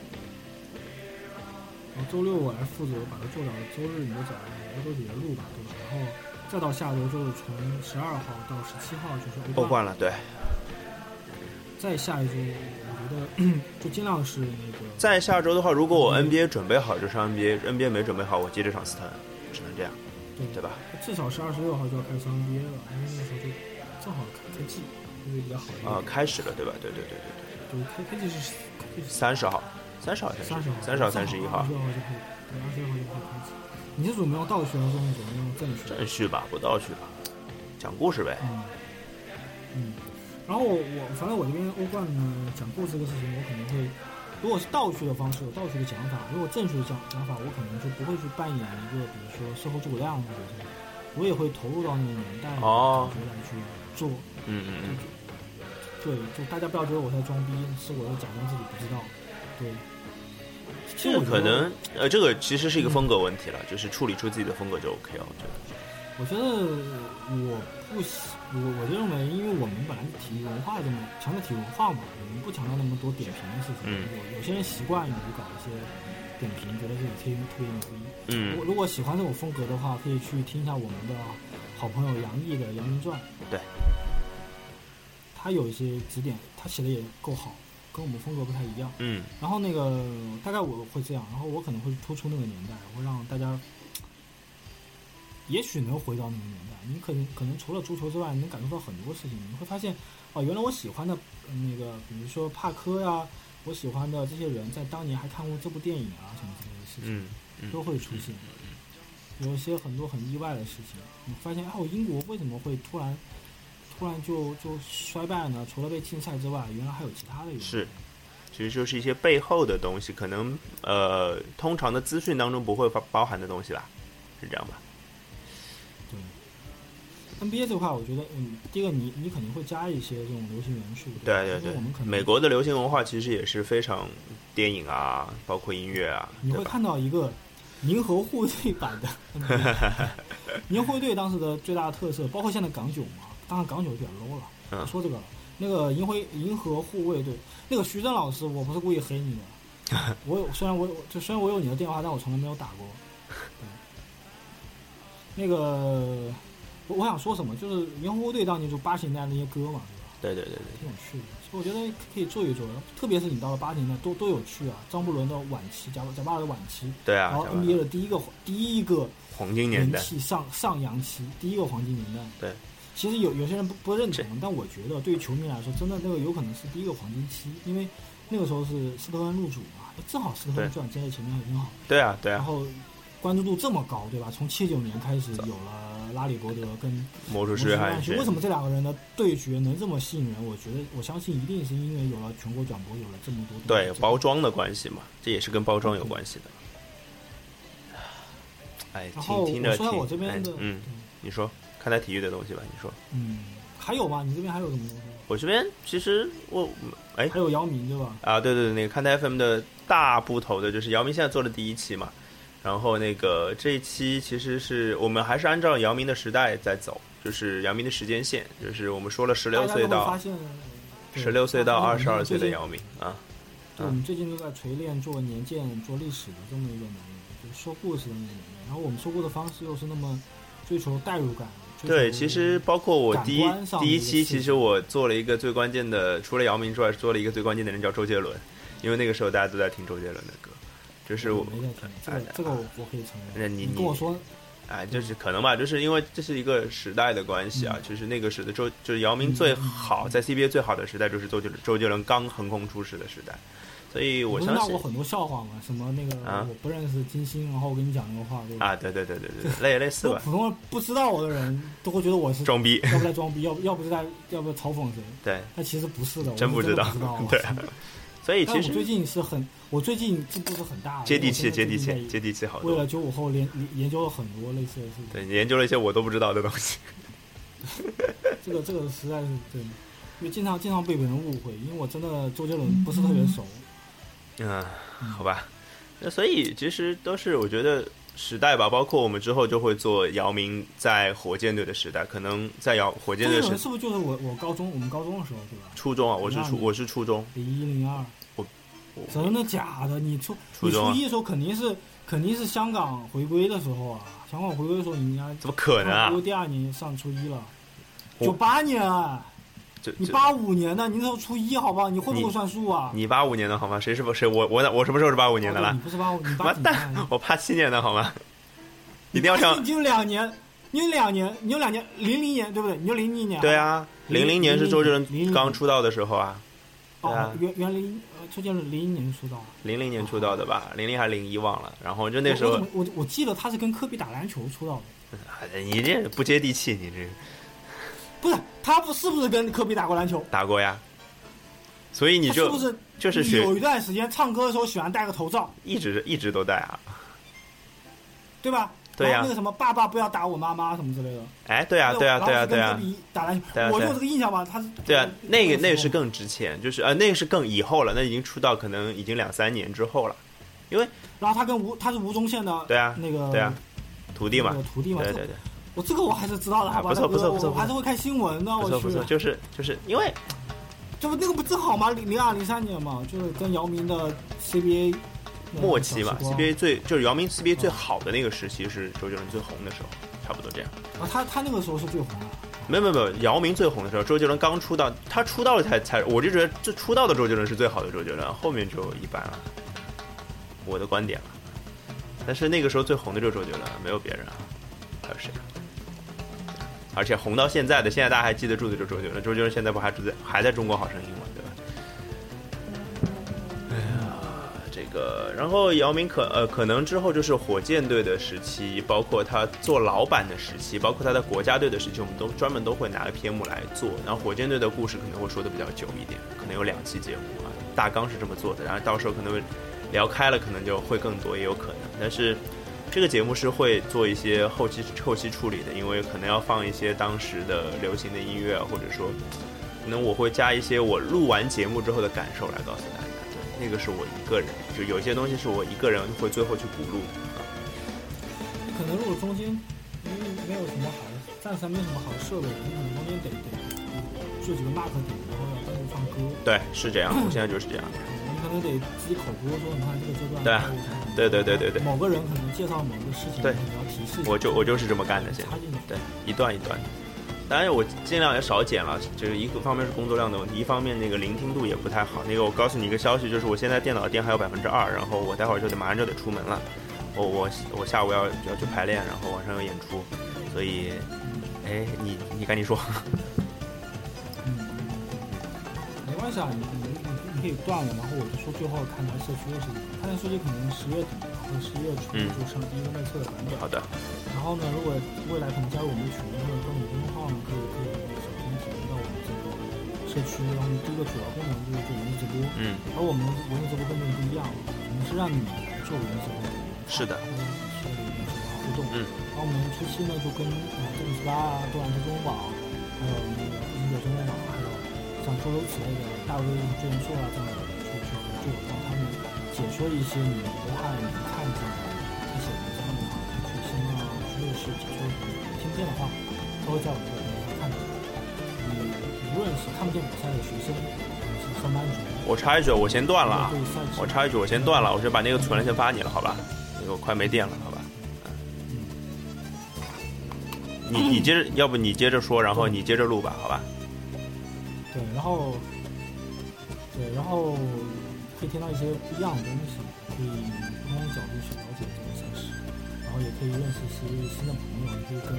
S1: 然后周六我来负责把它做到，周日你就找来周几的录吧，对吧？然后再到下周就是从十二号到十七号就是
S2: 欧
S1: 欧
S2: 冠
S1: 冠，
S2: 了，对，
S1: 再下一周我觉得 就尽量是那个
S2: 在下周的话，如果我 NBA 准备好就上 NBA，NBA 没准备好，我接这场斯坦，只能这样。
S1: 对
S2: 对吧？
S1: 至少是二十六号就要开始 NBA 了，因为那时候就正好开开季，就是比较好一点。
S2: 啊、开始了，对吧？对对对对对。
S1: 对，开开季是开季是
S2: 三十号，三十号
S1: 三
S2: 还
S1: 十
S2: 是
S1: 号，
S2: 三十号、三十一号
S1: 二十，六号就可以，对，二十六号就可以开机。你是准备用倒序还是准备用正序？
S2: 正序吧，不倒序吧，讲故事呗。
S1: 嗯，嗯，然后我我反正我这边欧冠呢嗯讲故事这个事情，我可能会，如果是倒叙的方式，有倒叙的讲法；如果正序的讲讲法，我可能就不会去扮演一个比如说售后诸葛亮或者什么，我也会投入到那个年代的
S2: 哦
S1: 感觉来去做。
S2: 嗯嗯嗯，
S1: 对，就大家不要觉得我在装逼，是我在假装自己不知道。对，其
S2: 这
S1: 实
S2: 个
S1: 我觉
S2: 可
S1: 得
S2: 能呃，这个其实是一个风格问题了，就是处理出自己的风格就 OK 了，我觉得。
S1: 我觉得我不喜，我我就认为，因为我们本来是体育文化这么强调体育文化嘛，我们不强调那么多点评的事情。
S2: 嗯
S1: 有有些人习惯于搞一些点评，觉得自己特别特别牛逼。如
S2: 嗯
S1: 果，如果喜欢这种风格的话，可以去听一下我们的好朋友杨毅的《杨明传》。
S2: 对，
S1: 他有一些指点，他写的也够好，跟我们风格不太一样。
S2: 嗯
S1: 然后那个大概我会这样，然后我可能会突出那个年代，我会让大家也许能回到那个年代。你可能可能除了足球之外，你能感受到很多事情。你会发现，哦，原来我喜欢的呃那个，比如说帕科呀、我喜欢的这些人，在当年还看过这部电影啊什么之类的事情。
S2: 嗯
S1: 都
S2: 嗯
S1: 会出现，有一些很多很意外的事情。你发现，哦，英国为什么会突然突然就就衰败呢？除了被禁赛之外，原来还有其他的原因。
S2: 是。其实就是一些背后的东西，可能呃，通常的资讯当中不会包包含的东西吧，是这样吧？
S1: 对。NBA 这块，我觉得，嗯，第一个你你肯定会加一些这种流行元素，吧
S2: 对
S1: 因
S2: 对
S1: 为我们可
S2: 对，
S1: 能
S2: 美国的流行文化其实也是非常电影啊，包括音乐啊，
S1: 你
S2: 对
S1: 会
S2: 吧？
S1: 看到一个银河护卫队版 的 NBA 银河护卫队当时的最大的特色，包括现在港囧嘛，当然港囧有点 low 了，
S2: 嗯
S1: 不说这个了。那个银辉银河护卫队，那个徐峥老师，我不是故意黑 你的，我有虽然我有就虽然我有你的电话，但我从来没有打过。对那个我我想说什么，就是银河护卫队当年就八十年代那些歌嘛，对吧？
S2: 对对对对。
S1: 挺有趣的，所以我觉得可以做一做，特别是你到了八十年代，多多有趣啊！张伯伦的晚期，贾贾巴尔的晚期，
S2: 对啊，
S1: 然后
S2: 讲完
S1: NBA
S2: 了
S1: 的第一个第一个
S2: 黄金年
S1: 人
S2: 代，
S1: 气上上扬期，第一个黄金年代。
S2: 对，
S1: 其实有有些人不不认同
S2: 这，
S1: 但我觉得对于球迷来说，真的那个有可能是第一个黄金期，因为那个时候是斯特恩入主嘛，正好斯特恩
S2: 对
S1: 这段接在前面也挺好，
S2: 对啊对
S1: 然
S2: 啊，
S1: 后关注度这么高，对吧？从七九年开始有了拉里伯德跟
S2: 魔术
S1: 不
S2: 师
S1: 是
S2: 还是
S1: 为什么这两个人的对决能这么吸引人？我觉得，我相信一定是因为有了全国转播，有了这么多东西
S2: 对包装的关系嘛，这也是跟包装有关系的。哎，
S1: 然后
S2: 听听着
S1: 我说下我这
S2: 听，哎
S1: 边的，
S2: 嗯，
S1: 对
S2: 你说看待体育的东西吧，你说
S1: 嗯，还有吗？你这边还有什么东西？
S2: 我这边其实我哎
S1: 还有姚明对吧？
S2: 啊，对对对，那个看台 FM 的大部头的就是姚明现在做的第一期嘛，然后那个这一期其实是我们还是按照姚明的时代在走，就是姚明的时间线，就是我们说了十六
S1: 大家都
S2: 岁
S1: 会发
S2: 到
S1: 现，对
S2: 十六岁到
S1: 大
S2: 二
S1: 家
S2: 十
S1: 都会
S2: 二岁的
S1: 最近
S2: 姚明啊，
S1: 对我们最近都在锤炼做年鉴、做历史的这么一个能力，就是说故事的能力。然后我们说故事的方式又是那么追求代入感。追
S2: 对，
S1: 求
S2: 其实包括我第一
S1: 感官上的
S2: 第一
S1: 一个
S2: 期，
S1: 刺激
S2: 其实我做了一个最关键的，除了姚明之外，做了一个最关键的人叫周杰伦，因为那个时候大家都在听周杰伦的歌，就是
S1: 我
S2: 我
S1: 没在听这个
S2: 哎，
S1: 这个我我可以承
S2: 那
S1: 认。
S2: 你
S1: 跟我说，
S2: 哎，就是可能吧，就是因为这是一个时代的关系
S1: 嗯
S2: 啊，就是那个时的周，就是姚明最好在 CBA 最好的时代，就是周杰伦周杰伦刚横空出世的时代，所以
S1: 你
S2: 我
S1: 嗯不是
S2: 相
S1: 闹
S2: 信
S1: 过很多笑话吗？什么那个
S2: 啊
S1: 我不认识金星，然后我跟你讲那个话，对吧？
S2: 啊，对对对对对，对类类似
S1: 就
S2: 吧，
S1: 普通人不知道我的人都会觉得我是
S2: 装逼，
S1: 要不在装逼，要不要不是在要不在嘲讽谁，
S2: 对，
S1: 但其实不是的，我是真
S2: 真不
S1: 不
S2: 知道
S1: 知道啊
S2: 对所以
S1: 但
S2: 其
S1: 我最
S2: 实
S1: 近是很，我最近进步是很大的，
S2: 接地
S1: 因为
S2: 气，
S1: 我
S2: 接
S1: 现在
S2: 地
S1: 最
S2: 气，
S1: 近
S2: 接地气好
S1: 在为
S2: 多
S1: 了，九五后研研究了很多类似的事情，
S2: 对，研究了一些我都不知道的东西，
S1: 这个这个实在是对，因为经常经常被别人误会，因为我真的周杰伦不是特别熟，
S2: 嗯，好吧，那所以其实都是我觉得时代吧，包括我们之后就会做姚明在火箭队的时代，可能在姚火
S1: 周
S2: 箭
S1: 杰
S2: 队是
S1: 伦是不是就是我我高中我们高中的时候对吧？
S2: 初中啊，我是初
S1: 那你
S2: 我是初中，
S1: 零一零二，
S2: 我
S1: 真的假的？你初
S2: 初
S1: 你
S2: 中啊
S1: 初一的时候肯定是肯定是香港回归的时候啊，香港回归的时候你应该
S2: 怎么可能啊
S1: 我？第二年上初一了，
S2: 我
S1: 九八年啊，
S2: 这
S1: 你
S2: 这
S1: 八五年的，你那时候初一好不好？你会不会算数啊？
S2: 你八五年的好吗？谁是不谁？我我哪我什么时候是八五
S1: 哦
S2: 年的
S1: 对
S2: 啦
S1: 你？不是八五，你八
S2: 完
S1: 几
S2: 蛋
S1: 年啊？，
S2: 我八七年的好吗？一定要 像
S1: 你就两年，你有两年，你有两年，零零年对不对？你就零一年。
S2: 对。啊，
S1: 零
S2: 零
S1: 零
S2: 零年是周杰
S1: 零零
S2: 伦
S1: 年
S2: 刚出道的时候啊，对啊
S1: 哦，原原来呃周杰伦零一年出道啊。
S2: 零零年出道的吧，零零还是零一忘了。然后就
S1: 我
S2: 那时候
S1: 我怎，么我我记得他是跟科比打篮球出道的，
S2: 哎你这不接地气，你这
S1: 不是他不是不是跟科比打过篮球？
S2: 打过呀？所以你
S1: 他
S2: 就是
S1: 不啊是
S2: 就是学
S1: 有一段时间唱歌的时候喜欢戴个头罩，
S2: 一直一直都戴啊？
S1: 对吧？
S2: 对呀
S1: 然后那个什么爸爸不要打我妈妈什么之类的。
S2: 哎，对啊，对啊，对啊，对
S1: 然后
S2: 啊
S1: 是跟科，比打篮球，
S2: 对啊
S1: 我
S2: 对啊
S1: 有这个印象吧？他是
S2: 对啊，那个那个是
S1: 跟
S2: 更值钱，就是呃，那个是更以后了，那已经出道可能已经两三年之后了。
S1: 然后他跟吴他是吴宗宪的
S2: 对啊，
S1: 那个
S2: 对啊，徒弟嘛
S1: 那个，徒弟嘛，
S2: 对
S1: 这
S2: 对对，
S1: 我这个我还是知道的，
S2: 啊
S1: 好吧？
S2: 不错不错
S1: 我
S2: 不错
S1: 我还是会看新闻的，
S2: 不
S1: 我
S2: 错
S1: 去
S2: 不，错，就是就是因为
S1: 这不那个不正好吗？零零二零三年嘛，就是跟姚明的 CBA 那个
S2: 末期嘛
S1: 嗯小时光
S2: ，CBA 最就是姚明 CBA 最好的那个时期是周杰伦最红的时候，差不多这样。
S1: 啊，他他那个时候是最红的，
S2: 没有没有没有，姚明最红的时候，周杰伦刚出道，他出道了才才，我就觉得最出道的周杰伦是最好的周杰伦，后面就一般了，我的观点了。但是那个时候最红的就是周杰伦，没有别人啊，还有谁啊？而且红到现在的，现在大家还记得住的就是周杰伦，周杰伦现在不还住在还在中国好声音吗？对吧？哎呀，这个，然后姚明可呃可能之后就是火箭队的时期，包括他做老板的时期，包括他在国家队的时期，我们都专门都会拿个篇目来做。然后火箭队的故事可能会说的比较久一点，可能有两期节目啊，大纲是这么做的。然后到时候可能会聊开了，可能就会更多，也有可能。但是这个节目是会做一些后期后期处理的，因为可能要放一些当时的流行的音乐啊，或者说，可能我会加一些我录完节目之后的感受来告诉大家。对，那个是我一个人，就有些东西是我一个人会最后去补录的。啊
S1: 可能如果中间因为没有什么好，暂时还没有什么好设备，你可能中间得得做几个 mark 点，然后要单独放歌，
S2: 对，是这样，我现在就是这样。
S1: 你可能得自己口播说，你看这个阶段
S2: 对啊对对对对对
S1: 某个人可能介绍某个事情，
S2: 对
S1: 你要提示一下
S2: 我就我就是这么干的，现在
S1: 插进去。
S2: 对，一段一段的。当然，我尽量也少剪了，就是一个方面是工作量的问题，一方面那个聆听度也不太好。那个我告诉你一个消息，就是我现在电脑电还有百分之二，然后我待会儿就得马上就得出门了，我我我下午要要去排练，然后晚上有演出，所以，哎，你你赶紧说，
S1: 嗯，没关系啊，你你你你可以断了，然后我就说最后看台社区的事情。看台社区可能十月底或者十一月初
S2: 嗯
S1: 就上第一个内测的版本。
S2: 好的，
S1: 然后呢，如果未来可能加入我们的群或者跟我们公众号呢，可以可以首先体验到我们这个社区。然后第一个主要功能就是做文字直播，
S2: 嗯，
S1: 而我们文字直播跟别人不一样，我们是让你来做文字直播，
S2: 是的
S1: 或，者是里面有互动。
S2: 嗯，
S1: 然后我们初期呢就跟呃正十八啊、东南中文网，还有那个英九中文网，还有像周周之类的大 V 之前说啊这样的去去合作，让他们解说一些你不看你看见的一些文章也好，去新浪啊、去瑞士解说听见的话，都会在我们这边看到。你无论是看不见比赛的学生，还是上班族，
S2: 我插一句，我先断了啊
S1: 对，赛事
S2: 我插一句，我先断了，我先把那个存了先发你了，好吧？那个我快没电了，好吧？你你接着，要不你接着说，然后你接着录吧，好吧？
S1: 对，然后，对，然后可以听到一些不一样的东西，可以不同的角度去了解这个赛事，然后也可以认识一些新的朋友，你可以跟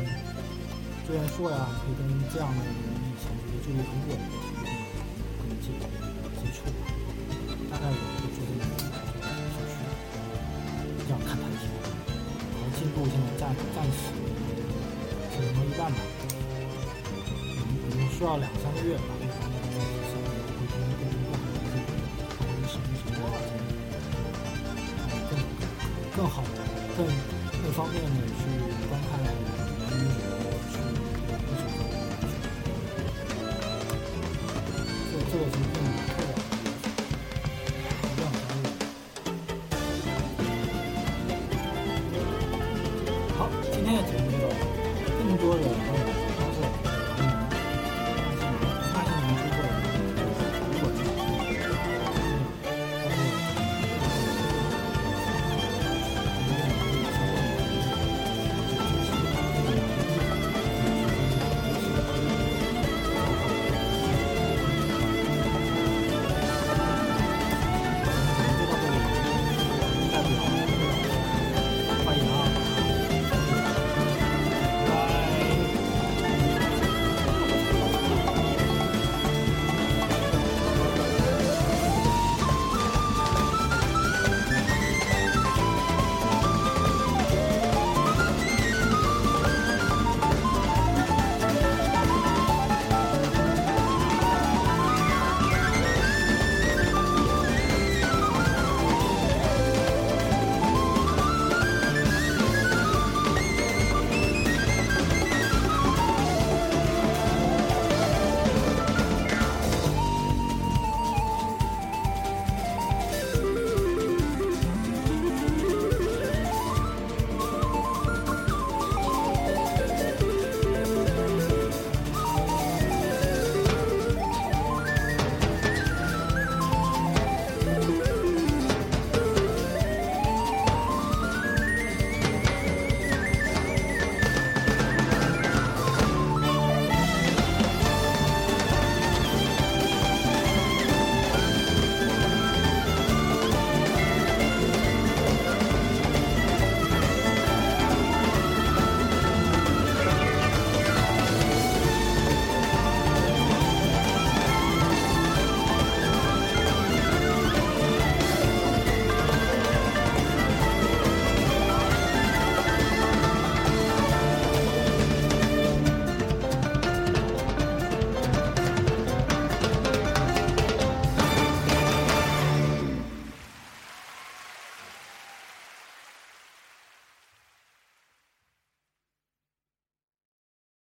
S1: 周元硕呀，可以跟这样的人以前觉得最为很远的朋友跟接接触，大概我会做这么一个社区，这样看看球，然后进度现在暂暂时只能到一半吧。我们需要两三个月吧，然后想要回头跟各个国家讨论什么什么话题，更更好的、更更方便的去呃观看我们的旅游，去各种各样的去。这这个是更有特的，一定要加入。好，今天的节目就到这里，更多的关于